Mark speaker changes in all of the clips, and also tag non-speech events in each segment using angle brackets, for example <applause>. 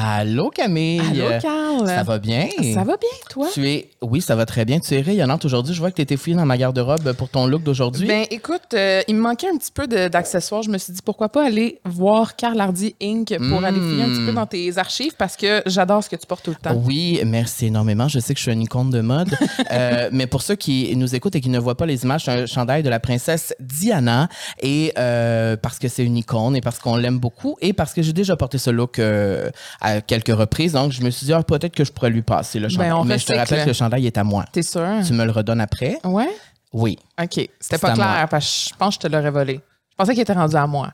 Speaker 1: Allô Camille.
Speaker 2: Allô, Carl.
Speaker 1: Ça va bien?
Speaker 2: Ah, Ça va bien, toi?
Speaker 1: Tu es... Oui, ça va très bien. Tu es rayonnante aujourd'hui. Je vois que tu étais fouillée dans ma garde-robe pour ton look d'aujourd'hui.
Speaker 2: Ben écoute, euh, il me manquait un petit peu de- d'accessoires. Je me suis dit pourquoi pas aller voir Carl Hardy Inc. pour
Speaker 1: Mm.
Speaker 2: aller fouiller un petit peu dans tes archives parce que j'adore ce que tu portes tout le temps.
Speaker 1: Oui, merci énormément. Je sais que je suis une icône de
Speaker 2: <laughs>
Speaker 1: mode. Euh, mais pour ceux qui nous écoutent et qui ne voient pas les images, c'est un chandail de la princesse Diana. Et euh, parce que c'est une icône et parce qu'on l'aime beaucoup et parce que j'ai déjà porté ce look euh, à quelques reprises. Donc, je me suis dit, ah, peut-être que je pourrais lui passer le chandail.
Speaker 2: Ben, on
Speaker 1: mais je te
Speaker 2: recycle.
Speaker 1: rappelle que le chandail est à moi.
Speaker 2: T'es sûr?
Speaker 1: Tu me le redonnes après?
Speaker 2: Ouais?
Speaker 1: Oui.
Speaker 2: OK. C'était
Speaker 1: C'est
Speaker 2: pas
Speaker 1: à
Speaker 2: clair
Speaker 1: moi.
Speaker 2: parce que je pense que je te l'aurais volé. Je pensais qu'il était rendu à moi.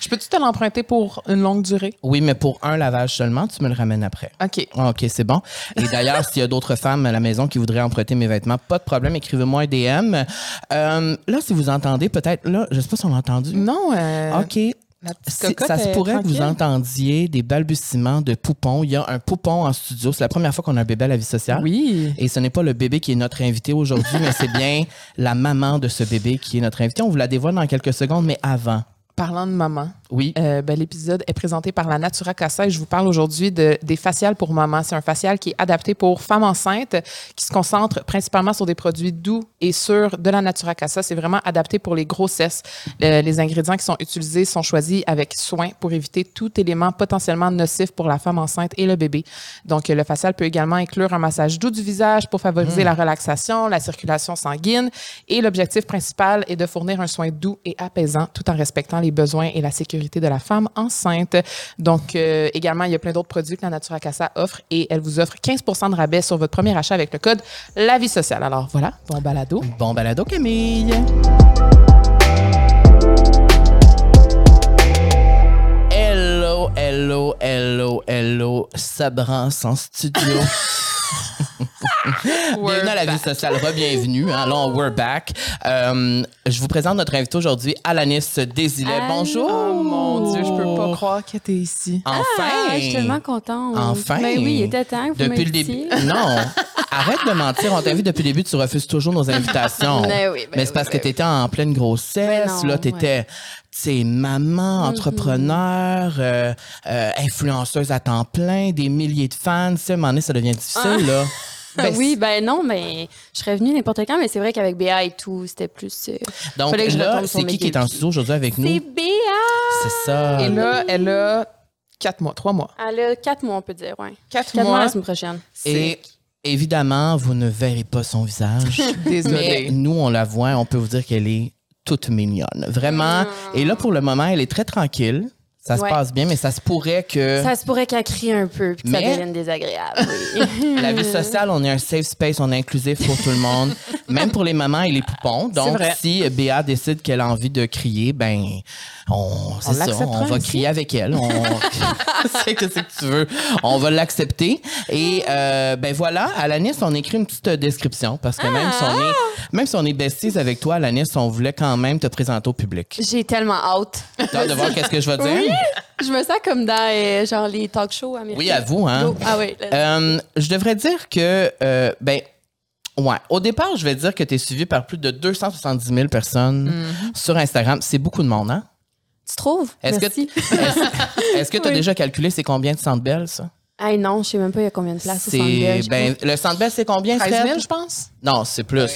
Speaker 2: Je peux-tu te l'emprunter pour une longue durée?
Speaker 1: Oui, mais pour un lavage seulement, tu me le ramènes après.
Speaker 2: OK.
Speaker 1: Ah, OK, c'est bon. Et d'ailleurs, s'il y a d'autres femmes à la maison qui voudraient emprunter mes vêtements, pas de problème, écrivez-moi un DM. Euh, là, si vous entendez, peut-être, là, je sais pas si on l'a entendu.
Speaker 2: Non, euh,
Speaker 1: OK.
Speaker 2: la petite
Speaker 1: Si-
Speaker 2: cocotte
Speaker 1: ça se
Speaker 2: est
Speaker 1: pourrait que vous
Speaker 2: tranquille.
Speaker 1: entendiez des balbutiements de poupons. Il y a un poupon en studio. C'est la première fois qu'on a un bébé à la vie sociale.
Speaker 2: Oui.
Speaker 1: Et ce n'est pas le bébé qui est notre invité aujourd'hui, mais c'est bien la maman de ce bébé qui est notre invité. On vous la dévoile dans quelques secondes, mais avant.
Speaker 2: Parlant de maman.
Speaker 1: Oui.
Speaker 2: Euh, ben, L'épisode est présenté par la Natura Casa et je vous parle aujourd'hui de, des faciales pour maman. C'est un facial qui est adapté pour femmes enceintes qui se concentre principalement sur des produits doux et sûrs de la Natura Casa. C'est vraiment adapté pour les grossesses. Le- les ingrédients qui sont utilisés sont choisis avec soin pour éviter tout élément potentiellement nocif pour la femme enceinte et le bébé. Donc, euh, le facial peut également inclure un massage doux du visage pour favoriser la relaxation, la circulation sanguine. Et l'objectif principal est de fournir un soin doux et apaisant tout en respectant les besoins et la sécurité de la femme enceinte. Donc, euh, également, il y a plein d'autres produits que la Natura Casa offre et elle vous offre 15 de rabais sur votre premier achat avec le code La Vie Sociale. Alors voilà, bon balado.
Speaker 1: Bon balado, Camille. Hello, hello, hello, hello. Sabrance en
Speaker 2: <laughs>
Speaker 1: studio. bienvenue à la vie sociale. Re-bienvenue. hein. Allons, we're back. Euh, je vous présente notre invité aujourd'hui, Alanis Désilet.
Speaker 3: Allô.
Speaker 1: Bonjour.
Speaker 2: Oh mon Dieu, je peux pas croire que t'es ici.
Speaker 1: Enfin.
Speaker 3: Ah, je suis tellement contente.
Speaker 1: Enfin.
Speaker 3: Ben oui, il était temps que vous
Speaker 1: Depuis le début.
Speaker 3: m'invitiez.
Speaker 1: <laughs> Non. Arrête de mentir. On t'invite depuis le début. Tu refuses toujours nos invitations.
Speaker 3: Ben oui, ben
Speaker 1: Mais c'est
Speaker 3: oui,
Speaker 1: parce que
Speaker 3: ben
Speaker 1: tu étais en pleine
Speaker 3: Ben
Speaker 1: grossesse.
Speaker 3: non,
Speaker 1: là, tu étais maman, entrepreneur, euh, euh, influenceuse à temps plein, des milliers de fans. Tu sais, à un moment donné, ça devient
Speaker 3: Ah.
Speaker 1: difficile. là.
Speaker 2: Ben,
Speaker 3: oui, ben non, mais je serais venue n'importe quand, mais c'est vrai qu'avec BA et tout, c'était plus. euh,
Speaker 1: Donc
Speaker 3: Fallait que je
Speaker 1: là,
Speaker 3: retourne sur
Speaker 1: c'est
Speaker 3: mes
Speaker 1: qui qui est en
Speaker 3: culs.
Speaker 1: studio aujourd'hui avec
Speaker 3: C'est
Speaker 1: nous?
Speaker 3: BA!
Speaker 1: C'est ça.
Speaker 2: Et là, elle a quatre mois, trois mois.
Speaker 3: Elle a quatre mois, on peut dire, ouais.
Speaker 2: Quatre,
Speaker 3: Quatre mois,
Speaker 2: mois.
Speaker 3: la semaine prochaine.
Speaker 1: Et évidemment, vous ne verrez pas son visage. Mais
Speaker 2: Désolée.
Speaker 1: nous, on la voit, on peut vous dire qu'elle est toute mignonne. Vraiment. Et là, pour le moment, elle est très tranquille. Ça se
Speaker 3: Ah. Ouais.
Speaker 1: passe bien, mais ça se pourrait que
Speaker 3: Ça se pourrait qu'elle crie un peu puis que ça
Speaker 1: Euh. Mais-
Speaker 3: devienne désagréable. oui. <laughs>
Speaker 1: la vie
Speaker 2: Euh.
Speaker 1: sociale, on est un safe space, on est inclusif pour tout le
Speaker 2: <laughs>
Speaker 1: monde, même pour les mamans et les poupons. Donc,
Speaker 2: vrai.
Speaker 1: si Béa décide qu'elle a envie de crier, ben, on, c'est ça,
Speaker 2: l'acceptera
Speaker 1: on va
Speaker 2: ainsi.
Speaker 1: crier avec elle.
Speaker 2: <laughs>
Speaker 1: On, <laughs> c'est que c'est que tu veux. On va l'accepter. Et euh, ben voilà, Alanis, on écrit une petite euh, description parce que même si on
Speaker 2: Ah!
Speaker 1: est, même si on est besties avec toi, Alanis, on voulait quand même te présenter au public.
Speaker 3: J'ai tellement hâte.
Speaker 1: T'as hâte de voir qu'est-ce que je vais dire?
Speaker 3: Je me sens comme dans euh, genre les talk shows américains.
Speaker 1: Oui, à vous, hein?
Speaker 3: Go. Ah oui. là-
Speaker 1: Euh, je devrais dire que, euh, ben, ouais. Au départ, je vais dire que tu es suivi par plus de 270 000 personnes
Speaker 3: Mhm.
Speaker 1: sur Instagram. C'est beaucoup de monde, hein?
Speaker 3: Tu trouves?
Speaker 1: Est-ce que
Speaker 3: Merci.
Speaker 1: est-ce- Est-ce que tu as
Speaker 3: Oui.
Speaker 1: déjà calculé c'est combien de Centre Bell, ça?
Speaker 3: Ah non, je sais même pas il y a combien de places au Centre Bell, je
Speaker 1: ben, le Centre Bell, c'est combien,
Speaker 2: 13 000,
Speaker 1: Fred?
Speaker 2: je pense.
Speaker 1: Non, c'est plus.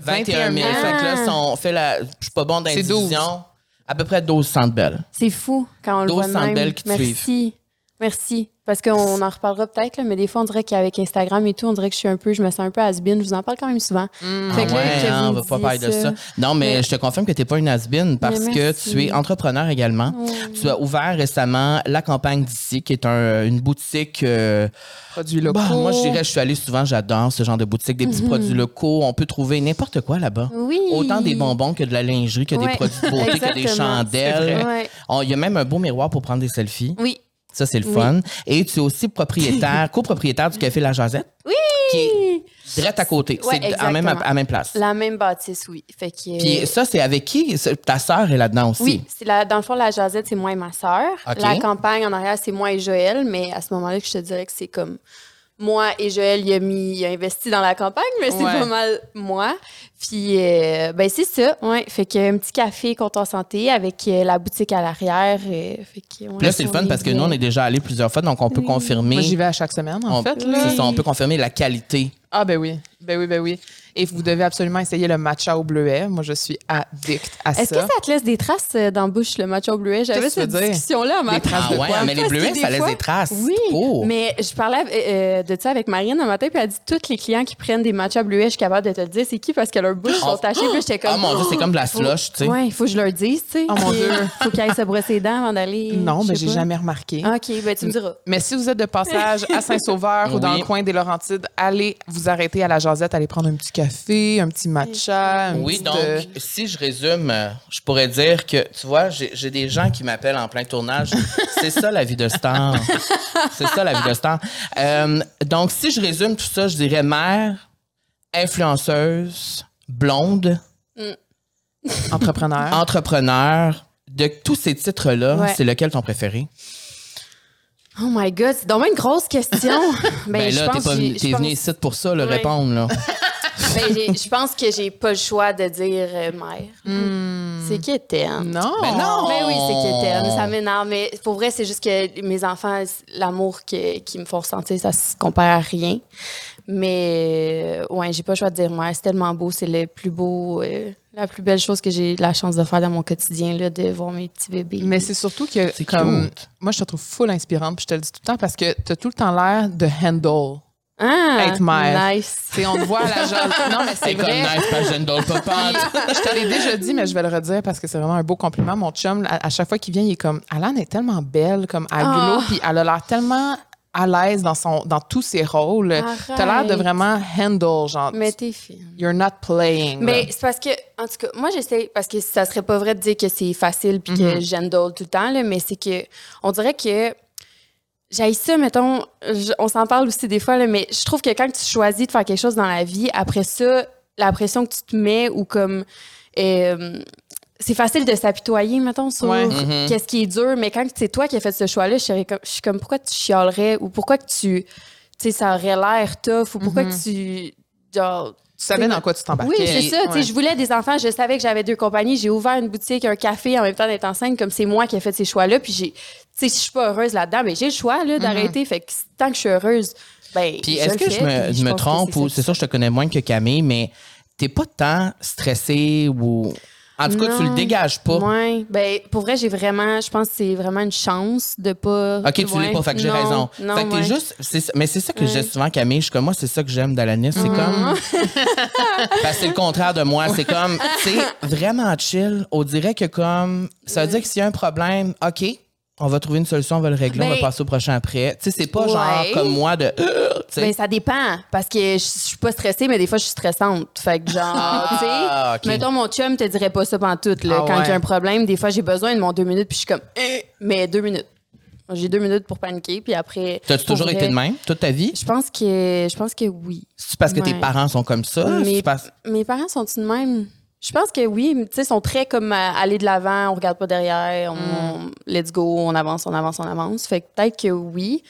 Speaker 1: 21 000. Fait que là,
Speaker 3: Ah.
Speaker 1: si on fait la... Je suis pas bon dans les
Speaker 2: C'est 12.
Speaker 1: divisions. À peu près 12 Centre Bell.
Speaker 3: C'est fou quand on le
Speaker 1: Dos
Speaker 3: voit de même.
Speaker 1: sandales qui te
Speaker 3: Merci. Merci. Parce qu'on en reparlera peut-être, là, mais des fois, on dirait qu'avec Instagram et tout, on dirait que je suis un peu, je me sens un peu has-been. Je vous en parle quand même souvent.
Speaker 1: Ah
Speaker 3: Fait que
Speaker 1: ouais,
Speaker 3: là, que
Speaker 1: hein,
Speaker 3: vous
Speaker 1: on
Speaker 3: me
Speaker 1: va pas
Speaker 3: disiez
Speaker 1: parler de ça. Non, mais, je te confirme que tu n'es pas une has parce
Speaker 3: Mais
Speaker 1: que
Speaker 3: merci.
Speaker 1: tu es entrepreneur également. Tu as ouvert récemment La Campagne d'ici, qui est un- une boutique. euh,
Speaker 2: Produits
Speaker 1: bah,
Speaker 2: locaux.
Speaker 1: moi, je dirais, je suis allée souvent, j'adore ce genre de boutique, des petits produits locaux. On peut trouver n'importe quoi là-bas.
Speaker 3: Mm-hmm. Mm. Oui.
Speaker 1: Autant des bonbons que de la lingerie, que des
Speaker 3: Ouais,
Speaker 1: produits de beauté, que des
Speaker 3: exactement,
Speaker 1: chandelles.
Speaker 3: c'est vrai. Ouais.
Speaker 1: On- Il y a même un beau miroir pour prendre des selfies.
Speaker 3: Oui.
Speaker 1: Ça, c'est le
Speaker 3: Oui.
Speaker 1: fun. Et tu es aussi
Speaker 3: <laughs>
Speaker 1: propriétaire, copropriétaire du Café La Jazette. Oui! Qui est direct à côté.
Speaker 3: Ouais,
Speaker 1: c'est à même,
Speaker 3: exactement.
Speaker 1: à même place.
Speaker 3: La même bâtisse, oui. Fait que.
Speaker 1: Puis ça, c'est avec qui? Ça, Ta sœur est là-dedans aussi.
Speaker 3: oui, c'est la, dans le fond, la jasette, c'est moi et ma sœur.
Speaker 1: OK.
Speaker 3: La campagne en arrière, c'est moi et Joël, mais à ce moment-là, que je te dirais que c'est comme moi et Joël, il a, mis, il a investi dans la campagne, mais c'est
Speaker 2: Ouais.
Speaker 3: pas mal moi. Puis, euh, ben c'est ça, ouais. Fait qu'un petit café Content Santé avec euh, la boutique à l'arrière. euh, fait que, ouais,
Speaker 1: Puis là, c'est le fun parce que nous, on est déjà allés plusieurs fois, donc on peut
Speaker 3: Oui.
Speaker 1: confirmer.
Speaker 2: Moi, j'y vais à chaque semaine, en
Speaker 1: on,
Speaker 2: fait.
Speaker 3: là.
Speaker 1: c'est ça, on peut confirmer la qualité.
Speaker 2: Ah, ben oui. Ben oui, ben oui. Et vous devez absolument essayer le matcha au bleuet. Moi, je suis addict à
Speaker 3: Est-ce que
Speaker 2: ça.
Speaker 3: ça te laisse des traces euh, dans la bouche, le match au bleuet? J'avais
Speaker 2: Qu'est-ce que
Speaker 3: cette
Speaker 2: tu veux dire?
Speaker 3: discussion-là à ma
Speaker 2: Des traces
Speaker 1: Ah
Speaker 2: de
Speaker 1: ouais,
Speaker 2: quoi?
Speaker 1: mais les
Speaker 3: Parce que
Speaker 1: bleuets,
Speaker 3: des
Speaker 1: ça laisse
Speaker 3: fois-
Speaker 1: des traces.
Speaker 3: Oui,
Speaker 1: Oh.
Speaker 3: mais je parlais euh, euh, de ça avec Marine un matin, puis elle dit tous les clients qui prennent des matchas bleuets, je suis capable de te le dire, c'est qui parce que leurs bouches
Speaker 1: Oh.
Speaker 3: sont tachées. Puis j'étais comme.
Speaker 1: Ah mon dieu, c'est comme de la
Speaker 3: Faut-
Speaker 1: slush, tu sais.
Speaker 3: Ouais, il faut que je leur dise, tu sais.
Speaker 2: Oh, mon
Speaker 3: Puis,
Speaker 2: Dieu.
Speaker 3: <laughs> Faut qu'ils aillent se brosser les dents avant d'aller.
Speaker 2: Non,
Speaker 3: je
Speaker 2: mais
Speaker 3: sais
Speaker 2: j'ai
Speaker 3: pas.
Speaker 2: jamais remarqué.
Speaker 3: Ah, OK, ben tu me diras.
Speaker 2: Mais si vous êtes de passage à Saint-Sauveur
Speaker 1: <laughs>
Speaker 2: ou dans
Speaker 1: Oui.
Speaker 2: le coin des Laurentides, allez vous arrêter à la Jazette, allez prendre un petit café, un petit matcha. un
Speaker 1: Oui,
Speaker 2: petit,
Speaker 1: donc,
Speaker 2: euh,
Speaker 1: si je résume, euh, je pourrais dire que, tu vois, j'ai j'ai des gens qui m'appellent en plein tournage. <laughs> C'est ça, la vie de star. C'est ça, la vie de star. Euh, donc, si je résume tout ça, je dirais mère, influenceuse, blonde, Ah.
Speaker 2: entrepreneur.
Speaker 1: entrepreneur. De tous ces titres-là,
Speaker 3: Ouais.
Speaker 1: c'est lequel ton préféré?
Speaker 3: Oh my God, c'est donc une
Speaker 1: <laughs>
Speaker 3: grosse question. ben,
Speaker 1: Ben,
Speaker 3: je
Speaker 1: là, t'es
Speaker 3: pense
Speaker 1: pas
Speaker 3: que
Speaker 1: venu-
Speaker 3: j'ai-
Speaker 1: t'es
Speaker 3: je
Speaker 1: venu
Speaker 3: pense-
Speaker 1: ici pour ça, le
Speaker 3: Ouais.
Speaker 1: répondre, là.
Speaker 3: ben, j'ai- je pense que j'ai pas le choix de dire euh, mère. C'est qui était, hein?
Speaker 2: Hmm. Non.
Speaker 1: Ben non!
Speaker 3: Mais oui, c'est qui était, Ça m'énerve. Mais pour vrai, c'est juste que mes enfants, l'amour que- qu'ils me font ressentir, ça se compare à rien. Mais euh, ouais, j'ai pas le choix de dire moi. C'est tellement beau. C'est le plus beau, euh, la plus belle chose que j'ai la chance de faire dans mon quotidien, là, de voir mes petits bébés.
Speaker 2: Mais c'est surtout que,
Speaker 1: C'est
Speaker 2: comme,
Speaker 1: cute.
Speaker 2: moi, je te trouve full inspirante, puis je te le dis tout le temps, parce que t'as tout le temps l'air de handle.
Speaker 3: Ah,
Speaker 2: Être mère.
Speaker 3: Nice.
Speaker 2: Tu sais, on te voit
Speaker 1: <laughs>
Speaker 2: à la Jazette. Non, mais c'est
Speaker 1: C'est comme
Speaker 2: vrai.
Speaker 1: nice, parce que je ne donne pas
Speaker 2: Puis,
Speaker 1: pente.
Speaker 3: <laughs>
Speaker 2: je te l'ai déjà dit, mais je vais le redire parce que c'est vraiment un beau compliment. Mon chum, à, à chaque fois qu'il vient, il est comme Alan est tellement belle, comme à
Speaker 3: Ah.
Speaker 2: Gulo, puis elle a l'air tellement à l'aise dans son dans tous ses rôles. T'as l'air de
Speaker 3: Arrête.
Speaker 2: vraiment handle, genre
Speaker 3: Mais t'es fine.
Speaker 2: you're not playing.
Speaker 3: Mais
Speaker 2: là.
Speaker 3: c'est parce que, en tout cas, moi, j'essaie, parce que ça serait pas vrai de dire que c'est facile puis
Speaker 2: Mhm.
Speaker 3: que j'handle tout le temps, là, mais c'est que, on dirait que j'ai ça, mettons, je- on s'en parle aussi des fois, là, mais je trouve que quand tu choisis de faire quelque chose dans la vie, après ça, la pression que tu te mets ou comme. euh, c'est facile de s'apitoyer, mettons, sur
Speaker 2: Ouais.
Speaker 1: Mhm.
Speaker 3: qu'est-ce qui est dur, mais quand c'est toi qui as fait ce choix-là, je serais comme, je suis comme, pourquoi tu chialerais ou pourquoi que tu. Tu sais, ça aurait l'air tough ou pourquoi
Speaker 2: Mhm.
Speaker 3: que tu. Genre,
Speaker 2: tu savais dans quoi tu t'embarquais.
Speaker 3: oui, c'est ça. Tu sais,
Speaker 2: Ouais.
Speaker 3: Je voulais des enfants. Je savais que j'avais deux compagnies. J'ai ouvert une boutique, un café en même temps d'être enceinte. Comme c'est moi qui ai fait ces choix-là. Puis j'ai, tu sais, je suis pas heureuse là-dedans, mais j'ai le choix là, d'arrêter. Fait que tant que je suis heureuse, ben.
Speaker 1: Mm-hmm. Puis
Speaker 3: je
Speaker 1: est-ce
Speaker 3: le
Speaker 1: que
Speaker 3: fais,
Speaker 1: je me,
Speaker 3: puis
Speaker 1: je me
Speaker 3: pense que
Speaker 1: trompe ou
Speaker 3: ça.
Speaker 1: c'est sûr je te connais moins que Camille, mais t'es pas tant stressée ou en tout cas tu le
Speaker 3: Non.
Speaker 1: dégages pas.
Speaker 3: Ouais, ben pour vrai, j'ai vraiment, je pense que c'est vraiment une chance de pas.
Speaker 1: Ok, tu l'es
Speaker 3: Ouais.
Speaker 1: pas, fait que j'ai
Speaker 3: Non,
Speaker 1: raison.
Speaker 3: Non,
Speaker 1: fait que t'es
Speaker 3: ouais.
Speaker 1: juste, c'est ça- mais c'est ça que je
Speaker 3: Ouais. Mm.
Speaker 1: dis souvent Camille, je suis comme moi c'est ça que j'aime d'Alanis, c'est
Speaker 3: <laughs>
Speaker 1: comme, parce que c'est le contraire de moi, c'est comme, c'est vraiment chill. On dirait que comme, ça veut dire que s'il y a un problème, ok. On va trouver une solution, on va le régler, on va
Speaker 3: Ben-
Speaker 1: passer au prochain après. Tu sais, c'est pas genre
Speaker 3: Ouais.
Speaker 1: comme moi de. <gasps> tu sais.
Speaker 3: Ben, ça dépend. Parce que je je suis pas stressée, mais des fois, je suis stressante. Fait que, genre, tu sais.
Speaker 1: Ah, ok.
Speaker 3: Mettons, mon chum te dirait pas ça pantoute, là.
Speaker 2: Ah
Speaker 3: quand
Speaker 2: ouais.
Speaker 3: il y a un problème, des fois, j'ai besoin de mon deux minutes, puis je suis comme, Euh, mais deux minutes. J'ai deux minutes pour paniquer, puis après.
Speaker 1: T'as-tu
Speaker 3: pour
Speaker 1: toujours
Speaker 3: vrai,
Speaker 1: été de même toute ta vie?
Speaker 3: Je pense que, je pense que oui.
Speaker 1: C'est parce que tes
Speaker 3: Ouais.
Speaker 1: parents sont comme ça?
Speaker 3: Mais-
Speaker 1: C'est parce-
Speaker 3: Mes parents sont ils de même? Je pense que oui, mais tu sais, ils sont très comme à aller de l'avant, on regarde pas derrière, on
Speaker 1: Mm.
Speaker 3: let's go, on avance, on avance, on avance. Fait que peut-être que oui.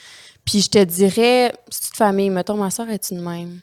Speaker 3: Puis je te dirais, c'est une famille, mettons, ma soeur est-tu de même?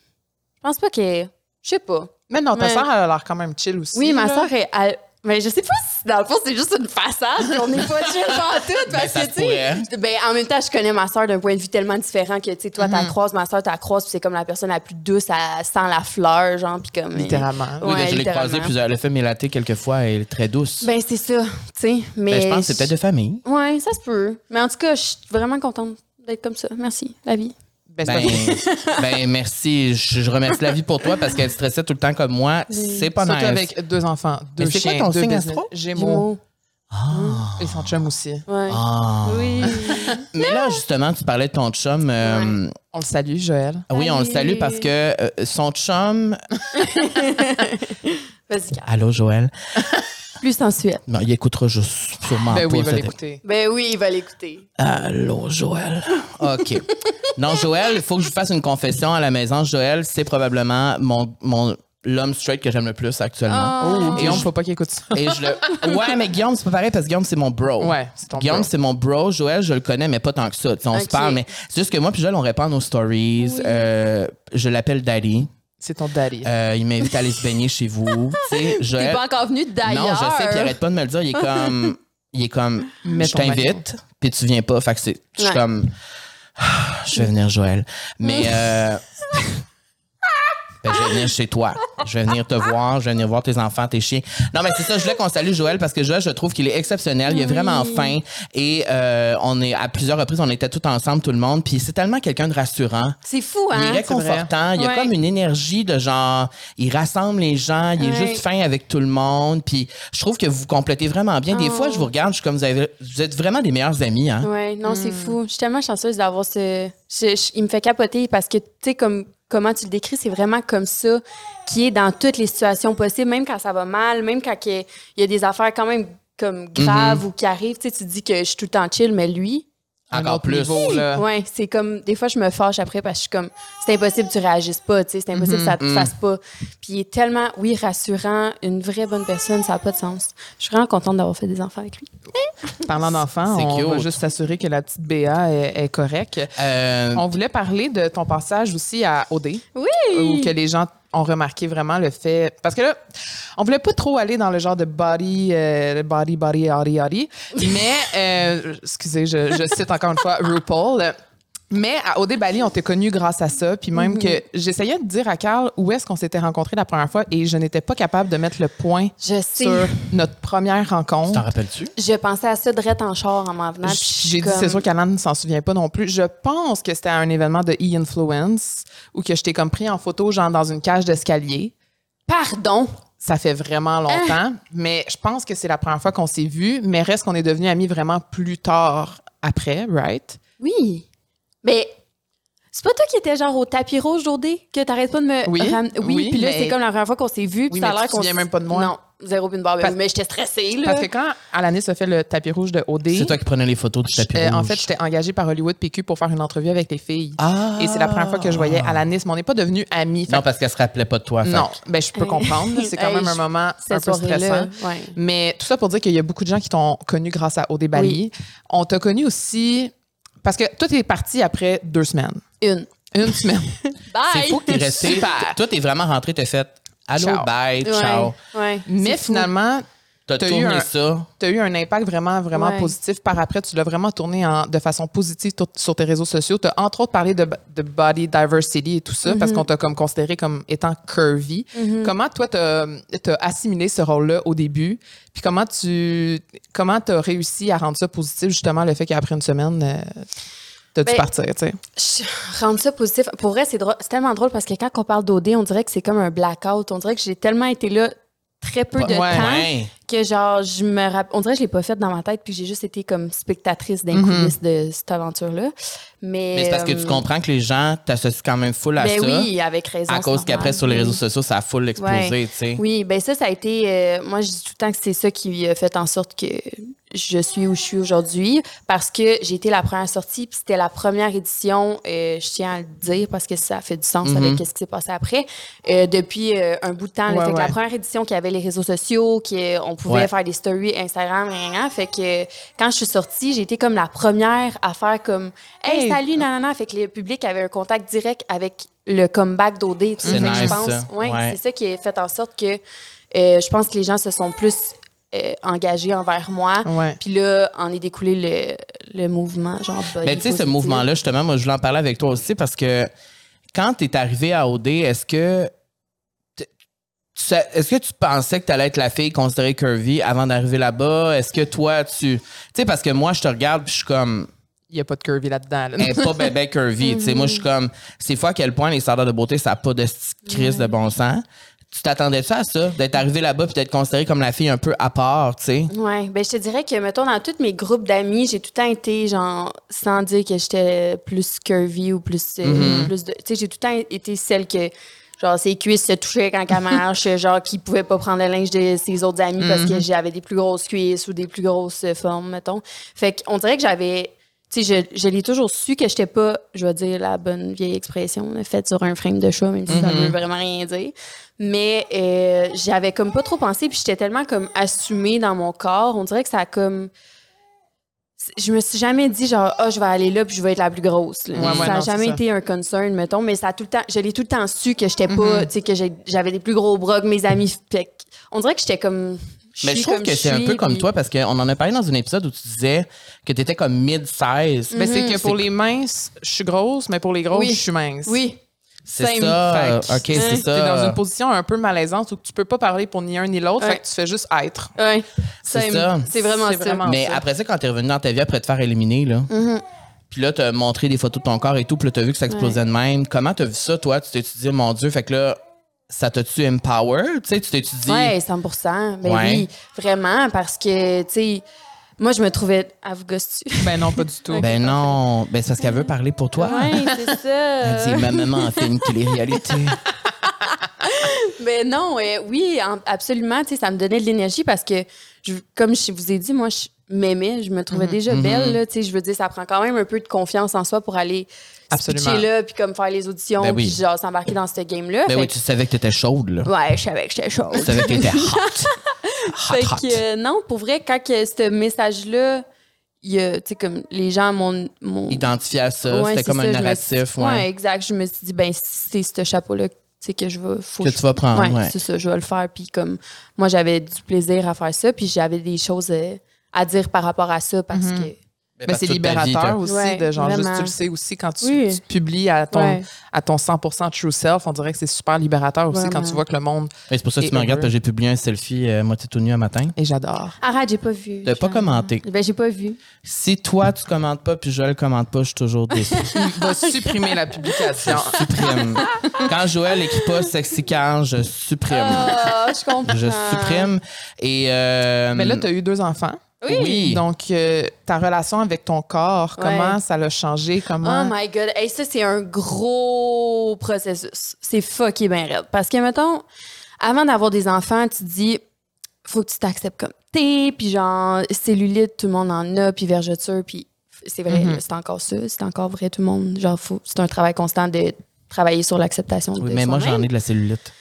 Speaker 3: Je pense pas que. Je sais pas.
Speaker 2: Mais non, ta
Speaker 3: Ouais.
Speaker 2: sœur elle a l'air quand même chill aussi.
Speaker 3: Oui, ma
Speaker 2: là.
Speaker 3: soeur est. elle- mais je sais pas si dans le fond c'est juste une façade, puis on n'est
Speaker 1: <laughs>
Speaker 3: pas chill dans tout parce
Speaker 1: Ben, ça
Speaker 3: que
Speaker 1: se
Speaker 3: tu
Speaker 1: pourrait, Mm-hmm.
Speaker 3: sais,
Speaker 1: hein?
Speaker 3: ben en même temps je connais ma soeur d'un point de vue tellement différent que tu sais toi t'accroises, ma soeur t'accroises, puis c'est comme la personne la plus douce, elle sent la fleur genre puis comme
Speaker 2: littéralement.
Speaker 1: Oui,
Speaker 3: Ouais,
Speaker 1: ben, je l'ai
Speaker 3: littéralement.
Speaker 1: croisée plusieurs. Elle a fait mélater quelques fois. Elle est très douce. Ben,
Speaker 3: Ben, c'est ça, tu sais. Mais
Speaker 1: je pense que c'est peut-être de famille.
Speaker 3: Ouais, ça se peut. Mais en tout cas, je suis vraiment contente d'être comme ça. Merci, la vie.
Speaker 2: Ben, c'est
Speaker 1: Ben, <laughs>
Speaker 2: pas-
Speaker 1: ben, merci. Je, je remercie la vie pour toi parce qu'elle stressait tout le temps comme moi. C'est pas
Speaker 2: Surtout
Speaker 1: nice.
Speaker 2: avec deux enfants, deux
Speaker 1: Mais c'est quoi
Speaker 2: chiens,
Speaker 1: ton
Speaker 2: deux
Speaker 1: signe
Speaker 2: business.
Speaker 1: astro?
Speaker 2: Gémeaux.
Speaker 1: Ah.
Speaker 2: Et son chum aussi.
Speaker 3: Ouais.
Speaker 1: Ah. <laughs>
Speaker 3: Oui.
Speaker 1: Mais là, justement, tu parlais de ton chum. euh,
Speaker 2: On le salue, Joël.
Speaker 1: ah Oui, on le
Speaker 3: Salut.
Speaker 1: salue parce que euh, son chum.
Speaker 3: Vas-y, Kat.
Speaker 1: Allô, Joël.
Speaker 3: Plus sensuel.
Speaker 1: Non, il écoutera juste sûrement
Speaker 2: Ben
Speaker 1: pas.
Speaker 2: oui, il va
Speaker 1: cette-
Speaker 2: l'écouter.
Speaker 3: Ben oui, il va l'écouter.
Speaker 1: Allô, Joël. OK. Non, Joël, il faut que je vous fasse une confession à la maison. Joël, c'est probablement mon, mon l'homme straight que j'aime le plus actuellement.
Speaker 2: Oh,
Speaker 1: Et
Speaker 2: et on
Speaker 1: je-
Speaker 2: ne faut pas qu'il écoute ça.
Speaker 1: Et je le... Ouais, mais Guillaume, c'est pas pareil parce que Guillaume, c'est mon bro.
Speaker 2: Ouais, c'est ton
Speaker 1: Guillaume,
Speaker 2: bro.
Speaker 1: c'est mon bro. Joël, je le connais, mais pas tant que ça. Tu sais, on se
Speaker 3: Ok.
Speaker 1: parle, mais c'est juste que moi, puis Joël, on répond à nos stories. Euh, je l'appelle Daddy.
Speaker 2: C'est ton daddy.
Speaker 1: Euh, il m'invite à aller se baigner chez vous. Tu sais,
Speaker 3: T'es
Speaker 1: Joël.
Speaker 3: pas encore venu d'ailleurs.
Speaker 1: Non, je sais, puis il arrête pas de me le dire. Il est comme. Il est comme.
Speaker 2: Mets
Speaker 1: je
Speaker 2: ton bâton.
Speaker 1: t'invite, puis tu viens pas. Fait que c'est. Je suis
Speaker 3: Ouais.
Speaker 1: comme. <sighs> Ah, Je vais venir, Joël. Mais. euh, ben, je vais venir chez toi. Je vais venir te voir. Je vais venir voir tes enfants, tes chiens. Non, mais c'est ça. Je voulais qu'on salue Joël parce que Joël, je trouve qu'il est exceptionnel. Il est vraiment fin. Et euh, on est à plusieurs reprises, on était tout ensemble, tout le monde. Puis c'est tellement quelqu'un de rassurant.
Speaker 3: C'est fou,
Speaker 1: Il
Speaker 3: hein?
Speaker 1: est réconfortant. Il y a
Speaker 3: Ouais.
Speaker 1: comme une énergie de genre, il rassemble les gens, il est
Speaker 3: Ouais.
Speaker 1: juste fin avec tout le monde. Puis je trouve que vous complétez vraiment bien. Des
Speaker 3: Oh.
Speaker 1: fois, je vous regarde, je suis comme vous, avez, vous êtes vraiment des meilleurs amis. Hein?
Speaker 3: Ouais, non, c'est fou. Je suis tellement chanceuse d'avoir ce. je- je- il me fait capoter parce que, tu sais, comme comment tu le décris, c'est vraiment comme ça qui est dans toutes les situations possibles, même quand ça va mal, même quand que- il y a des affaires quand même comme graves ou qui arrivent. Tu sais, tu dis que je suis tout le temps chill, mais lui,
Speaker 2: Un
Speaker 1: Encore
Speaker 2: autre
Speaker 1: plus.
Speaker 2: niveau, là.
Speaker 3: ouais, c'est comme. Des fois, je me fâche après parce que je suis comme, c'est impossible, tu réagisses pas, tu sais, c'est impossible, ça te fasse pas. Puis il est tellement, oui, rassurant, une vraie bonne personne, ça n'a pas de sens. Je suis vraiment contente d'avoir fait des enfants avec lui.
Speaker 2: Parlant d'enfants,
Speaker 1: C'est
Speaker 2: on va
Speaker 1: cute.
Speaker 2: juste s'assurer que la petite Béa est, est correcte.
Speaker 1: Euh,
Speaker 2: On voulait parler de ton passage aussi à OD. Ou que les gens ont remarqué vraiment le fait. Parce que là, on voulait pas trop aller dans le genre de body, euh, body, body, body, body. Mais, euh, excusez, je, je cite encore une
Speaker 1: <laughs>
Speaker 2: fois RuPaul. Mais à OD Bali, on t'a connu grâce à ça. Puis même que j'essayais de dire à Carl où est-ce qu'on s'était rencontrés la première fois et je n'étais pas capable de mettre le point
Speaker 3: Je sais.
Speaker 2: sur notre première rencontre.
Speaker 1: tu t'en rappelles-tu?
Speaker 3: Je pensais à ça drette en char en m'en venant. puis je
Speaker 2: J-
Speaker 3: suis
Speaker 2: J'ai dit,
Speaker 3: comme-
Speaker 2: c'est sûr qu'Alan ne s'en souvient pas non plus. Je pense que c'était à un événement de e-influence où que je t'ai comme pris en photo, genre dans une cage d'escalier.
Speaker 3: Pardon.
Speaker 2: Ça fait
Speaker 3: Ah!
Speaker 2: vraiment longtemps, mais je pense que c'est la première fois qu'on s'est vu. Mais reste qu'on est devenus amis vraiment plus tard après, right?
Speaker 3: Oui. Mais c'est pas toi qui étais genre au tapis rouge d'Odé que t'arrêtes pas de me
Speaker 2: Oui,
Speaker 3: ram- Oui,
Speaker 2: oui,
Speaker 3: puis là,
Speaker 2: mais-
Speaker 3: c'est comme la première fois qu'on s'est vu.
Speaker 2: Oui,
Speaker 3: Puis ça a
Speaker 2: mais
Speaker 3: l'air
Speaker 2: tu te
Speaker 3: qu'on.
Speaker 2: souviens
Speaker 3: s-
Speaker 2: même pas de moi.
Speaker 3: Non, zéro pin barre.
Speaker 2: Parce-
Speaker 3: Mais j'étais stressée, là.
Speaker 2: Parce que quand Alanis a fait le tapis rouge de OD,
Speaker 1: C'est toi qui prenais les photos du tapis
Speaker 2: euh, en
Speaker 1: rouge.
Speaker 2: fait, j'étais engagée par Hollywood PQ pour faire une entrevue avec les filles.
Speaker 1: Ah!
Speaker 2: Et c'est la première fois que je voyais Alanis, mais on n'est pas devenus amis. Fait
Speaker 1: Non, parce qu'elle se rappelait pas de toi. fait
Speaker 2: Non,
Speaker 1: que-
Speaker 2: ben je peux
Speaker 3: Hey.
Speaker 2: comprendre. C'est quand
Speaker 3: Hey,
Speaker 2: même
Speaker 3: je-
Speaker 2: un moment un
Speaker 3: cette
Speaker 2: peu
Speaker 3: soirée-là,
Speaker 2: stressant.
Speaker 3: ouais.
Speaker 2: Mais tout ça pour dire qu'il y a beaucoup de gens qui t'ont connu grâce à Odé Bali. On t'a connu aussi parce que toi, t'es parti après deux semaines.
Speaker 3: Une.
Speaker 2: Une semaine.
Speaker 3: Bye.
Speaker 1: C'est fou que t'es resté.
Speaker 2: Super.
Speaker 1: Toi, t'es vraiment rentré, t'as fait Allô,
Speaker 2: Ciao.
Speaker 1: bye, ciao.
Speaker 3: Ouais, ouais.
Speaker 2: Mais
Speaker 3: <laughs> C'est fou.
Speaker 2: finalement,
Speaker 1: T'as
Speaker 2: T'as eu
Speaker 1: tourné
Speaker 2: un-
Speaker 1: ça.
Speaker 2: tu as eu un impact vraiment, vraiment
Speaker 3: Ouais.
Speaker 2: positif. Par après, tu l'as vraiment tourné en- de façon positive tour- sur tes réseaux sociaux. Tu as entre autres parlé de, de body diversity et tout ça
Speaker 3: Mhm.
Speaker 2: parce qu'on t'a comme considéré comme étant curvy. Comment toi, tu as assimilé ce rôle-là au début? Puis comment tu comment as réussi à rendre ça positif, justement, le fait qu'après une semaine, tu as dû
Speaker 3: Ben,
Speaker 2: partir, tu sais?
Speaker 3: Je- Rendre ça positif. Pour vrai, c'est drôle- c'est tellement drôle parce que quand on parle d'OD, on dirait que c'est comme un blackout. On dirait que j'ai tellement été là très peu de
Speaker 2: Ouais.
Speaker 3: temps
Speaker 1: Ouais.
Speaker 3: que genre je me rappelle on dirait que je l'ai pas faite dans ma tête puis j'ai juste été comme spectatrice d'un coulisses de cette aventure là mais,
Speaker 1: Mhm. Mais c'est parce que
Speaker 3: euh,
Speaker 1: tu comprends que les gens t'associent quand même full à
Speaker 3: ben
Speaker 1: ça.
Speaker 3: oui avec raison
Speaker 1: à
Speaker 3: c'est
Speaker 1: cause
Speaker 3: normal.
Speaker 1: qu'après, sur les réseaux sociaux, ça a full explosé,
Speaker 3: Ouais.
Speaker 1: tu sais.
Speaker 3: oui ben ça ça a été euh, moi je dis tout le temps que c'est ça qui a fait en sorte que je suis où je suis aujourd'hui parce que j'ai été la première sortie puis c'était la première édition euh, je tiens à le dire parce que ça fait du sens avec ce qui s'est passé après euh, depuis euh, un bout de temps là.
Speaker 2: Ouais,
Speaker 3: Fait que la
Speaker 2: ouais.
Speaker 3: première édition qui avait les réseaux sociaux qu'on pouvait
Speaker 1: Ouais.
Speaker 3: faire des stories Instagram rien fait que quand je suis sortie j'ai été comme la première à faire comme hey,
Speaker 2: Hey.
Speaker 3: salut nanana fait que le public avait un contact direct avec le comeback d'OD puis
Speaker 1: C'est
Speaker 3: Fait que
Speaker 1: nice,
Speaker 3: je pense
Speaker 1: ça.
Speaker 3: ouais,
Speaker 1: Ouais.
Speaker 3: c'est ça qui a fait en sorte que euh, je pense que les gens se sont plus euh, engagés envers moi
Speaker 2: Ouais.
Speaker 3: puis là en est découlé le, le mouvement genre body
Speaker 1: Mais Ben, tu sais, ce
Speaker 3: positive.
Speaker 1: mouvement-là, justement, moi, je voulais en parler avec toi aussi parce que quand tu es arrivé à OD, est-ce que. t- tu sais- Est-ce que tu pensais que tu allais être la fille considérée curvy avant d'arriver là-bas? Est-ce que toi, tu. Tu sais, parce que moi, je te regarde puis je suis comme.
Speaker 2: Il n'y a pas de curvy là-dedans. là.
Speaker 3: Mhm.
Speaker 1: Elle est pas bébé curvy. tu sais, moi, je suis comme. C'est fois à quel point les standards de beauté, ça n'a pas de sti- crise de bon sens. Tu t'attendais-tu à ça? D'être arrivé là-bas puis d'être considérée comme la fille un peu à part, tu sais?
Speaker 3: Ouais, ben je te dirais que mettons dans tous mes groupes d'amis, j'ai tout le temps été genre sans dire que j'étais plus curvy ou plus euh,
Speaker 1: Mm-hmm.
Speaker 3: plus de tu sais j'ai tout le temps été celle que genre ses cuisses se touchaient quand elle marche, <laughs> genre qui pouvait pas prendre le linge de ses autres
Speaker 1: Mm-hmm.
Speaker 3: amis parce que j'avais des plus grosses cuisses ou des plus grosses euh, formes mettons. Fait qu'on dirait que j'avais tu sais, je, je l'ai toujours su que j'étais pas, je vais dire la bonne vieille expression, là, faite sur un frame de chat, même si ça
Speaker 1: Mm-hmm.
Speaker 2: Mhm.
Speaker 3: veut vraiment rien dire. Mais euh, j'avais comme pas trop pensé, puis j'étais tellement comme assumée dans mon corps. On dirait que ça a comme. Je me suis jamais dit genre, ah, je vais aller là, puis je vais être la plus grosse. là.
Speaker 2: Ouais, ouais,
Speaker 3: ça
Speaker 2: non,
Speaker 3: a
Speaker 2: c'est
Speaker 3: jamais
Speaker 2: ça.
Speaker 3: été un concern, mettons, mais ça a tout le temps, je l'ai tout le temps su que j'étais pas,
Speaker 1: Mm-hmm.
Speaker 2: Mhm.
Speaker 3: tu sais, que j'ai- j'avais des plus gros bras que mes amis. Fait que on dirait que j'étais comme.
Speaker 1: Mais
Speaker 3: suis
Speaker 1: je trouve
Speaker 3: comme
Speaker 1: que
Speaker 3: je
Speaker 1: c'est un
Speaker 3: suis,
Speaker 1: peu comme
Speaker 3: puis-
Speaker 1: toi parce qu'on en a parlé dans un épisode où tu disais que tu étais comme mid-size.
Speaker 2: Ben, c'est que pour les minces, je suis grosse, mais pour les grosses,
Speaker 3: Mhm. Oui.
Speaker 2: je suis mince.
Speaker 3: Oui.
Speaker 1: C'est
Speaker 2: same
Speaker 1: ça.
Speaker 2: fact.
Speaker 1: Ah, OK, c'est
Speaker 3: Hein?
Speaker 2: T'es
Speaker 1: ça.
Speaker 2: dans une position un peu malaisante où tu peux pas parler pour ni un ni l'autre,
Speaker 3: Ouais.
Speaker 2: fait que tu fais juste être.
Speaker 3: Ouais.
Speaker 1: C'est
Speaker 3: Same.
Speaker 1: ça.
Speaker 3: C'est vraiment
Speaker 2: C'est
Speaker 3: ça.
Speaker 2: vraiment-
Speaker 1: Mais
Speaker 2: ça.
Speaker 1: après ça, quand t'es revenu dans ta vie après te faire éliminer, là.
Speaker 3: Mm-hmm.
Speaker 1: Puis là, t'as montré des photos de ton corps et tout, puis là, t'as vu que ça explosait de même. Comment t'as vu ça, toi? Tu t'es dit, mon Dieu, fait que là, ça t'a-tu empower? Tu sais, tu t'es-tu dit.
Speaker 3: Ouais, 100 Ben
Speaker 1: Ouais.
Speaker 3: oui, vraiment, parce que, tu sais, moi, je me trouvais à vous gosse
Speaker 2: Ben non, pas du tout.
Speaker 1: Ben non, ben c'est parce qu'elle veut parler pour toi.
Speaker 3: Ouais, c'est
Speaker 1: <laughs> Elle dit, ma
Speaker 3: ça.
Speaker 1: maman a fait une
Speaker 3: <laughs>
Speaker 1: télé-réalité.
Speaker 3: Mais non, euh, oui, en- absolument, tu sais, ça me donnait de l'énergie parce que, je, comme je vous ai dit, moi, je m'aimais, je me trouvais
Speaker 1: Mhm.
Speaker 3: déjà belle, là, tu sais, je veux dire, ça prend quand même un peu de confiance en soi pour aller se
Speaker 2: Absolument.
Speaker 3: pitcher là, puis comme faire les auditions,
Speaker 1: Ben oui.
Speaker 3: puis genre s'embarquer dans ce game-là.
Speaker 1: ben
Speaker 3: Fait
Speaker 1: oui, tu savais que t'étais chaude, là.
Speaker 3: que- Ouais, je savais que j'étais chaude.
Speaker 1: Tu savais que
Speaker 3: <laughs>
Speaker 1: t'étais hot.
Speaker 3: Fait
Speaker 1: Hot, hot.
Speaker 3: que, euh, non, pour vrai, quand que ce message-là, il y a, tu sais, comme les gens m'ont. m'ont-
Speaker 1: Identifié à ça,
Speaker 3: Ouais,
Speaker 1: c'était
Speaker 3: c'est
Speaker 1: comme
Speaker 3: ça,
Speaker 1: un
Speaker 3: je me
Speaker 1: narratif,
Speaker 3: suis-
Speaker 1: ouais.
Speaker 3: exact. Je me suis dit, ben, c'est ce chapeau-là, tu sais, que je vais. Faut
Speaker 1: Que tu vas prendre,
Speaker 3: Ouais,
Speaker 1: ouais.
Speaker 3: c'est ça, je vais le faire. Puis comme, moi, j'avais du plaisir à faire ça, puis j'avais des choses euh, à dire par rapport à ça parce
Speaker 2: Mhm.
Speaker 3: que.
Speaker 2: Ben,
Speaker 1: parce que
Speaker 2: c'est
Speaker 1: toute ta vie, t'as-
Speaker 2: libérateur aussi
Speaker 3: Ouais,
Speaker 2: de genre juste
Speaker 3: vraiment.
Speaker 2: tu le sais aussi quand tu,
Speaker 3: Oui.
Speaker 2: tu publies à ton
Speaker 3: Ouais.
Speaker 2: à ton 100% true self, on dirait que c'est super libérateur aussi quand
Speaker 3: Vraiment.
Speaker 2: tu vois que le monde
Speaker 1: Ben, c'est pour ça que
Speaker 2: Et
Speaker 1: tu me regardes parce
Speaker 2: heureux.
Speaker 1: que j'ai publié un selfie euh, moitié tout nu un matin.
Speaker 2: et
Speaker 3: <laughs>
Speaker 2: j'adore.
Speaker 3: Arrête, j'ai pas vu.
Speaker 1: T'as pas
Speaker 3: Genre.
Speaker 1: commenté.
Speaker 3: Ben, j'ai pas vu.
Speaker 1: Si toi, tu commentes pas, puis je le commente pas, je suis toujours <laughs> déçu.
Speaker 2: Il va supprimer la publication.
Speaker 1: <laughs> supprime. Quand Joël écrit pas sexy car, je supprime.
Speaker 3: Ah, je comprends.
Speaker 1: Je supprime. Et. euh,
Speaker 2: Mais là tu as eu deux enfants.
Speaker 1: oui.
Speaker 2: Donc euh, ta relation avec ton corps,
Speaker 3: Ouais.
Speaker 2: comment ça l'a changé,
Speaker 3: Oh
Speaker 2: comment
Speaker 3: my God. Hey, ça, c'est un gros processus. C'est fucké bien raide. Parce que, mettons, avant d'avoir des enfants, tu dis, faut que tu t'acceptes comme t'es, puis genre, cellulite, tout le monde en a, puis vergeture, puis c'est vrai,
Speaker 2: Mhm.
Speaker 1: Mm-hmm.
Speaker 3: là, c'est encore ça, c'est encore vrai, tout le monde. Genre, faut, c'est un travail constant de travailler sur l'acceptation
Speaker 1: Oui,
Speaker 3: de
Speaker 1: mais moi,
Speaker 3: soi-même.
Speaker 1: j'en ai Mm-hmm. de la cellulite.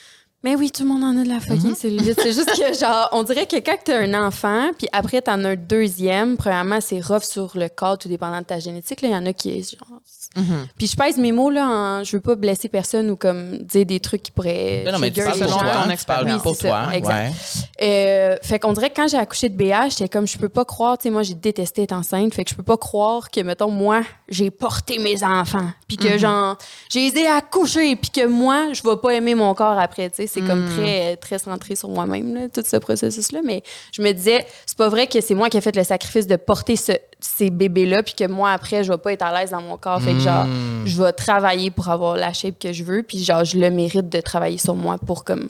Speaker 3: Mais oui, tout le monde en a de la fucking cellulite. C'est juste que, genre, on dirait que quand t'as un enfant, puis après t'en as un deuxième, premièrement, c'est rough sur le corps, tout dépendant de ta génétique. Là, il y en a qui, genre...
Speaker 2: Mhm.
Speaker 3: Puis je pèse mes mots, là, en- je veux pas blesser personne ou, comme, dire des trucs qui pourraient...
Speaker 1: Ben Non, non, mais tu
Speaker 3: trigger
Speaker 1: parles
Speaker 3: les
Speaker 1: pour
Speaker 2: selon
Speaker 1: toi.
Speaker 2: ton
Speaker 3: gens.
Speaker 1: tu parles
Speaker 2: expérience.
Speaker 1: pour
Speaker 3: Oui, c'est
Speaker 1: toi.
Speaker 3: ça, exact.
Speaker 1: ouais.
Speaker 3: Euh, fait qu'on dirait que quand j'ai accouché de BH, j'étais comme, je peux pas croire, tu sais, moi, j'ai détesté être enceinte. Fait que je peux pas croire que, mettons, moi, j'ai porté mes enfants. Puis que,
Speaker 1: Mhm.
Speaker 3: genre, j'ai aidé à coucher. Puis que moi, je vais pas aimer mon corps après, tu sais. C'est comme
Speaker 1: Mhm.
Speaker 3: très, très centré sur moi-même, là, tout ce processus-là. Mais je me disais, c'est pas vrai que c'est moi qui ai fait le sacrifice de porter ce- ces bébés-là. Puis que moi, après, je vais pas être à l'aise dans mon corps. Fait que, genre,
Speaker 1: Mm.
Speaker 3: je vais travailler pour avoir la shape que je veux, puis genre, je le mérite de travailler sur moi pour comme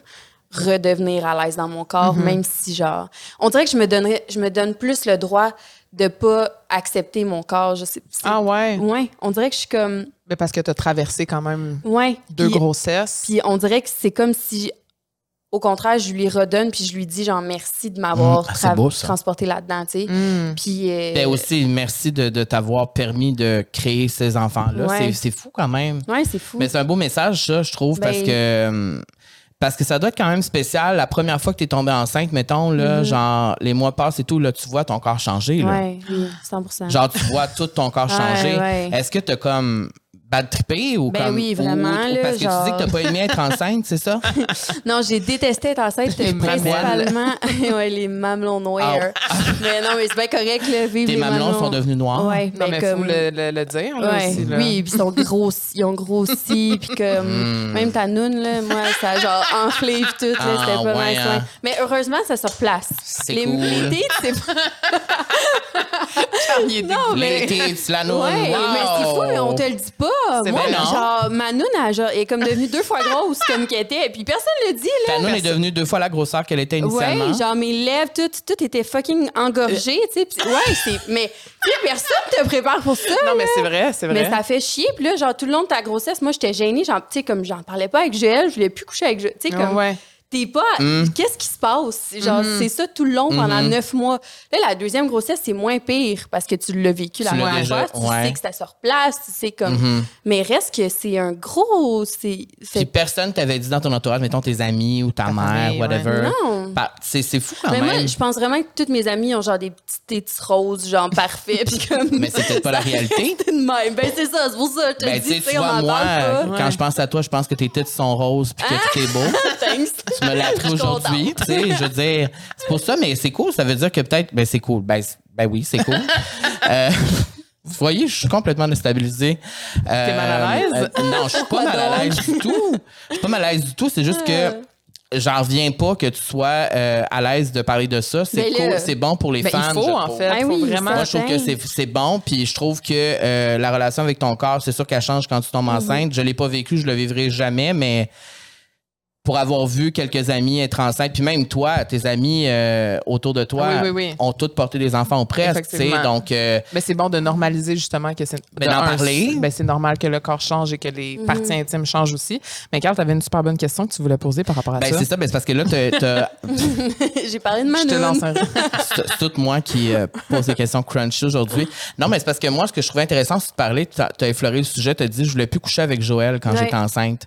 Speaker 3: redevenir à l'aise dans mon corps,
Speaker 1: Mm-hmm.
Speaker 3: même si genre, on dirait que je me donnerais, je me donne plus le droit de pas accepter mon corps. Je sais, c'est-
Speaker 2: Ah ouais,
Speaker 3: ouais, on dirait que je suis comme,
Speaker 2: mais parce que tu as traversé quand même
Speaker 3: ouais,
Speaker 2: deux
Speaker 3: puis-
Speaker 2: grossesses.
Speaker 3: puis on dirait que c'est comme si, au contraire, je lui redonne, puis je lui dis genre merci de m'avoir
Speaker 1: Mm, ah, c'est
Speaker 3: tra-
Speaker 1: beau, ça.
Speaker 3: transporté là-dedans, tu sais.
Speaker 2: Mm.
Speaker 3: Puis euh,
Speaker 1: Ben aussi, merci de, de t'avoir permis de créer ces enfants-là.
Speaker 3: Ouais.
Speaker 1: C'est- C'est fou quand même.
Speaker 3: ouais, c'est fou.
Speaker 1: Mais c'est un beau message, ça, je trouve, parce
Speaker 3: Ben-
Speaker 1: que. hum, Parce que ça doit être quand même spécial. La première fois que tu es tombée enceinte, mettons,
Speaker 3: Mm-hmm.
Speaker 1: là, genre, les mois passent et tout, là, tu vois ton corps changer. Là.
Speaker 3: ouais, oui, 100%.
Speaker 1: Genre, tu vois tout ton corps
Speaker 3: Ouais,
Speaker 1: changer.
Speaker 3: ouais.
Speaker 1: Est-ce que t'as comme bad trippé ou
Speaker 3: Ben
Speaker 1: comme-
Speaker 3: oui, vraiment,
Speaker 1: ou- ou
Speaker 3: là,
Speaker 1: parce que
Speaker 3: genre-
Speaker 1: tu dis que t'as pas aimé être enceinte, c'est ça?
Speaker 3: <laughs> Non, j'ai détesté être enceinte,
Speaker 2: Les
Speaker 3: principalement <laughs> ouais, les mamelons noirs. mais non, mais c'est bien correct, le vivre
Speaker 1: Tes
Speaker 3: les
Speaker 1: Ah. mamelons sont devenus noirs.
Speaker 3: Ouais,
Speaker 2: Non,
Speaker 3: ben
Speaker 2: mais
Speaker 3: comme...
Speaker 2: faut le, le- le dire là,
Speaker 3: ouais,
Speaker 2: aussi, là.
Speaker 3: oui, puis ils sont grossi, ils ont grossi,
Speaker 1: <laughs>
Speaker 3: puis
Speaker 1: Hmm.
Speaker 3: comme même ta noune là, moi ça a genre enflé puis tout là,
Speaker 1: Ah,
Speaker 3: c'était pas
Speaker 1: ouais,
Speaker 3: nice.
Speaker 1: hein.
Speaker 3: ouais. Mais heureusement ça se replace.
Speaker 1: C'est
Speaker 3: Les
Speaker 1: cool.
Speaker 3: l'été, c'est pas
Speaker 2: <laughs> Il est dégoûté.
Speaker 3: non, mais <laughs>
Speaker 1: L'été, tu la
Speaker 3: Ouais,
Speaker 1: nourris.
Speaker 3: mais c'est fou, mais on te le dit pas.
Speaker 2: C'est
Speaker 3: Moi,
Speaker 1: vrai, non?
Speaker 3: genre, ma noune, elle, genre, est comme devenue deux fois grosse comme qu'elle était, puis personne le dit, là.
Speaker 1: Ta noune est devenue deux fois la grosseur qu'elle était initialement. Euh.
Speaker 3: Ouais, genre mes lèvres, tout, tout était fucking engorgé, tu sais. pis- Ouais, c'est. Mais, tu sais, personne te prépare pour ça.
Speaker 2: <laughs> Non, mais c'est vrai, c'est vrai.
Speaker 3: Mais ça fait chier. Puis là,
Speaker 1: Ah
Speaker 3: genre, tout le long de ta grossesse, moi, j'étais gênée. Genre, tu sais, comme j'en parlais pas avec Joël, je voulais plus coucher avec Joël. Tu sais, comme.
Speaker 2: Ouais.
Speaker 3: T'es pas.
Speaker 1: Mm.
Speaker 3: Qu'est-ce qui se passe? Genre, c'est ça tout le long pendant
Speaker 1: Mm-hmm.
Speaker 3: neuf mois. Là, la deuxième grossesse, c'est moins pire parce que tu l'as vécu la
Speaker 1: Tu l'as
Speaker 3: première
Speaker 1: déjà,
Speaker 3: fois. Tu
Speaker 1: ouais. Mm-hmm.
Speaker 3: sais que ça se replace, tu sais comme. Mais reste que c'est un gros. C'est.
Speaker 1: Puis
Speaker 3: c'est-
Speaker 1: personne t'avait dit dans ton entourage, mettons tes amis ou ta,
Speaker 2: Ta
Speaker 1: mère,
Speaker 2: famille,
Speaker 1: whatever.
Speaker 3: Non.
Speaker 1: Pa- C'est c'est fou quand
Speaker 3: Mais
Speaker 1: même.
Speaker 3: moi, je pense vraiment que toutes mes amies ont genre des petites têtes roses, genre parfait. puis comme.
Speaker 1: Mais c'est peut-être pas la réalité.
Speaker 3: <laughs> C'est de même. Ben, c'est ça, c'est pour ça. Je te
Speaker 1: Ben,
Speaker 3: dis,
Speaker 1: tu
Speaker 3: tu sais, on
Speaker 1: vois,
Speaker 3: en
Speaker 1: moi,
Speaker 3: parle pas. <laughs> Ah!
Speaker 1: quand je pense à toi, je pense que tes titres sont roses puis que tu t'es beau.
Speaker 3: Thanks.
Speaker 1: Tu me
Speaker 2: <laughs>
Speaker 1: l'as appris
Speaker 3: Je suis
Speaker 1: aujourd'hui, tu sais, je veux dire. C'est pour ça, mais c'est cool. Ça veut dire que peut-être, ben c'est cool. Ben, c'est- ben oui, c'est
Speaker 2: <laughs>
Speaker 1: cool. Euh, vous voyez, je suis complètement déstabilisée. Euh,
Speaker 2: T'es mal à l'aise?
Speaker 1: euh, non, je suis pas mal à l'aise du tout. Je suis pas mal à l'aise du tout. C'est juste que j'en reviens pas que tu sois euh, à l'aise de parler de ça. C'est
Speaker 3: Mais là-
Speaker 1: cool, c'est bon pour les
Speaker 2: Ben,
Speaker 1: fans.
Speaker 2: il faut,
Speaker 1: je
Speaker 2: en
Speaker 1: trouve.
Speaker 2: fait.
Speaker 3: Ben
Speaker 2: faut
Speaker 3: oui,
Speaker 2: vraiment.
Speaker 1: Moi, je trouve que c'est- c'est bon, puis je trouve que euh, la relation avec ton corps, c'est sûr qu'elle change quand tu tombes
Speaker 2: Mhm.
Speaker 1: enceinte. Je l'ai pas vécu, je le vivrai jamais, mais pour avoir vu quelques amis être enceintes, puis même toi, tes amis euh, autour de toi
Speaker 2: Oui, oui, oui.
Speaker 1: ont toutes porté des enfants ou presque, tu sais,
Speaker 2: Effectivement.
Speaker 1: donc euh,
Speaker 2: Mais Ben, c'est bon de normaliser justement que c'est.
Speaker 1: Ben,
Speaker 2: de
Speaker 1: d'en
Speaker 2: un,
Speaker 1: parler.
Speaker 2: c'est- Ben, c'est normal que le corps change et que les
Speaker 3: Mm-hmm.
Speaker 2: parties intimes changent aussi. Mais Carl, tu avais une super bonne question que tu voulais poser par rapport à
Speaker 1: ben,
Speaker 2: ça.
Speaker 1: c'est ça, ben, c'est parce que là, t'as-
Speaker 2: <laughs>
Speaker 1: t'as-
Speaker 3: <laughs> J'ai parlé de
Speaker 2: Je
Speaker 3: Manon.
Speaker 2: te lance
Speaker 3: <laughs>
Speaker 2: un.
Speaker 1: c'est c'est tout moi qui euh, pose des questions crunchy aujourd'hui. Non, mais c'est parce que moi, ce que je trouvais intéressant, c'est de parler, tu as effleuré le sujet, tu as dit, je voulais plus coucher avec Joël quand
Speaker 3: Ouais.
Speaker 1: j'étais enceinte.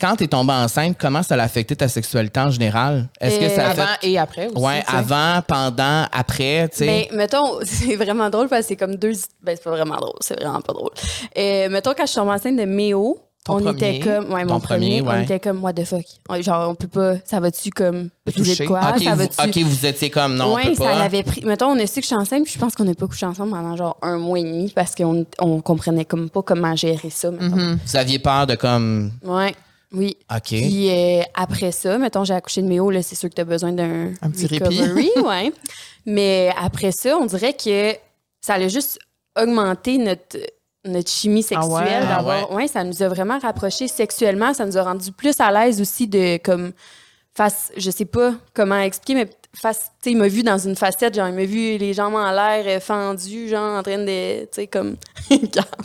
Speaker 1: Quand tu es tombée enceinte, comment ça a affecté ta sexualité en général? Est-ce que
Speaker 3: Euh,
Speaker 1: ça a
Speaker 2: Avant
Speaker 1: fait-
Speaker 2: et après aussi.
Speaker 1: Ouais,
Speaker 2: tu sais.
Speaker 1: avant, pendant, après, tu sais.
Speaker 3: Ben, mettons, <laughs> c'est vraiment drôle parce que c'est comme deux. Ben, c'est pas vraiment drôle, c'est vraiment pas drôle. Euh, mettons, quand je suis tombée enceinte de Méo,
Speaker 2: Ton
Speaker 3: on
Speaker 2: premier.
Speaker 3: était comme. Ouais,
Speaker 1: Ton
Speaker 3: mon
Speaker 1: premier,
Speaker 3: premier,
Speaker 1: ouais.
Speaker 3: on était comme, what the fuck. On- Genre, on peut pas. Ça va-tu comme. briser
Speaker 2: toucher.
Speaker 3: de quoi?
Speaker 1: OK,
Speaker 3: ça
Speaker 1: vous,
Speaker 3: va-tu.
Speaker 1: ok, vous étiez comme, non, on
Speaker 3: ouais,
Speaker 1: peut
Speaker 3: ça
Speaker 1: pas.
Speaker 3: l'avait pris. Mettons, on a su que je suis enceinte, puis je pense qu'on n'a pas couché ensemble pendant genre un mois et demi parce qu'on on comprenait comme pas comment gérer ça. mettons.
Speaker 1: Vous aviez peur de comme...
Speaker 3: Ouais, oui.
Speaker 1: OK.
Speaker 3: Puis euh, après ça, mettons, j'ai accouché de Méo, là, c'est sûr que t'as besoin d'un
Speaker 2: Un petit répit. <laughs>
Speaker 3: recovery, ouais. Mais après ça, on dirait que ça a juste augmenté notre notre chimie
Speaker 2: Ah
Speaker 3: sexuelle
Speaker 2: ouais?
Speaker 1: Ah
Speaker 3: d'avoir- ouais, ça nous a vraiment rapprochés sexuellement ça nous a rendu plus à l'aise aussi de comme face je sais pas comment expliquer mais face tu sais il m'a vu dans une facette genre il m'a vu les jambes en l'air euh, fendues genre en train de tu sais comme <laughs>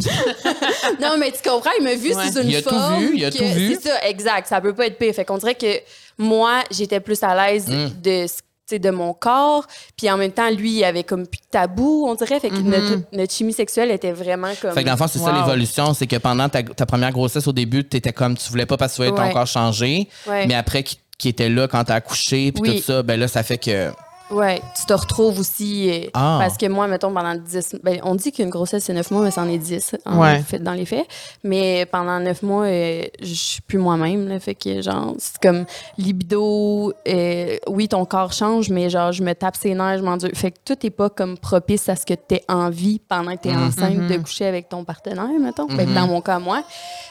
Speaker 3: non mais tu comprends il m'a vu
Speaker 2: Ouais.
Speaker 3: sous une
Speaker 1: Il a tout
Speaker 3: forme
Speaker 1: vu, il a
Speaker 3: que-
Speaker 1: tout vu.
Speaker 3: c'est ça exact ça peut pas être pire fait qu'on dirait que moi j'étais plus à l'aise
Speaker 1: Mm.
Speaker 3: de ce- tu sais, de mon corps puis en même temps lui il avait comme plus de tabou on dirait fait que
Speaker 2: Mhm.
Speaker 3: notre, notre chimie sexuelle était vraiment comme
Speaker 1: Mm-hmm. Fait que dans le fond, c'est ça
Speaker 2: Wow.
Speaker 1: l'évolution, c'est que pendant ta, ta première grossesse, au début, tu étais comme, tu voulais pas parce que tu voulais ton
Speaker 3: Ouais.
Speaker 1: corps changer,
Speaker 3: Ouais.
Speaker 1: mais après, qui, qui était là quand t'as accouché, puis
Speaker 3: Oui.
Speaker 1: tout ça, ben là, ça fait que...
Speaker 3: Ouais, tu te retrouves aussi. euh,
Speaker 1: Ah.
Speaker 3: Parce que moi, mettons, pendant 10... Ben, on dit qu'une grossesse, c'est 9 mois, mais c'en est 10 en
Speaker 2: Ouais.
Speaker 3: fait, dans les faits. Mais pendant 9 mois, euh, je suis plus moi-même. là, Fait que, genre, c'est comme libido. euh, oui, ton corps change, mais genre, je me tape ses nerfs, je m'endure. Fait que tout est pas comme propice à ce que tu aies envie pendant que tu es enceinte de coucher avec ton partenaire, mettons. Fait que dans mon cas, moi.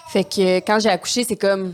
Speaker 3: Fait que euh, quand j'ai accouché, c'est comme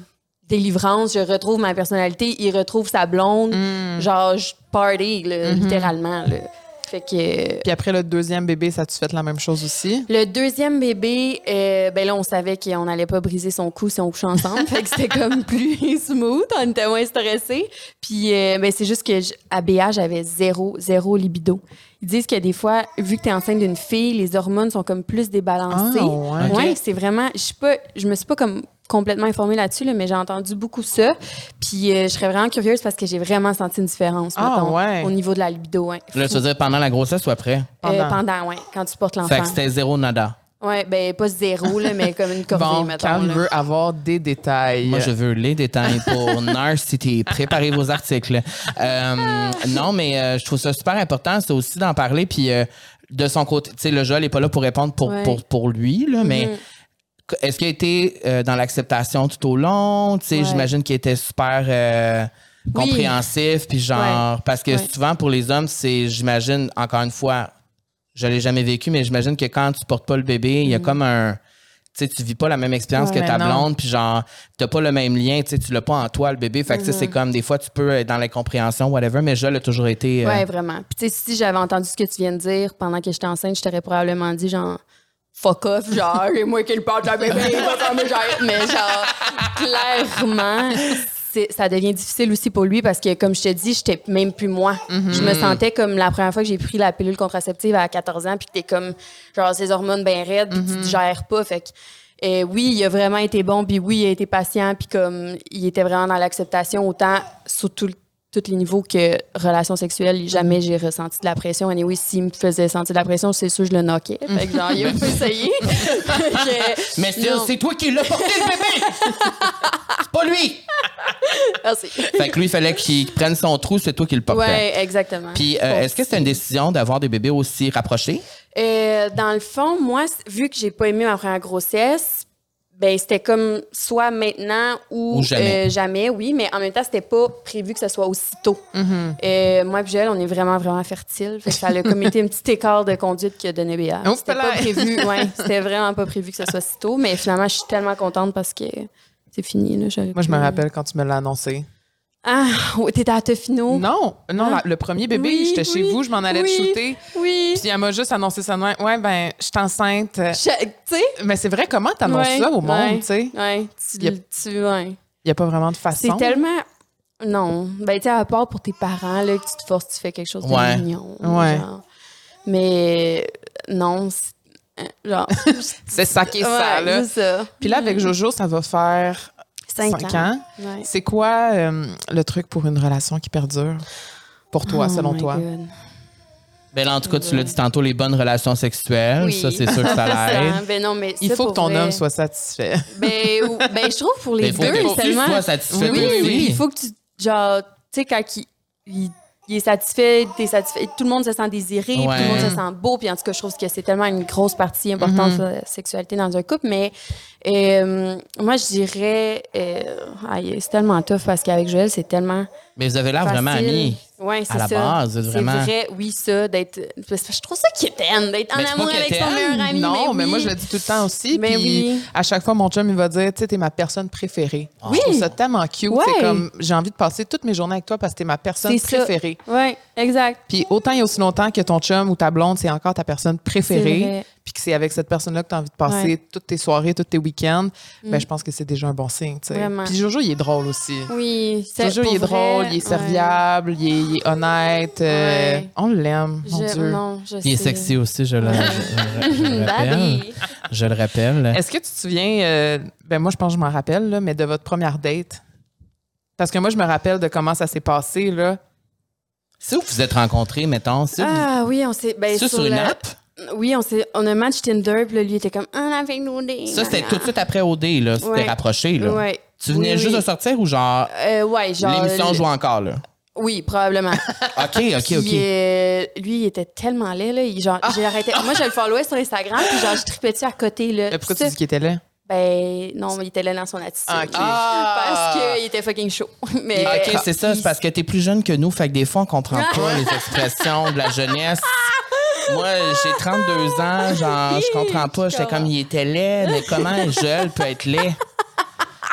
Speaker 3: délivrance, je retrouve ma personnalité, il retrouve sa blonde, genre je party là, littéralement là. Fait que euh,
Speaker 2: Puis après le deuxième bébé, ça tu fait la même chose aussi?
Speaker 3: le deuxième bébé, euh, ben là on savait qu'on n'allait pas briser son cou si on couchait ensemble, <laughs> fait que c'était comme plus <laughs> smooth, on était moins stressés. Puis euh, ben c'est juste que je- à BA j'avais zéro zéro libido. Ils disent que des fois vu que tu es enceinte d'une fille, les hormones sont comme plus débalancées.
Speaker 2: Ah, ouais.
Speaker 1: Ok.
Speaker 3: Ouais, c'est vraiment. Je suis pas. Je me suis pas comme complètement informée là-dessus, là, mais j'ai entendu beaucoup ça. Puis euh, je serais vraiment curieuse parce que j'ai vraiment senti une différence
Speaker 2: Ah,
Speaker 3: mettons,
Speaker 2: ouais.
Speaker 3: au niveau de la libido. hein.
Speaker 1: Là, tu veux dire pendant la grossesse ou après?
Speaker 3: Euh,
Speaker 2: Pendant.
Speaker 3: pendant. ouais, quand tu portes
Speaker 1: Fait que
Speaker 3: l'enfant.
Speaker 1: c'était zéro nada.
Speaker 3: Ouais, ben pas zéro là, mais comme
Speaker 2: <laughs>
Speaker 3: une corvée
Speaker 2: Bon,
Speaker 3: mettons.
Speaker 2: Carl
Speaker 3: là.
Speaker 2: veut avoir des détails.
Speaker 3: euh,
Speaker 1: Moi, je veux les détails pour
Speaker 3: <laughs>
Speaker 1: Narcity. Préparez vos articles. Euh, non, mais euh, je trouve ça super important. C'est aussi d'en parler. Puis euh, de son côté, tu sais, le Joël n'est pas là pour répondre pour,
Speaker 3: Ouais.
Speaker 1: pour, pour lui, là, mais
Speaker 3: Mhm.
Speaker 1: qu- est-ce qu'il a été euh, dans l'acceptation tout au long? Tu sais,
Speaker 3: Ouais.
Speaker 1: J'imagine qu'il était super euh, compréhensif. Puis genre, parce que
Speaker 3: Ouais.
Speaker 1: souvent pour les hommes, c'est, j'imagine, encore une fois, je l'ai jamais vécu, mais j'imagine que quand tu portes pas le bébé, il
Speaker 3: Mm-hmm.
Speaker 1: y a comme un. Tu sais, tu vis pas la même expérience
Speaker 2: Ouais,
Speaker 1: que ta
Speaker 2: non.
Speaker 1: blonde, puis genre, t'as pas le même lien, tu sais, tu l'as pas en toi, le bébé. Fait que,
Speaker 3: Mm-hmm.
Speaker 1: tu sais, c'est comme, des fois, tu peux être dans l'incompréhension, whatever, mais je l'ai toujours été. euh,
Speaker 3: Ouais, vraiment. Puis tu sais, si j'avais entendu ce que tu viens de dire pendant que j'étais enceinte, je t'aurais probablement dit genre fuck off, genre et moi qui le porte la bébé, va faire mes gestes. mais genre clairement c'est- ça devient difficile aussi pour lui parce que comme je te dis, j'étais même plus moi. Je me sentais comme la première fois que j'ai pris la pilule contraceptive à 14 ans puis que t'es comme genre ces hormones bien raides, puis tu te gères pas fait que euh, oui, il a vraiment été bon, puis oui, il a été patient, puis comme il était vraiment dans l'acceptation, autant sur tout le tous les niveaux que relations
Speaker 1: Mm-hmm.
Speaker 3: sexuelles, jamais j'ai ressenti de la pression. Et oui, s'il me faisait sentir de la pression, c'est sûr, je le knockais. Fait que genre, il a pas essayé.
Speaker 1: <laughs>
Speaker 3: <laughs> Que-
Speaker 1: Mm-hmm. Mais c'est
Speaker 3: non.
Speaker 1: c'est toi qui l'as porté, le
Speaker 3: <laughs>
Speaker 1: bébé! c'est pas lui!
Speaker 3: Merci.
Speaker 1: Fait que lui, il fallait qu'il prenne son trou, c'est toi qui le portais.
Speaker 3: Ouais, exactement.
Speaker 1: Puis, euh, est-ce que c'est une décision d'avoir des bébés aussi rapprochés?
Speaker 3: Euh, dans le fond, moi, c- vu que j'ai pas aimé ma première grossesse, ben c'était comme soit maintenant ou,
Speaker 1: Ou jamais.
Speaker 3: euh, oui. Mais en même temps, c'était pas prévu que ce soit aussitôt.
Speaker 2: Mm-hmm.
Speaker 3: Euh, moi et Joël, on est vraiment, vraiment fertile. ça
Speaker 2: <laughs>
Speaker 3: a comme été un petit écart de conduite qui a donné BA.
Speaker 2: Oups
Speaker 3: C'était
Speaker 2: là.
Speaker 3: pas
Speaker 2: <laughs>
Speaker 3: prévu. Ouais, c'était vraiment pas prévu que ce soit si tôt. Mais finalement, je suis tellement contente parce que c'est fini. Là, j'avais
Speaker 2: Moi, je
Speaker 3: plus-
Speaker 2: me rappelle quand tu me l'as annoncé.
Speaker 3: Ah, oh, t'étais à Tofino.
Speaker 2: Non, non,
Speaker 3: Ah.
Speaker 2: la- le premier bébé,
Speaker 3: Oui,
Speaker 2: j'étais chez
Speaker 3: oui,
Speaker 2: vous, je m'en allais
Speaker 3: oui.
Speaker 2: te shooter.
Speaker 3: Oui.
Speaker 2: Puis elle m'a juste annoncé ça de même. Ouais, ben, je suis enceinte.
Speaker 3: Je- Tu sais?
Speaker 2: Mais c'est vrai, comment t'annonces
Speaker 3: Ouais,
Speaker 2: ça au monde,
Speaker 3: ouais.
Speaker 2: tu sais? Il
Speaker 3: Ouais. Tu,
Speaker 2: Yep.
Speaker 3: tu, ouais.
Speaker 2: n'y a pas vraiment de
Speaker 3: C'est
Speaker 2: façon.
Speaker 3: tellement. Non. Ben, tu sais, à part pour tes parents, là, que tu te forces, tu fais quelque chose de
Speaker 1: Ouais.
Speaker 3: mignon.
Speaker 2: Ouais.
Speaker 3: genre. Mais euh, non. c'est- euh,
Speaker 2: <laughs>
Speaker 3: Genre.
Speaker 2: C'est ça qui est ça,
Speaker 3: Ouais,
Speaker 2: là.
Speaker 3: c'est ça.
Speaker 2: Puis là, avec Jojo, ça va faire
Speaker 3: Cinq
Speaker 2: 5 ans.
Speaker 3: Ouais.
Speaker 2: C'est quoi euh, le truc pour une relation qui perdure? Pour toi,
Speaker 3: Oh
Speaker 2: selon
Speaker 3: my
Speaker 2: toi?
Speaker 3: God.
Speaker 1: Ben là, en tout cas, tu l'as dit tantôt, les bonnes relations sexuelles.
Speaker 3: Mm-hmm. Oui.
Speaker 1: Ça, c'est sûr que ça l'aide.
Speaker 3: <laughs> Ça, ben non, mais
Speaker 2: Il
Speaker 3: ça,
Speaker 2: faut que
Speaker 3: pour
Speaker 2: ton
Speaker 3: vrai-
Speaker 2: homme soit satisfait.
Speaker 3: Ben, ou- ben, je trouve
Speaker 2: <laughs>
Speaker 3: pour
Speaker 1: Mais
Speaker 3: les
Speaker 1: il faut
Speaker 3: deux,
Speaker 1: que tu
Speaker 3: seulement.
Speaker 1: sois satisfait
Speaker 3: Oui,
Speaker 1: aussi.
Speaker 3: oui, il faut que tu. Genre, tu sais, quand il, il, il est satisfait, t'es satisfait, tout le monde se sent désiré, puis tout le
Speaker 1: Ouais.
Speaker 3: monde se sent beau, puis en tout cas, je trouve que c'est tellement une grosse partie importante
Speaker 2: Mm-hmm.
Speaker 3: de la sexualité dans un couple, mais euh, moi, je dirais. euh, aïe, c'est tellement tough parce qu'avec Joël, c'est tellement.
Speaker 1: Mais vous
Speaker 2: Ah,
Speaker 1: avez l'air vraiment
Speaker 3: facile.
Speaker 1: amis.
Speaker 3: Ouais, c'est
Speaker 1: la
Speaker 3: ça.
Speaker 1: base, vraiment.
Speaker 3: C'est vrai, oui, ça, d'être. parce que Je trouve ça quétaine, d'être en
Speaker 1: Mais c'est pas
Speaker 3: amour avec son
Speaker 1: quétaine.
Speaker 2: <laughs>
Speaker 3: meilleur ami.
Speaker 2: non, mais,
Speaker 3: oui.
Speaker 2: moi, je le dis tout le temps aussi.
Speaker 3: Mais
Speaker 2: puis
Speaker 3: oui.
Speaker 2: à chaque fois, mon chum, il va dire, tu sais, t'es ma personne préférée.
Speaker 3: Oui.
Speaker 2: Je trouve ça tellement cute. C'est
Speaker 3: Ouais.
Speaker 2: comme, j'ai envie de passer toutes mes journées avec toi parce que t'es ma personne
Speaker 3: C'est ça.
Speaker 2: préférée.
Speaker 3: Ouais, exact.
Speaker 2: Puis autant et aussi longtemps que ton chum ou ta blonde, c'est encore ta personne
Speaker 3: C'est
Speaker 2: préférée,
Speaker 3: vrai.
Speaker 2: puis que c'est avec cette personne-là que tu as envie de passer
Speaker 3: Ouais. Mm.
Speaker 2: toutes tes soirées, tous tes week-ends, ben, je pense que c'est déjà un bon signe. tu sais.
Speaker 3: Vraiment.
Speaker 2: Puis Jojo, il est drôle aussi.
Speaker 3: Oui, c'est
Speaker 2: Jojo, il est
Speaker 3: pour vrai,
Speaker 2: drôle, il est
Speaker 3: ouais.
Speaker 2: serviable, il, est, il est honnête. euh,
Speaker 3: Ouais.
Speaker 2: On l'aime, mon
Speaker 3: Je-
Speaker 2: Dieu. Bah
Speaker 3: Non, je
Speaker 1: Il est
Speaker 3: sais.
Speaker 1: sexy aussi, je le, je- je- je
Speaker 3: <laughs>
Speaker 1: le rappelle.
Speaker 3: Daddy.
Speaker 1: Je le rappelle.
Speaker 2: Est-ce que tu te souviens, euh, ben moi, je pense que je m'en rappelle, là, mais de votre première date? Parce que moi, je me rappelle de comment ça s'est passé. Là.
Speaker 1: C'est où que vous êtes rencontrés, mettons? C'est
Speaker 3: Ah oui, on s'est. Ben,
Speaker 1: c'est sur une
Speaker 3: la-
Speaker 1: app?
Speaker 3: Oui, on s'est. On a match Tinder, puis là, lui était comme Ah, avec nous des.
Speaker 1: Ça, c'était tout de suite après OD, là. C'était
Speaker 3: Ouais.
Speaker 1: rapproché, là.
Speaker 3: Ouais.
Speaker 1: Tu venais
Speaker 3: Oui,
Speaker 1: juste
Speaker 3: oui.
Speaker 1: de sortir ou genre,
Speaker 3: Euh, ouais, genre.
Speaker 1: l'émission
Speaker 3: le-
Speaker 1: joue encore,
Speaker 3: <laughs>
Speaker 1: là?
Speaker 3: Oui, probablement.
Speaker 1: OK, <laughs> OK,
Speaker 3: Puis,
Speaker 1: OK.
Speaker 3: euh, lui, il était tellement laid, là. il- genre, j'ai arrêté.
Speaker 1: Ah!
Speaker 3: Moi, je le followais sur Instagram, puis genre, je tripais dessus à côté, là.
Speaker 2: Mais Euh, Pourquoi
Speaker 3: Ça,
Speaker 2: tu dis qu'il était là?
Speaker 3: Ben, non, mais il était là dans son attitude.
Speaker 2: Ah, ok.
Speaker 1: Ah!
Speaker 3: Parce qu'il était fucking chaud. <laughs> Mais. euh,
Speaker 1: OK, c'est ça, c'est parce que t'es plus jeune que nous, fait que des fois, on comprend
Speaker 3: Ah.
Speaker 1: pas les expressions de la jeunesse. Moi, j'ai 32 ans, genre, je comprends pas. J'étais comme, il était laid, mais comment un jeune peut être laid?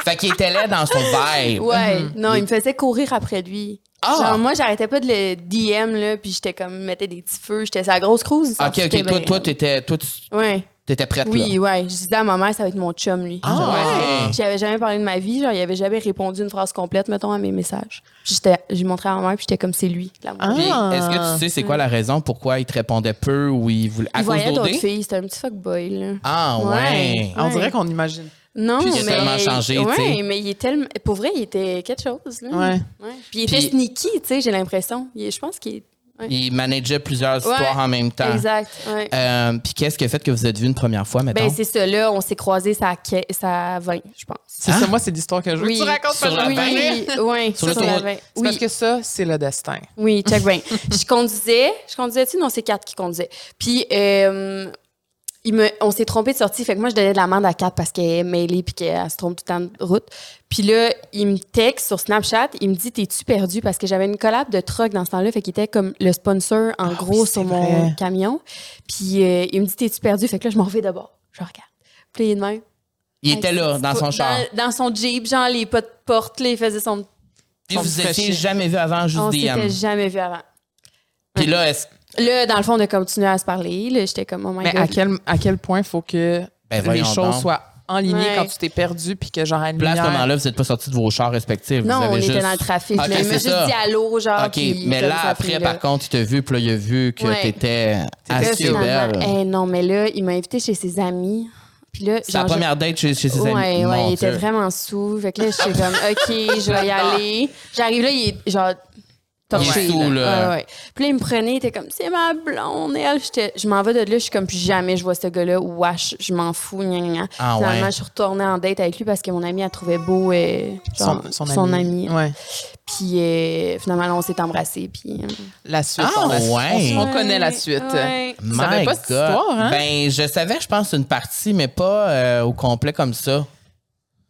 Speaker 1: Fait qu'il était laid dans son vibe.
Speaker 3: Ouais, non, il me faisait courir après lui.
Speaker 1: Mhm. Ah!
Speaker 3: Genre, moi, j'arrêtais pas de le DM, là, puis j'étais comme, mettais des petits feux, j'étais sa grosse cruise.
Speaker 1: OK, OK, toi, toi, t'étais, toi, tu-
Speaker 3: Ouais.
Speaker 1: t'étais prête, là.
Speaker 3: Oui, ouais. Je disais à ma mère, ça va être mon chum, lui.
Speaker 1: Ah,
Speaker 3: Genre,
Speaker 1: ouais.
Speaker 3: ouais. J'avais jamais parlé de ma vie, genre, il avait jamais répondu une phrase complète, mettons, à mes messages. Puis j'étais, j'ai montré à ma mère, puis j'étais comme, c'est lui, l'amour.
Speaker 2: Ah.
Speaker 1: Puis, est-ce que tu sais c'est quoi la raison pourquoi il te répondait peu ou il voulait... À
Speaker 3: Il
Speaker 1: cause
Speaker 3: voyait d'autres
Speaker 1: d'OD?
Speaker 3: filles, c'était un petit fuckboy, là.
Speaker 1: Ah, ouais.
Speaker 3: Ouais.
Speaker 2: On dirait qu'on imagine.
Speaker 3: Non,
Speaker 1: Puis il
Speaker 3: mais.
Speaker 1: a tellement changé, tu sais.
Speaker 3: Ouais, mais il est tellement. Pour vrai, il était quelque chose, là.
Speaker 2: Ouais.
Speaker 3: Ouais. Puis il était
Speaker 1: Puis-
Speaker 3: sneaky, tu sais, j'ai l'impression. Il- Je pense qu'il est.
Speaker 1: Il manageait plusieurs histoires en même temps.
Speaker 3: Exact. Ouais.
Speaker 1: Euh, puis qu'est-ce qui a fait que vous êtes vus une première fois, mettons?
Speaker 3: Ben, c'est ça, là, on s'est croisés, ça a, que- ça a 20, je pense.
Speaker 2: C'est
Speaker 1: Hein?
Speaker 2: ça, moi, c'est l'histoire que je veux que
Speaker 3: Oui.
Speaker 2: tu racontes
Speaker 1: Sur
Speaker 2: parce que
Speaker 1: la
Speaker 2: je la connais.
Speaker 3: oui, oui,
Speaker 1: Sur le
Speaker 3: sur, la
Speaker 1: tournoi.
Speaker 3: 20.
Speaker 2: C'est
Speaker 3: Oui,
Speaker 2: parce que ça, c'est le destin.
Speaker 3: oui, check bien. je conduisais, je conduisais-tu? Non, c'est Kat qui conduisait. Puis, euh, il me, on s'est trompé de sortie, fait que moi, je donnais de l'amende à Kat parce qu'elle est mêlée puis qu'elle se trompe tout le temps de route. Puis là, il me texte sur Snapchat, il me dit « T'es-tu perdu? » parce que j'avais une collab de truck dans ce temps-là, fait qu'il était comme le sponsor, en
Speaker 2: Ah
Speaker 3: gros,
Speaker 2: oui, c'est
Speaker 3: sur mon
Speaker 2: vrai.
Speaker 3: camion. Puis, euh, il me dit « T'es-tu perdu? » fait que là, je m'en vais d'abord. Je regarde. Puis là, il est de même.
Speaker 1: il était là,
Speaker 3: Avec
Speaker 1: dans
Speaker 3: ses
Speaker 1: son
Speaker 3: fou-
Speaker 1: char.
Speaker 3: Dans, dans son Jeep, genre, les pas de porte, là, il faisait son.
Speaker 1: Puis
Speaker 2: Son
Speaker 1: vous
Speaker 2: petit
Speaker 1: étiez
Speaker 2: crochet.
Speaker 1: jamais vu avant, juste
Speaker 3: on
Speaker 1: DM.
Speaker 3: s'était jamais vu avant.
Speaker 1: Puis là, est-ce...
Speaker 3: Là, dans le fond, on a continué à se parler. Là, j'étais comme, oh my
Speaker 2: Mais
Speaker 3: god.
Speaker 2: à quel, à quel point faut que
Speaker 1: Ben,
Speaker 2: les
Speaker 1: voyons
Speaker 2: choses
Speaker 1: donc.
Speaker 2: soient en ligne
Speaker 3: Ouais.
Speaker 2: quand tu t'es perdu puis que genre à une
Speaker 1: Puis là, à ce
Speaker 2: lumière-
Speaker 1: moment-là, vous n'êtes pas sortis de vos chars respectifs.
Speaker 3: Non,
Speaker 1: vous avez
Speaker 3: on
Speaker 1: juste...
Speaker 3: était dans le trafic.
Speaker 1: Ok,
Speaker 3: mais il
Speaker 1: c'est
Speaker 3: m'a juste
Speaker 1: ça.
Speaker 3: dit allô, genre.
Speaker 1: OK,
Speaker 3: puis
Speaker 1: mais
Speaker 3: comme
Speaker 1: là,
Speaker 3: ça,
Speaker 1: après,
Speaker 3: puis là-
Speaker 1: par contre, il t'a vu, puis là, il a vu que
Speaker 3: Ouais.
Speaker 1: t'étais assez
Speaker 3: Finalement,
Speaker 1: belle.
Speaker 3: eh, non, mais là, il m'a invité chez ses amis. Puis là,
Speaker 1: C'est la
Speaker 3: genre,
Speaker 1: première date chez, chez ses
Speaker 3: Ouais,
Speaker 1: amis.
Speaker 3: ouais,
Speaker 1: Mon
Speaker 3: il était
Speaker 1: Dieu.
Speaker 3: vraiment sous. Fait que là,
Speaker 1: <laughs>
Speaker 3: j'étais comme, OK, je vais y aller. J'arrive là, il est genre torché.
Speaker 1: Il est sous, là.
Speaker 3: Ouais, ouais. Puis là, il me prenait, il était comme, c'est ma blonde. Et elle, j'étais- je m'en vais de là, je suis comme, plus jamais je vois ce gars-là. Wesh, je m'en fous. Gna, gna, gna.
Speaker 1: Ah,
Speaker 3: Finalement,
Speaker 1: ouais.
Speaker 3: je suis retournée en date avec lui parce que mon ami, elle trouvait beau euh, genre, son, ami.
Speaker 2: Ouais.
Speaker 3: Puis euh, finalement, là, on s'est embrassés. Puis, euh,
Speaker 2: La suite.
Speaker 1: Ah,
Speaker 2: on, la-
Speaker 1: ouais.
Speaker 2: on- on connaît la
Speaker 3: Ouais,
Speaker 2: suite.
Speaker 3: ouais.
Speaker 2: Tu savais
Speaker 1: My
Speaker 2: pas cette
Speaker 1: God.
Speaker 2: histoire, hein?
Speaker 1: Ben, je savais, je pense, une partie, mais pas euh, au complet comme ça.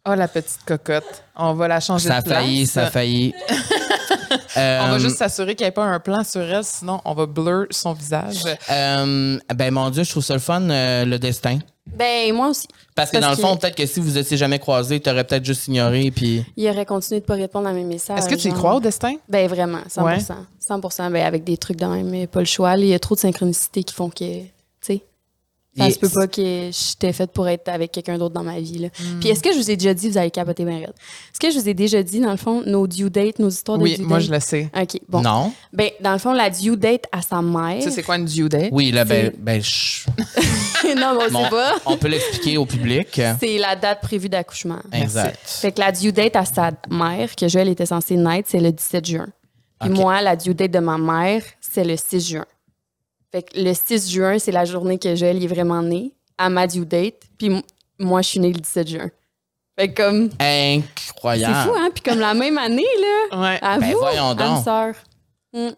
Speaker 2: Oh, la petite cocotte. On va la changer
Speaker 1: Ça a
Speaker 2: de place.
Speaker 1: failli, ça a failli.
Speaker 2: On
Speaker 1: Euh,
Speaker 2: va juste s'assurer qu'il n'y ait pas un plan sur elle, sinon on va blur son visage.
Speaker 1: euh, ben, mon Dieu, je trouve ça le fun, euh, le destin.
Speaker 3: Ben, moi aussi.
Speaker 1: Parce que
Speaker 3: Parce
Speaker 1: dans
Speaker 3: que-
Speaker 1: le fond, peut-être que si vous étiez jamais croisés, t'aurais peut-être juste ignoré, puis...
Speaker 3: Il aurait continué de pas répondre à mes messages.
Speaker 2: Est-ce que tu y
Speaker 3: genre.
Speaker 2: crois au destin?
Speaker 3: Ben vraiment, 100
Speaker 2: Ouais.
Speaker 3: 100 ben avec des trucs dans même, mais pas le choix. là, Il y a trop de synchronicité qui font que, tu sais, ça
Speaker 1: Et-
Speaker 3: se peut pas que j'étais faite pour être avec quelqu'un d'autre dans ma vie. là. Puis est-ce que je vous ai déjà dit, vous allez capoter bien raide. Est-ce que je vous ai déjà dit, dans le fond, nos due dates, nos histoires
Speaker 2: Oui,
Speaker 3: de due
Speaker 2: moi
Speaker 3: date?
Speaker 2: je le sais.
Speaker 3: OK, bon.
Speaker 1: Non?
Speaker 3: Ben, dans le fond, la due date à sa mère...
Speaker 2: Tu sais, c'est quoi une due date?
Speaker 1: Oui, là, ben,
Speaker 3: C'est-
Speaker 1: ben je-
Speaker 3: <laughs> non, mais on
Speaker 1: bon,
Speaker 3: sait pas.
Speaker 1: on peut l'expliquer au public.
Speaker 3: C'est la date prévue d'accouchement.
Speaker 1: Exact.
Speaker 3: Fait que la due date à sa mère, que Joël était censé naître, c'est le 17 juin. Puis
Speaker 1: Ok.
Speaker 3: moi, la due date de ma mère, c'est le 6 juin. Fait que le 6 juin, c'est la journée que Joël est vraiment né, à ma due date. Puis m- moi, je suis née le 17 juin. Fait que comme, c'est
Speaker 1: Incroyable.
Speaker 3: fou, hein? Puis comme la même année, là,
Speaker 2: Ouais.
Speaker 3: à
Speaker 1: Ah, <laughs> Ben
Speaker 3: vous,
Speaker 1: voyons
Speaker 3: à ma
Speaker 1: donc.
Speaker 3: sœur.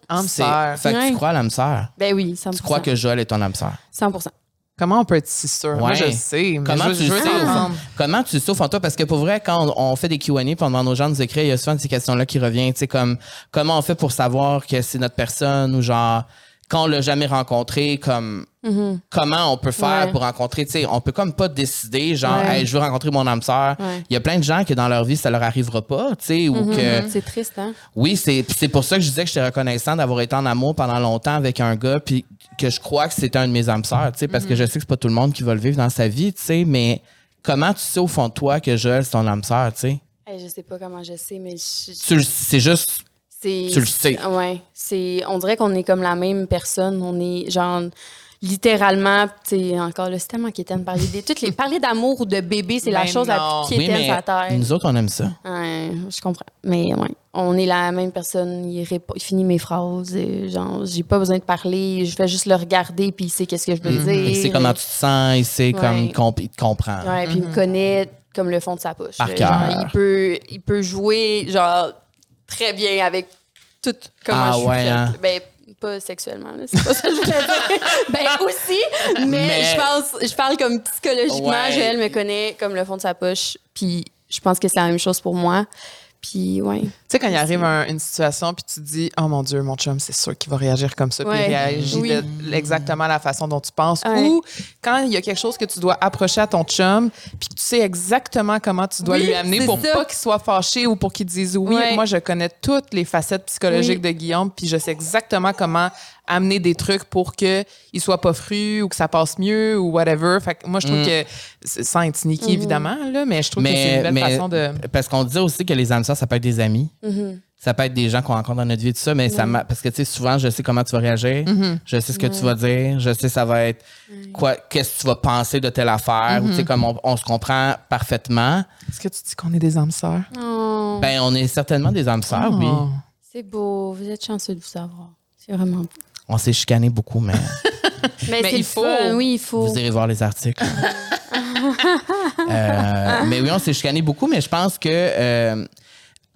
Speaker 2: Âme
Speaker 1: C'est-
Speaker 2: sœur.
Speaker 1: Fait que
Speaker 3: Ouais.
Speaker 1: tu crois à l'âme sœur.
Speaker 3: Ben oui, 100%.
Speaker 1: Tu crois que Joël est ton âme sœur.
Speaker 3: 100%.
Speaker 2: Comment on peut être si sûr? Moi
Speaker 1: Ouais.
Speaker 2: je le sais. mais
Speaker 1: Comment
Speaker 2: je,
Speaker 1: tu
Speaker 2: je
Speaker 1: le
Speaker 2: veux
Speaker 1: sais, au fond?
Speaker 2: t'entendre.
Speaker 1: Comment tu le sais, au fond, toi? Parce que pour vrai, quand on on fait des Q&A puis on demande aux gens de nous écrire, il y a souvent ces questions-là qui reviennent. Tu sais, comme, comment on fait pour savoir que c'est notre personne ou genre, quand on l'a jamais rencontré, comme,
Speaker 2: Mm-hmm.
Speaker 1: comment on peut faire
Speaker 3: Ouais.
Speaker 1: pour rencontrer, tu sais, on peut comme pas décider, genre,
Speaker 3: Ouais.
Speaker 1: Hey, je veux rencontrer mon âme sœur.
Speaker 3: Ouais.
Speaker 1: Il y a plein de gens que dans leur vie, ça leur arrivera pas, tu sais,
Speaker 2: Mm-hmm,
Speaker 1: ou que,
Speaker 3: C'est triste, hein?
Speaker 1: oui, c'est puis c'est pour ça que je disais que j'étais reconnaissant d'avoir été en amour pendant longtemps avec un gars puis que je crois que c'était un de mes âmes sœurs, tu sais
Speaker 3: Mhm.
Speaker 1: parce que je sais que c'est pas tout le monde qui va le vivre dans sa vie, tu sais, mais comment tu sais au fond de toi que Joël c'est ton âme sœur, tu sais
Speaker 3: Hey, je sais pas comment je sais, mais je- je-
Speaker 1: Tu le- c'est juste
Speaker 3: C'est-
Speaker 1: Tu le sais.
Speaker 3: Ouais, c'est on dirait qu'on est comme la même personne, on est genre littéralement, tu sais encore là, c'est tellement quétaine de parler des toutes
Speaker 1: <laughs>
Speaker 3: les parler d'amour ou de bébé, c'est la
Speaker 2: Mais
Speaker 3: chose
Speaker 2: non.
Speaker 3: la plus
Speaker 1: Ben oui,
Speaker 3: quétaine
Speaker 1: mais
Speaker 3: sur la terre.
Speaker 1: nous autres on aime ça.
Speaker 3: Ouais, je comprends. Mais ouais, on est la même personne, il, répo- il finit mes phrases, et genre j'ai pas besoin de parler, je fais juste le regarder puis il sait qu'est-ce que je veux dire.
Speaker 1: Il sait comment tu te sens, il sait comme il comp- il te comprend.
Speaker 3: Ouais, puis il me connaît comme le fond de sa
Speaker 1: Mhm.
Speaker 3: poche.
Speaker 1: Par
Speaker 3: là.
Speaker 1: cœur.
Speaker 3: Genre, il peut il peut jouer genre très bien avec tout comment
Speaker 1: Ah
Speaker 3: je suis
Speaker 1: ouais,
Speaker 3: faite.
Speaker 1: hein?
Speaker 3: Ben pas sexuellement, là, c'est pas ça que je voulais
Speaker 1: <laughs>
Speaker 3: dire. ben aussi, mais,
Speaker 1: Mais-
Speaker 3: je pense je parle comme psychologiquement,
Speaker 1: Ouais.
Speaker 3: Joël me connaît comme le fond de sa poche, puis je pense que c'est la même chose pour moi. Puis ouais.
Speaker 2: Tu sais, quand il arrive un- une situation, puis tu te dis, oh mon Dieu, mon chum, c'est sûr qu'il va réagir comme ça, puis il
Speaker 3: Ouais.
Speaker 2: réagit
Speaker 3: Oui.
Speaker 2: de- exactement la façon dont tu penses.
Speaker 3: Ouais.
Speaker 2: Ou quand il y a quelque chose que tu dois approcher à ton chum, puis que tu sais exactement comment tu dois
Speaker 3: Oui,
Speaker 2: lui amener
Speaker 3: c'est
Speaker 2: pour
Speaker 3: ça.
Speaker 2: pas qu'il soit fâché ou pour qu'il dise oui.
Speaker 3: Ouais.
Speaker 2: Moi, je connais toutes les facettes psychologiques de Guillaume, puis je sais exactement comment amener des trucs pour que il soit pas fru ou que ça passe mieux ou whatever. Fait que moi, je trouve
Speaker 3: Mm.
Speaker 2: que, c'est- sans être sneaky, évidemment, là, mais je trouve que c'est une belle façon de...
Speaker 1: Parce qu'on dit aussi que les âmes sœurs, ça peut être des amis.
Speaker 2: Mm-hmm.
Speaker 1: Ça peut être des gens qu'on rencontre dans notre vie, tout ça, mais ça m'a- parce que tu sais, souvent, je sais comment tu vas réagir,
Speaker 2: Mm-hmm.
Speaker 1: je sais ce que tu vas dire, je sais ça va être quoi, qu'est-ce que tu vas penser de telle affaire, ou
Speaker 2: Mm-hmm.
Speaker 1: tu sais, comme on, on se comprend parfaitement.
Speaker 2: Est-ce que tu dis qu'on est des âmes sœurs?
Speaker 1: Ben, on est certainement des âmes sœurs, oui.
Speaker 2: Oh.
Speaker 3: Oh, c'est beau, vous êtes chanceux de vous savoir. C'est vraiment beau.
Speaker 1: On s'est chicané beaucoup, mais
Speaker 2: <laughs> Mais
Speaker 3: Mais, c'est
Speaker 2: il
Speaker 3: le
Speaker 2: faut.
Speaker 3: fun, oui, il faut.
Speaker 1: vous irez voir les
Speaker 2: <laughs>
Speaker 1: articles. Euh, mais oui, on s'est chicané beaucoup, mais je pense que. euh,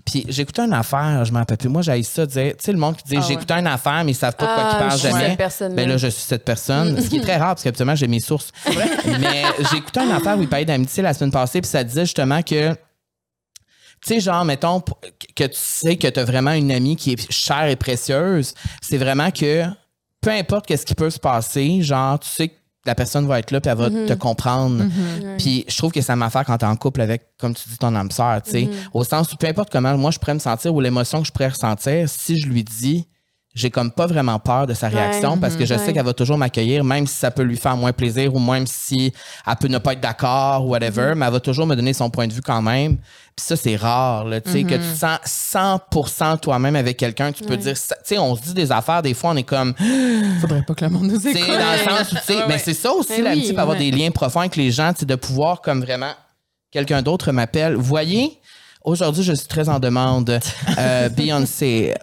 Speaker 1: puis j'écoutais une affaire, je m'en rappelle plus. Moi, j'ai ça dire. Tu sais, le monde qui dit
Speaker 2: Ah ouais.
Speaker 1: j'écoutais une affaire, mais ils savent pas de quoi
Speaker 3: Ah,
Speaker 1: ils parlent
Speaker 3: je suis
Speaker 1: jamais.
Speaker 3: cette personne-là.
Speaker 1: Ben là, je suis cette personne. ce qui est très rare, parce qu'habituellement, j'ai mes sources. mais j'ai écouté une affaire où il parlait d'amitié la semaine passée, puis ça disait justement que. Tu sais, genre, mettons, p- que tu sais que tu as vraiment une amie qui est chère et précieuse, c'est vraiment que peu importe qu'est-ce qui peut se passer, genre, tu sais que la personne va être là, puis elle va te comprendre. Puis je trouve que ça m'a fait quand t'es en couple avec, comme tu dis, ton âme sœur, tu sais. Au sens où peu importe comment moi je pourrais me sentir ou l'émotion que je pourrais ressentir, si je lui dis, j'ai comme pas vraiment peur de sa réaction
Speaker 3: Ouais,
Speaker 1: parce que je
Speaker 3: mhm, ouais.
Speaker 1: sais qu'elle va toujours m'accueillir, même si ça peut lui faire moins plaisir ou même si elle peut ne pas être d'accord ou whatever,
Speaker 3: Mhm.
Speaker 1: mais elle va toujours me donner son point de vue quand même. Puis ça, c'est rare, là, tu sais,
Speaker 3: Mhm.
Speaker 1: que tu te sens 100% toi-même avec quelqu'un, tu peux dire, ça- tu sais, on se dit des affaires, des fois, on est comme,
Speaker 2: Faudrait pas que le monde nous
Speaker 1: tu sais,
Speaker 2: écoute.
Speaker 1: dans le sens où, tu sais,
Speaker 2: Ouais,
Speaker 1: mais
Speaker 2: ouais.
Speaker 1: c'est ça aussi,
Speaker 3: Ben
Speaker 1: la
Speaker 3: oui,
Speaker 1: petite, avoir
Speaker 3: ouais.
Speaker 1: des liens profonds avec les gens, tu sais, de pouvoir comme vraiment, quelqu'un d'autre m'appelle. Voyez, aujourd'hui, je suis très en demande. Euh, Beyoncé,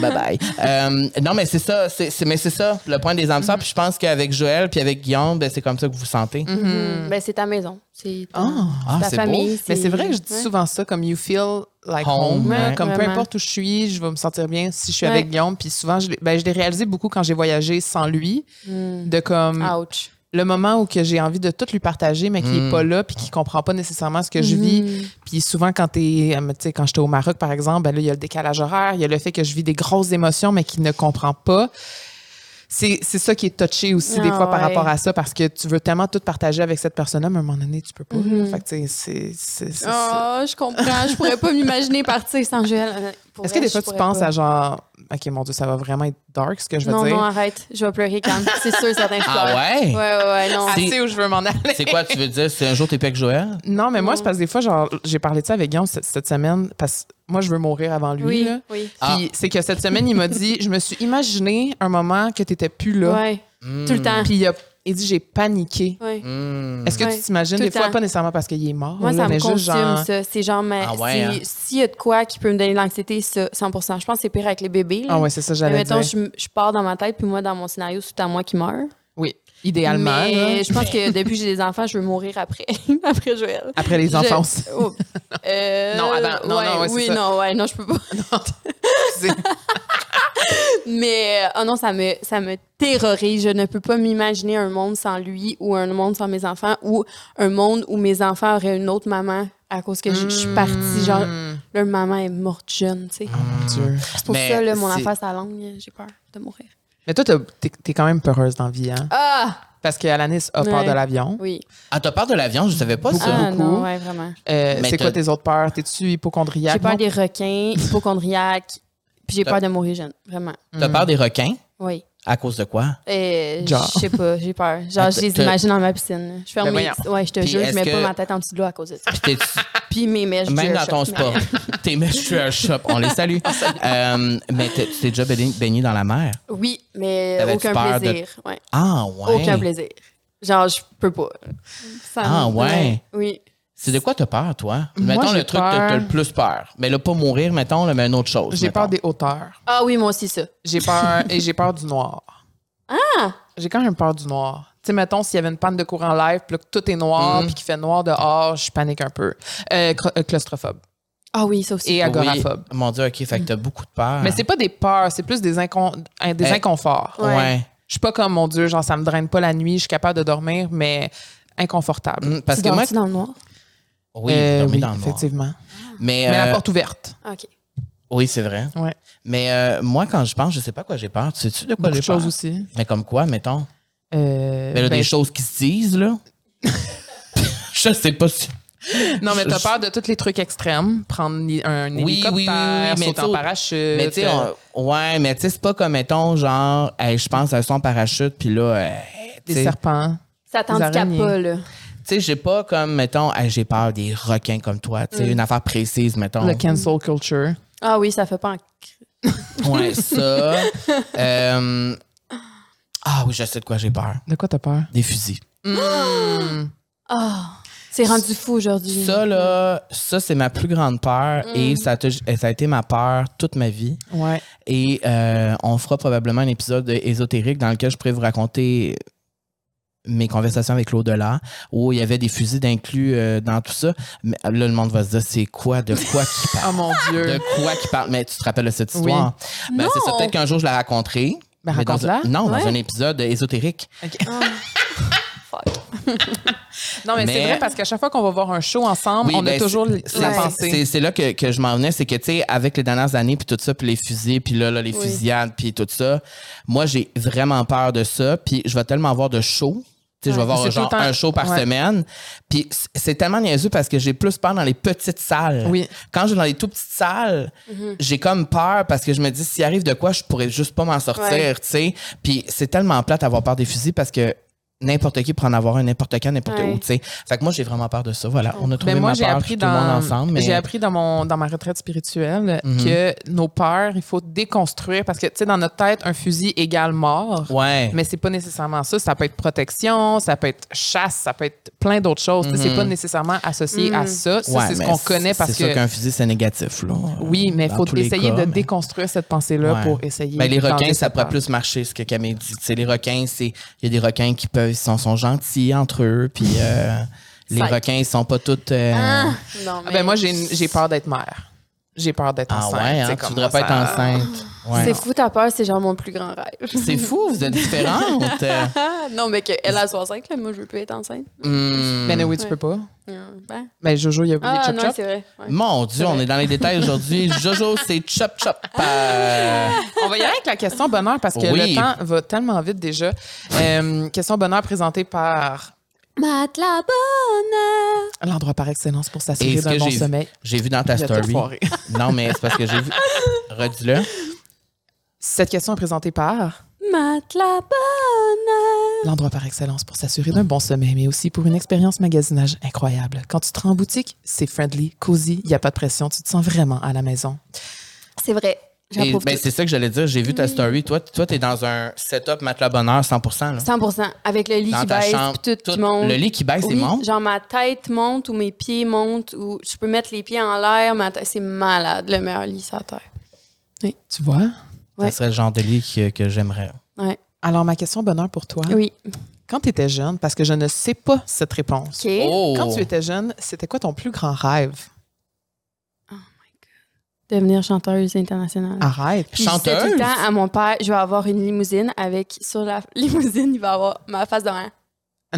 Speaker 1: bye bye. Euh, non, mais c'est ça, c'est, c'est- mais c'est ça, le point des âmes sœurs. Puis je pense qu'avec Joël puis avec Guillaume, ben, c'est comme ça que vous vous sentez.
Speaker 3: Mhm. Ben, c'est ta maison. C'est ta,
Speaker 1: Ah,
Speaker 3: ta
Speaker 1: c'est beau.
Speaker 3: famille.
Speaker 2: Mais c'est vrai que je dis
Speaker 3: Ouais.
Speaker 2: souvent ça, comme you feel like
Speaker 1: Home,
Speaker 2: home.
Speaker 1: ouais.
Speaker 2: hein, Comme peu
Speaker 3: Vraiment.
Speaker 2: importe où je suis, je vais me sentir bien si je suis
Speaker 3: Ouais.
Speaker 2: avec Guillaume. Puis souvent, je, l'ai- ben, je l'ai réalisé beaucoup quand j'ai voyagé sans lui,
Speaker 3: Mm.
Speaker 2: de comme
Speaker 3: Ouch.
Speaker 2: le moment où que j'ai envie de tout lui partager, mais qu'il est
Speaker 1: Mm.
Speaker 2: pas là, puis qu'il comprend pas nécessairement ce que
Speaker 3: Hmm.
Speaker 2: je vis.
Speaker 3: Mm.
Speaker 2: Puis souvent, quand t'es, euh, tu sais, quand j'étais au Maroc, par exemple, ben là, il y a le décalage horaire, il y a le fait que je vis des grosses émotions, mais qu'il ne comprend pas. C'est, c'est ça qui est touché aussi des
Speaker 3: Ah,
Speaker 2: fois par
Speaker 3: ouais.
Speaker 2: rapport à ça, parce que tu veux tellement tout partager avec cette personne-là, mais à un moment donné, tu peux pas. là.
Speaker 3: Mhm.
Speaker 2: Fait que, tu sais, c'est, c'est, c'est-
Speaker 3: Oh, je comprends. Je pourrais pas m'imaginer partir sans Joël. Euh, Pour
Speaker 2: Est-ce que
Speaker 3: vrai,
Speaker 2: des fois,
Speaker 3: je
Speaker 2: tu
Speaker 3: pourrais
Speaker 2: penses
Speaker 3: pas.
Speaker 2: à genre, OK, mon Dieu, ça va vraiment être dark, ce que je veux
Speaker 3: Non,
Speaker 2: dire?
Speaker 3: non, arrête. Je vais pleurer quand C'est sûr, certain. je pleure.
Speaker 1: Ah ouais?
Speaker 3: Ouais, ouais, ouais, non.
Speaker 1: C'est-
Speaker 2: Elle sait où je veux m'en aller.
Speaker 1: C'est quoi, tu veux dire, si un jour t'es plus avec Joël?
Speaker 2: Non, mais moi,
Speaker 3: Non.
Speaker 2: c'est parce que des fois, genre, j'ai parlé de ça avec Guillaume cette, cette semaine, parce que moi, je veux mourir avant lui.
Speaker 3: Oui,
Speaker 2: là.
Speaker 3: oui.
Speaker 1: Ah.
Speaker 2: Puis c'est que cette semaine, il m'a dit, je me suis imaginé un moment que t'étais plus là. Mm.
Speaker 3: Ouais, tout le temps.
Speaker 2: Puis il a il dit, j'ai paniqué.
Speaker 3: Ouais.
Speaker 1: Hmm.
Speaker 2: Est-ce que
Speaker 3: Ouais,
Speaker 2: tu t'imagines,
Speaker 3: tout
Speaker 2: des
Speaker 3: le
Speaker 2: fois,
Speaker 3: temps.
Speaker 2: pas nécessairement parce qu'il Mm. est mort,
Speaker 3: Moi,
Speaker 2: là,
Speaker 3: ça
Speaker 2: mais
Speaker 3: me
Speaker 2: juste
Speaker 3: consume,
Speaker 2: genre.
Speaker 3: ça. C'est genre, mais
Speaker 1: Ah
Speaker 3: si-
Speaker 1: ouais, hein?
Speaker 3: s'il y a de quoi qui peut me donner de l'anxiété, ça, 100 Je pense que c'est pire avec les bébés. là.
Speaker 2: Ah ouais, c'est ça,
Speaker 3: mais
Speaker 2: j'allais dire.
Speaker 3: mettons, je, m- je pars dans ma tête, puis moi, dans mon scénario, c'est à moi qui meurs.
Speaker 2: Oui, idéalement.
Speaker 3: mais
Speaker 2: là.
Speaker 3: je pense que depuis que j'ai des enfants, je veux mourir après, <laughs> après Joël.
Speaker 2: Après les
Speaker 3: je-
Speaker 2: enfants aussi.
Speaker 3: Oh. Euh,
Speaker 2: Non, avant. Non,
Speaker 3: ouais,
Speaker 2: non, ouais, c'est
Speaker 3: oui,
Speaker 2: ça.
Speaker 3: non, ouais, <laughs> non, je peux pas. <laughs>
Speaker 2: C'est-
Speaker 3: Mais euh, oh non, ça me, ça me terrorise. Je ne peux pas m'imaginer un monde sans lui ou un monde sans mes enfants ou un monde où mes enfants auraient une autre maman à cause que je, je suis partie. Genre,
Speaker 2: Mm.
Speaker 3: leur maman est morte jeune, tu sais.
Speaker 2: Mon Dieu.
Speaker 3: C'est pour
Speaker 1: Mais
Speaker 3: ça, là, mon
Speaker 1: c'est-
Speaker 3: affaire, sa langue, j'ai peur de mourir.
Speaker 2: Mais toi, t'as- t'es t'es quand même peureuse dans la vie, hein?
Speaker 3: Ah!
Speaker 2: Parce qu'Alanis a peur
Speaker 3: Ouais.
Speaker 2: de l'avion.
Speaker 3: Oui.
Speaker 1: Ah, t'as peur de l'avion? Je savais pas ça.
Speaker 2: Beaucoup.
Speaker 3: Ah non, ouais, vraiment.
Speaker 2: Euh,
Speaker 1: Mais
Speaker 2: c'est quoi
Speaker 1: t'as-
Speaker 2: tes autres peurs? T'es-tu hypochondriaque?
Speaker 3: J'ai peur
Speaker 2: Non? <laughs>
Speaker 3: des requins, hypochondriaque, puis j'ai peur de mourir jeune, vraiment.
Speaker 1: T'as peur des requins?
Speaker 3: Oui.
Speaker 1: À cause de quoi?
Speaker 3: Et
Speaker 2: Genre.
Speaker 3: Euh, je sais pas, j'ai peur. Genre, je les
Speaker 1: Te-
Speaker 3: imagine dans ma piscine. Je ferme
Speaker 2: Ben
Speaker 3: mes...
Speaker 2: voyons.
Speaker 3: Ouais, je te
Speaker 1: Puis
Speaker 3: jure, je
Speaker 1: est-ce
Speaker 3: mets
Speaker 1: que-
Speaker 3: pas ma tête en dessous de l'eau à cause de ça.
Speaker 1: Puis t'es-
Speaker 3: <laughs> Puis mes mèches. je
Speaker 1: Même
Speaker 3: les
Speaker 1: dans ton
Speaker 3: chope,
Speaker 2: <laughs>
Speaker 3: mais-
Speaker 1: sport. T'es mèches tu un shop. On les salue. Euh, mais t'es- tu t'es déjà baigné, baigné dans la mer.
Speaker 3: Oui, mais
Speaker 1: T'avais-tu
Speaker 3: aucun
Speaker 1: peur de-
Speaker 3: plaisir. Ouais.
Speaker 1: Ah ouais.
Speaker 3: Aucun plaisir. Genre, je peux pas. Ça
Speaker 1: Ah,
Speaker 3: me-
Speaker 1: ouais.
Speaker 3: Oui.
Speaker 1: C'est de quoi t'as peur, toi?
Speaker 2: Moi,
Speaker 1: mettons le
Speaker 2: j'ai
Speaker 1: truc que
Speaker 2: peur-
Speaker 1: t'as le plus peur. Mais là, pas mourir, mettons, là, mais une autre chose.
Speaker 2: J'ai peur
Speaker 1: mettons.
Speaker 2: des hauteurs.
Speaker 3: Ah oui, moi aussi, ça.
Speaker 2: J'ai peur et j'ai peur du noir. Ah! J'ai quand même peur du noir. Tu sais, mettons, s'il y avait une panne de courant live, puis là, que tout est
Speaker 1: Mm.
Speaker 2: noir, puis qu'il fait noir dehors, je panique un peu. Euh, cro- euh, claustrophobe
Speaker 3: Ah oui, ça aussi.
Speaker 2: et
Speaker 1: Oui.
Speaker 2: agoraphobe.
Speaker 1: Mon Dieu, OK, fait que t'as beaucoup de peur.
Speaker 2: Mais c'est pas des peurs, c'est plus des, incon- un- des
Speaker 1: Eh.
Speaker 2: inconforts.
Speaker 1: Ouais.
Speaker 3: Ouais.
Speaker 2: Je suis pas comme, mon Dieu, genre, ça me draine pas la nuit, je suis capable de dormir, mais inconfortable.
Speaker 1: Mm, Parce
Speaker 3: Tu
Speaker 1: que moi.
Speaker 3: dors-tu dans le noir?
Speaker 1: Oui,
Speaker 2: Euh,
Speaker 1: dormir
Speaker 2: oui,
Speaker 1: dans le noir.
Speaker 2: effectivement.
Speaker 1: Mais,
Speaker 2: Mais
Speaker 1: euh,
Speaker 2: la porte ouverte.
Speaker 3: OK.
Speaker 1: Oui, c'est vrai.
Speaker 2: Ouais.
Speaker 1: Mais euh, moi, quand je pense, je sais pas quoi j'ai peur. Tu sais-tu de quoi
Speaker 2: Beaucoup
Speaker 1: j'ai
Speaker 2: de
Speaker 1: peur?
Speaker 2: choses aussi.
Speaker 1: Mais comme quoi, mettons?
Speaker 2: Euh,
Speaker 1: Mais là,
Speaker 2: ben,
Speaker 1: des choses qui se disent,
Speaker 2: <laughs>
Speaker 1: là. je sais pas si.
Speaker 2: Non, mais t'as
Speaker 1: Je-
Speaker 2: peur de tous les trucs extrêmes. Prendre ni- un
Speaker 1: Oui, oui,
Speaker 2: hélicoptère,
Speaker 1: oui, oui, mais tu-
Speaker 2: sauter en parachute.
Speaker 1: Mais tu sais,
Speaker 2: euh,
Speaker 1: on- ouais, mais tu sais, c'est pas comme, mettons, genre, hey, je pense à son parachute, puis là, euh, tu
Speaker 2: des
Speaker 1: sais,
Speaker 2: serpents.
Speaker 3: Ça t'handicape
Speaker 2: araignées.
Speaker 3: pas, là.
Speaker 1: tu sais, j'ai pas comme, mettons, hey, j'ai peur des requins comme toi, tu sais,
Speaker 2: Mm.
Speaker 1: une affaire précise, mettons.
Speaker 2: Le cancel culture.
Speaker 3: Ah oui, ça fait pas en...
Speaker 1: Ouais,
Speaker 2: <laughs>
Speaker 1: ça. Euh, Ah oui, je sais de quoi j'ai peur.
Speaker 2: De quoi t'as <gasps> peur?
Speaker 1: Des fusils.
Speaker 2: Mm.
Speaker 3: Ah! c'est rendu fou aujourd'hui.
Speaker 1: Ça, là, ça, c'est ma plus grande peur
Speaker 2: Mm.
Speaker 1: et ça a, touj- et ça a été ma peur toute ma vie.
Speaker 2: Ouais.
Speaker 1: Et euh, on fera probablement un épisode ésotérique dans lequel je pourrais vous raconter mes conversations avec l'au-delà, où il y avait des fusils d'inclus euh, dans tout ça. Mais euh, là, le monde va se dire, c'est quoi, de quoi qui
Speaker 2: Oh <laughs>
Speaker 1: parle?
Speaker 2: mon Dieu.
Speaker 1: De quoi qui parle? Mais tu te rappelles de cette
Speaker 2: Oui.
Speaker 1: histoire? Ben,
Speaker 3: Non.
Speaker 1: c'est ça, peut-être qu'un jour, je la raconterai.
Speaker 2: Ben,
Speaker 1: Mais dans
Speaker 2: raconte-la.
Speaker 1: un- Non, dans
Speaker 3: Ouais.
Speaker 1: un épisode ésotérique.
Speaker 3: Ah! Fuck.
Speaker 2: Non, mais,
Speaker 1: Mais-
Speaker 2: c'est vrai parce qu'à chaque fois qu'on va voir un show ensemble,
Speaker 1: Oui,
Speaker 2: on
Speaker 1: ben,
Speaker 2: a toujours
Speaker 1: c'est-
Speaker 2: la
Speaker 1: c'est-
Speaker 2: pensée.
Speaker 1: C'est c'est là que, que je m'en venais, c'est que, tu sais, avec les dernières années, puis tout ça, puis les fusils, puis là, là, les
Speaker 3: Oui.
Speaker 1: fusillades, puis tout ça, moi, j'ai vraiment peur de ça, puis je vais tellement avoir de shows Tu sais, je vais
Speaker 2: Ouais,
Speaker 1: avoir
Speaker 2: c'est
Speaker 1: genre
Speaker 2: tout le temps-
Speaker 1: un show par
Speaker 2: ouais.
Speaker 1: semaine. Puis c- c'est tellement niaiseux parce que j'ai plus peur dans les petites salles.
Speaker 2: Oui.
Speaker 1: Quand je vais dans les tout petites salles,
Speaker 2: Mhm.
Speaker 1: j'ai comme peur parce que je me dis, s'il arrive de quoi, je pourrais juste pas m'en sortir,
Speaker 3: Ouais.
Speaker 1: tu sais. Puis c'est tellement plate d'avoir peur des fusils parce que n'importe qui peut en avoir un, n'importe quand, n'importe
Speaker 3: Ouais.
Speaker 1: où, tu sais. Fait que moi, j'ai vraiment peur de ça. Voilà, on a trouvé
Speaker 2: Ben, moi,
Speaker 1: ma
Speaker 2: j'ai
Speaker 1: peur,
Speaker 2: appris
Speaker 1: tout le monde
Speaker 2: dans
Speaker 1: ensemble. mais- Mm-hmm.
Speaker 2: j'ai appris dans mon dans ma retraite spirituelle que nos peurs, il faut déconstruire parce que tu sais dans notre tête un fusil égale mort.
Speaker 1: Ouais.
Speaker 2: Mais c'est pas nécessairement ça. Ça peut être protection, ça peut être chasse, ça peut être plein d'autres choses. Tu sais, C'est pas nécessairement associé à ça. Ça,
Speaker 1: Mm-hmm. Ouais,
Speaker 2: c'est ce
Speaker 1: mais
Speaker 2: qu'on connaît parce
Speaker 1: C'est sûr
Speaker 2: que.
Speaker 1: qu'un fusil, c'est négatif, là.
Speaker 2: oui, mais il
Speaker 1: Dans
Speaker 2: faut
Speaker 1: tous les
Speaker 2: essayer
Speaker 1: cas,
Speaker 2: de
Speaker 1: mais-
Speaker 2: déconstruire cette pensée-là
Speaker 1: Ouais.
Speaker 2: pour essayer.
Speaker 1: Ben, les
Speaker 2: d'enlever
Speaker 1: requins, ça
Speaker 2: cette
Speaker 1: pourrait
Speaker 2: peur.
Speaker 1: plus marcher, ce que Camille dit. Tu sais, les requins, c'est. Il y a des requins qui peuvent. Ils sont, sont gentils entre eux, puis
Speaker 2: <laughs>
Speaker 1: euh, les
Speaker 3: Psych.
Speaker 1: requins, ils sont pas tous. euh,
Speaker 3: Ah, non,
Speaker 2: Ah,
Speaker 3: mais
Speaker 2: ben, moi, j'ai une- j'ai peur d'être mère. J'ai peur d'être
Speaker 1: Ah
Speaker 2: enceinte.
Speaker 1: ouais,
Speaker 2: tu sais,
Speaker 1: hein, tu
Speaker 2: comme
Speaker 1: voudrais
Speaker 2: moi,
Speaker 1: pas être
Speaker 2: ça-
Speaker 1: enceinte. Ouais.
Speaker 3: c'est fou ta peur, c'est genre mon plus grand rêve.
Speaker 1: C'est fou, vous êtes différentes. Euh,
Speaker 3: Ah, non, mais qu'elle a 65, là, moi, je veux plus être enceinte.
Speaker 1: hmm.
Speaker 2: Ben oui, tu
Speaker 3: Ouais.
Speaker 2: peux pas.
Speaker 3: Hum, ben.
Speaker 2: Ben Jojo, il y a
Speaker 3: Ah,
Speaker 2: les
Speaker 3: non,
Speaker 2: chop
Speaker 3: c'est vrai. ouais.
Speaker 1: Mon Dieu, on est dans les détails aujourd'hui. Jojo, c'est chop chop. Euh,
Speaker 2: On va y aller avec la question bonheur parce que
Speaker 1: Oui.
Speaker 2: le temps va tellement vite déjà. Euh, question bonheur présentée par
Speaker 3: Mat la bonne.
Speaker 2: l'endroit par excellence pour
Speaker 1: Et
Speaker 2: s'assurer
Speaker 1: ce
Speaker 2: d'un
Speaker 1: que
Speaker 2: bon
Speaker 1: j'ai-
Speaker 2: sommeil.
Speaker 1: j'ai vu dans ta
Speaker 2: Il a tout
Speaker 1: story.
Speaker 2: foiré.
Speaker 1: <laughs> Non, mais c'est parce que j'ai vu. Redis-le.
Speaker 2: Cette question est présentée par
Speaker 3: Mat la bonne.
Speaker 2: l'endroit par excellence pour s'assurer d'un bon sommeil, mais aussi pour une expérience magasinage incroyable. Quand tu te rends en boutique, c'est friendly, cozy, il n'y a pas de pression, tu te sens vraiment à la maison.
Speaker 3: C'est vrai.
Speaker 1: Et,
Speaker 3: J'approuve
Speaker 1: ben,
Speaker 3: tout.
Speaker 1: c'est ça que j'allais dire. J'ai vu ta story. Toi, t- toi, t'es dans un setup matelas bonheur 100 là.
Speaker 3: 100 avec le lit
Speaker 1: Dans
Speaker 3: qui
Speaker 1: ta
Speaker 3: baisse,
Speaker 1: chambre,
Speaker 3: puis tout,
Speaker 1: tout-
Speaker 3: qui monte.
Speaker 1: le lit qui baisse,
Speaker 3: oui,
Speaker 1: il monte.
Speaker 3: Genre ma tête monte ou mes pieds montent ou je peux mettre les pieds en l'air, ma tête- c'est malade le meilleur lit sur la terre.
Speaker 2: Tu vois?
Speaker 1: Ça
Speaker 3: Ouais.
Speaker 1: serait le genre de lit que, que j'aimerais.
Speaker 3: Ouais.
Speaker 2: Alors, ma question bonheur pour toi,
Speaker 1: Ah.
Speaker 3: Oui.
Speaker 2: quand tu étais jeune, parce que je ne sais pas cette réponse,
Speaker 3: OK.
Speaker 1: Oh!
Speaker 2: quand tu étais jeune, c'était quoi ton plus grand rêve?
Speaker 3: Devenir chanteuse internationale.
Speaker 2: Arrête.
Speaker 3: Puis je disais tout
Speaker 1: Ah. Chanteuse?
Speaker 3: le temps à mon père, je vais avoir une limousine avec sur la <laughs> limousine, il va avoir ma face devant.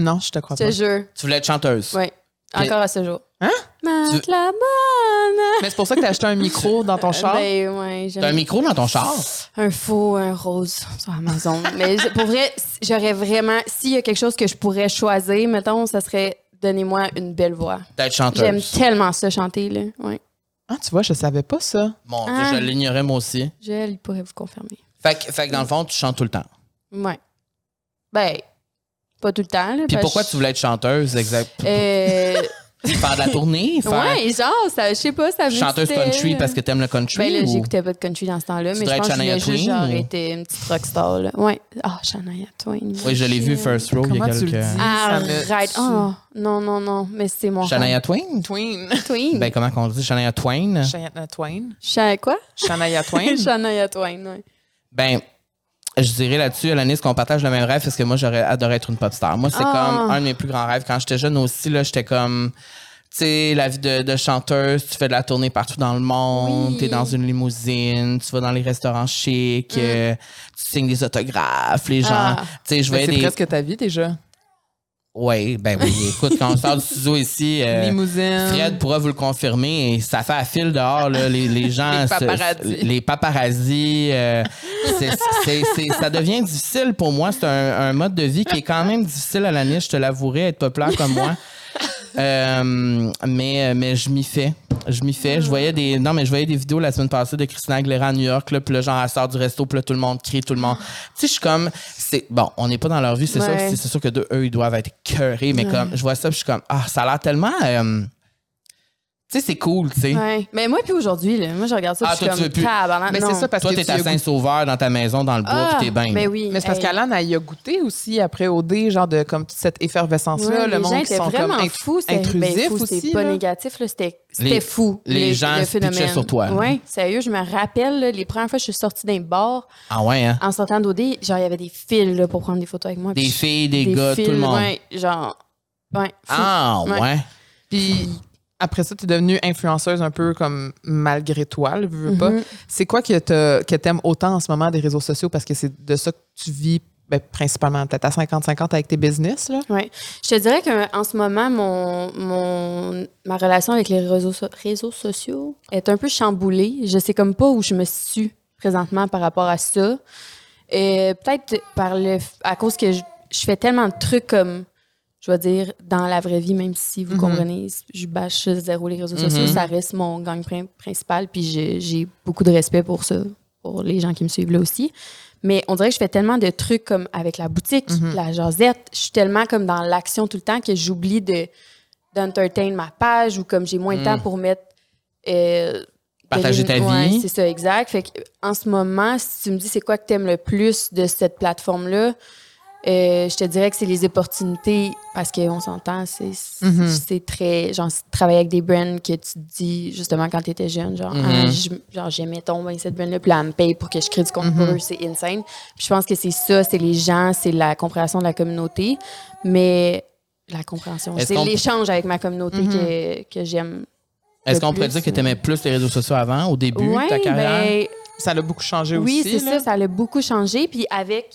Speaker 2: Non, je te crois
Speaker 3: Je
Speaker 2: pas.
Speaker 3: te jure.
Speaker 1: Tu voulais être chanteuse.
Speaker 3: Oui. Encore à ce jour.
Speaker 2: Hein?
Speaker 3: Mat
Speaker 1: Tu-
Speaker 3: la bonne.
Speaker 2: Mais c'est pour ça que t'as
Speaker 3: <laughs>
Speaker 2: acheté un micro dans ton char.
Speaker 3: Ben, ouais, j'aime
Speaker 1: T'as un micro dans ton char?
Speaker 3: un faux, un rose sur Amazon. <laughs> Mais je- pour vrai, si- j'aurais vraiment. S'il y a quelque chose que je pourrais choisir, mettons, ça serait donnez-moi une belle voix.
Speaker 1: D'être
Speaker 3: J'aime
Speaker 1: chanteuse.
Speaker 3: tellement ça chanter, là. Ouais.
Speaker 2: Ah, tu vois, je savais pas ça.
Speaker 1: Mon Dieu,
Speaker 3: Ah.
Speaker 1: je l'ignorais moi aussi.
Speaker 3: Je elle pourrait vous confirmer.
Speaker 1: Fait que, fait que dans le fond, tu chantes tout le temps.
Speaker 3: Ouais. Ben, pas tout le temps, là.
Speaker 1: Puis
Speaker 3: parce
Speaker 1: pourquoi
Speaker 3: que-
Speaker 1: tu voulais être chanteuse, exact?
Speaker 3: Ben, Euh,
Speaker 1: Faire de la
Speaker 3: <laughs>
Speaker 1: tournée? <laughs> Faire
Speaker 3: ouais, genre, ça, je sais pas, ça me
Speaker 1: chanteuse
Speaker 3: excitait,
Speaker 1: country
Speaker 3: là.
Speaker 1: parce que t'aimes le country?
Speaker 3: Ben là,
Speaker 1: ou-
Speaker 3: j'écoutais pas de country dans ce temps-là,
Speaker 1: Tu
Speaker 3: mais je
Speaker 1: voudrais
Speaker 3: pense que
Speaker 1: être
Speaker 3: je voulais
Speaker 1: Shania Twain
Speaker 3: juste, genre,
Speaker 1: ou-
Speaker 3: être une petite rockstar, là. Ouais. Ah, Shania Twain.
Speaker 1: Oui, je l'ai vu First Row il y a
Speaker 2: Comment tu le
Speaker 1: quelques...
Speaker 2: dis? Ça me
Speaker 3: Arrête.
Speaker 2: tue.
Speaker 3: Oh, non, non, non. Mais c'est mon
Speaker 1: Shania Twain?
Speaker 2: <laughs> Twain.
Speaker 3: Twain.
Speaker 1: Ben comment qu'on dit? Shania Twain?
Speaker 2: Shania euh, Twain.
Speaker 3: Shania quoi?
Speaker 2: Shania
Speaker 3: <laughs>
Speaker 2: Twain.
Speaker 3: Shania Twain, oui.
Speaker 1: Ben, je dirais là-dessus, Alanis, qu'on partage le même rêve parce que moi, j'aurais adoré être une pop star. Moi, c'est
Speaker 3: Ah.
Speaker 1: comme un de mes plus grands rêves. Quand j'étais jeune aussi, là, j'étais comme. Tu sais, la vie de, de chanteuse, tu fais de la tournée partout dans le monde,
Speaker 3: Oui.
Speaker 1: t'es dans une limousine, tu vas dans les restaurants chics, euh, tu signes des autographes, les gens.
Speaker 3: Mm. Ah.
Speaker 1: Tu sais, je
Speaker 2: Mais
Speaker 1: voyais
Speaker 2: C'est
Speaker 1: des.
Speaker 2: presque ta vie déjà.
Speaker 1: Oui, ben oui, écoute, quand on sort du studio ici. euh,
Speaker 2: Limousine.
Speaker 1: Fred pourra vous le confirmer. et Ça fait à fil dehors, là, les, les gens.
Speaker 2: Les
Speaker 1: se-
Speaker 2: paparazzis.
Speaker 1: les paparazzis, euh, c'est- c'est- c'est- ça devient difficile pour moi. C'est un, un mode de vie qui est quand même difficile à la niche, je te l'avouerai, être populaire comme moi. Euh, mais, mais je m'y fais. Je m'y fais. Je voyais des. Non, mais je voyais des vidéos la semaine passée de Christina Aguilera à New York, là, puis là, genre, elle sort du resto, puis là, tout le monde crie, tout le monde. Tu sais, je suis comme. c'est Bon, on n'est pas dans leur vie, c'est sûr,
Speaker 3: Ouais.
Speaker 1: c'est- c'est sûr que de eux, ils doivent être cœurés, mais comme, je vois ça, puis je suis comme, ah, ça a l'air tellement. euh, tu sais, c'est cool, tu sais.
Speaker 3: Ouais. Mais moi, puis aujourd'hui, là, moi, je regarde ça,
Speaker 1: Ah,
Speaker 3: puis je
Speaker 1: toi,
Speaker 3: suis
Speaker 1: tu
Speaker 3: comme
Speaker 1: veux plus.
Speaker 3: tabarnak,
Speaker 2: Mais c'est
Speaker 3: non.
Speaker 2: ça parce
Speaker 1: Toi,
Speaker 2: que
Speaker 1: t'es
Speaker 2: tu
Speaker 1: à
Speaker 2: y as goûté-
Speaker 1: Saint-Sauveur dans ta maison, dans le bois,
Speaker 3: Ah,
Speaker 1: puis t'es bien.
Speaker 3: Ben oui.
Speaker 2: Mais c'est parce
Speaker 3: hey.
Speaker 2: qu'Alan, elle y a goûté aussi après au dé, genre de comme toute cette effervescence-là,
Speaker 3: Ouais,
Speaker 2: le
Speaker 3: les gens
Speaker 2: monde qui
Speaker 3: étaient
Speaker 2: sont comme
Speaker 3: vraiment
Speaker 2: int-
Speaker 3: fous, c'est- ben,
Speaker 2: intrusifs
Speaker 3: fou,
Speaker 2: aussi.
Speaker 3: C'était pas
Speaker 2: là.
Speaker 3: négatif, là, c'était
Speaker 1: Les-
Speaker 3: c'était fou.
Speaker 1: les gens se pitchaient sur toi, là.
Speaker 3: Oui, sérieux, je me rappelle, là, les premières fois que je suis sortie d'un bar,
Speaker 1: Ah ouais, hein?
Speaker 3: en sortant d'OD, genre, il y avait des fils là, pour prendre des photos avec moi.
Speaker 1: Des
Speaker 3: puis-
Speaker 1: filles, des, gars, tout le
Speaker 3: fils,
Speaker 1: monde.
Speaker 3: Ouais, genre, ouais. fou.
Speaker 1: Ah ouais.
Speaker 3: Ouais.
Speaker 2: Puis après ça, tu es devenue influenceuse un peu comme malgré toi, le veux veux pas.
Speaker 3: Mhm.
Speaker 2: C'est quoi que t'as- que t'aimes autant en ce moment des réseaux sociaux parce que c'est de ça que tu vis ben, principalement, peut-être à 50-50 avec tes business, là?
Speaker 3: Ouais. Je te dirais qu'en ce moment, mon, mon, ma relation avec les réseaux, so- réseaux sociaux est un peu chamboulée. Je sais comme pas où je me situe présentement par rapport à ça. Et peut-être par le, f- à cause que je, je fais tellement de trucs comme je vais dire, dans la vraie vie, même si vous comprenez, je bâche zéro les réseaux sociaux,
Speaker 1: Mhm.
Speaker 3: ça reste mon gang prin- principal. Puis j'ai- j'ai beaucoup de respect pour ça, pour les gens qui me suivent là aussi. Mais on dirait que je fais tellement de trucs comme avec la boutique,
Speaker 2: Mhm.
Speaker 3: la jasette. Je suis tellement comme dans l'action tout le temps que j'oublie de d'entertain ma page ou comme j'ai moins de temps
Speaker 1: Mm.
Speaker 3: pour mettre. euh, de
Speaker 1: Partager ta
Speaker 3: l'in- Ouais,
Speaker 1: vie.
Speaker 3: c'est ça, exact. Fait que, euh, en ce moment, si tu me dis c'est quoi que t'aimes le plus de cette plateforme-là, euh, je te dirais que c'est les opportunités parce qu'on s'entend, c'est c'est
Speaker 2: Mhm.
Speaker 3: c'est très. Genre, c'est de travailler avec des brands que tu te dis justement quand tu étais jeune, genre,
Speaker 1: Mhm.
Speaker 3: Ah, j'aime- genre j'aimais ton ben, cette brand-là, puis là, elle me paye pour que je crée du contenu pour
Speaker 1: Mhm.
Speaker 3: eux, c'est insane. Puis je pense que c'est ça, c'est les gens, c'est la compréhension de la communauté, mais la compréhension,
Speaker 1: Est-ce
Speaker 3: c'est
Speaker 1: qu'on- Mhm.
Speaker 3: l'échange avec ma communauté que, que j'aime.
Speaker 1: Est-ce
Speaker 3: le
Speaker 1: qu'on pourrait
Speaker 3: plus,
Speaker 1: dire que tu aimais plus les réseaux sociaux avant, au début de ta
Speaker 3: Ouais,
Speaker 1: carrière?
Speaker 3: ben,
Speaker 2: Ça l'a beaucoup changé
Speaker 3: Oui,
Speaker 2: aussi.
Speaker 3: c'est
Speaker 2: là.
Speaker 3: ça, ça l'a beaucoup changé. Puis avec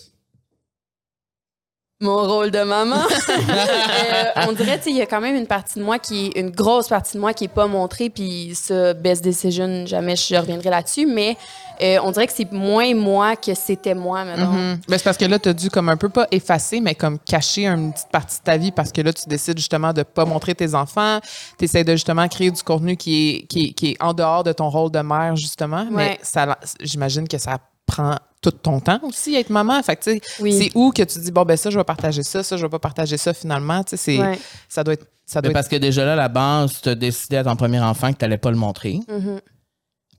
Speaker 3: mon rôle de maman, <laughs> euh, on dirait, tu sais, il y a quand même une partie de moi qui est, une grosse partie de moi qui est pas montrée. Puis ça, best decision, jamais je reviendrai là-dessus. Mais euh, on dirait que c'est moins moi que c'était moi, maintenant.
Speaker 2: Mhm. Ben, c'est parce que là, tu as dû comme un peu pas effacer, mais comme cacher une petite partie de ta vie parce que là, tu décides justement de pas montrer tes enfants. Tu essaies de justement créer du contenu qui est, qui, est- qui est en dehors de ton rôle de mère, justement. Mais
Speaker 3: Ouais.
Speaker 2: ça, j'imagine que ça prend tout ton temps aussi, être maman. Fait que, tu sais,
Speaker 3: Oui.
Speaker 2: c'est où que tu dis, bon, ben ça, je vais partager ça, ça, je vais pas partager ça finalement. Tu sais, c'est,
Speaker 3: Ouais.
Speaker 2: ça doit être. Ça
Speaker 1: Mais
Speaker 2: doit être-
Speaker 1: parce que déjà là, à la base, tu as décidé à ton premier enfant que tu n'allais pas le montrer.
Speaker 3: Mhm.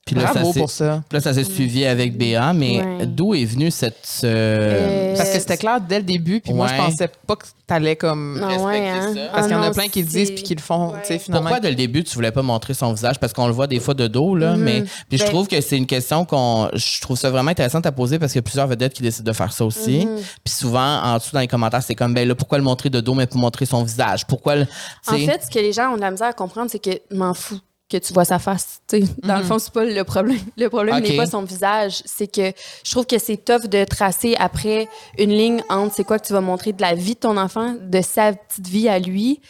Speaker 1: Puis là, ça
Speaker 2: Bravo
Speaker 1: s'est-
Speaker 2: pour ça.
Speaker 1: puis là, ça s'est suivi avec Béa, mais
Speaker 3: Mm. Ouais.
Speaker 1: d'où est venue cette. euh,
Speaker 3: Euh,
Speaker 2: Parce que c'était clair dès le début, puis moi, je
Speaker 1: Ouais.
Speaker 2: pensais pas que t'allais comme.
Speaker 3: Ah
Speaker 1: Respecter
Speaker 3: ouais, hein?
Speaker 1: ça.
Speaker 3: Ah
Speaker 2: Parce qu'il y en a
Speaker 3: non,
Speaker 2: plein qui le disent
Speaker 3: c'est-
Speaker 2: puis qui le font,
Speaker 3: Ouais.
Speaker 2: tu sais, finalement.
Speaker 1: Pourquoi dès le début tu voulais pas montrer son visage parce qu'on le voit des fois de dos là
Speaker 3: Mhm.
Speaker 1: mais puis je
Speaker 3: Ben-
Speaker 1: trouve que c'est une question qu'on je trouve ça vraiment intéressant à poser parce qu'il y a plusieurs vedettes qui décident de faire ça aussi
Speaker 3: Mhm.
Speaker 1: puis souvent en dessous dans les commentaires c'est comme ben là pourquoi le montrer de dos mais pour montrer son visage pourquoi le,
Speaker 3: En
Speaker 1: tu sais,
Speaker 3: fait, ce que les gens ont de la misère à comprendre, c'est que m'en fous que tu vois sa face. tu sais. Dans le fond, c'est pas le problème. Le problème
Speaker 1: Ok.
Speaker 3: n'est pas son visage. C'est que je trouve que c'est tough de tracer après une ligne entre c'est quoi que tu vas montrer de la vie de ton enfant, de sa petite vie à lui,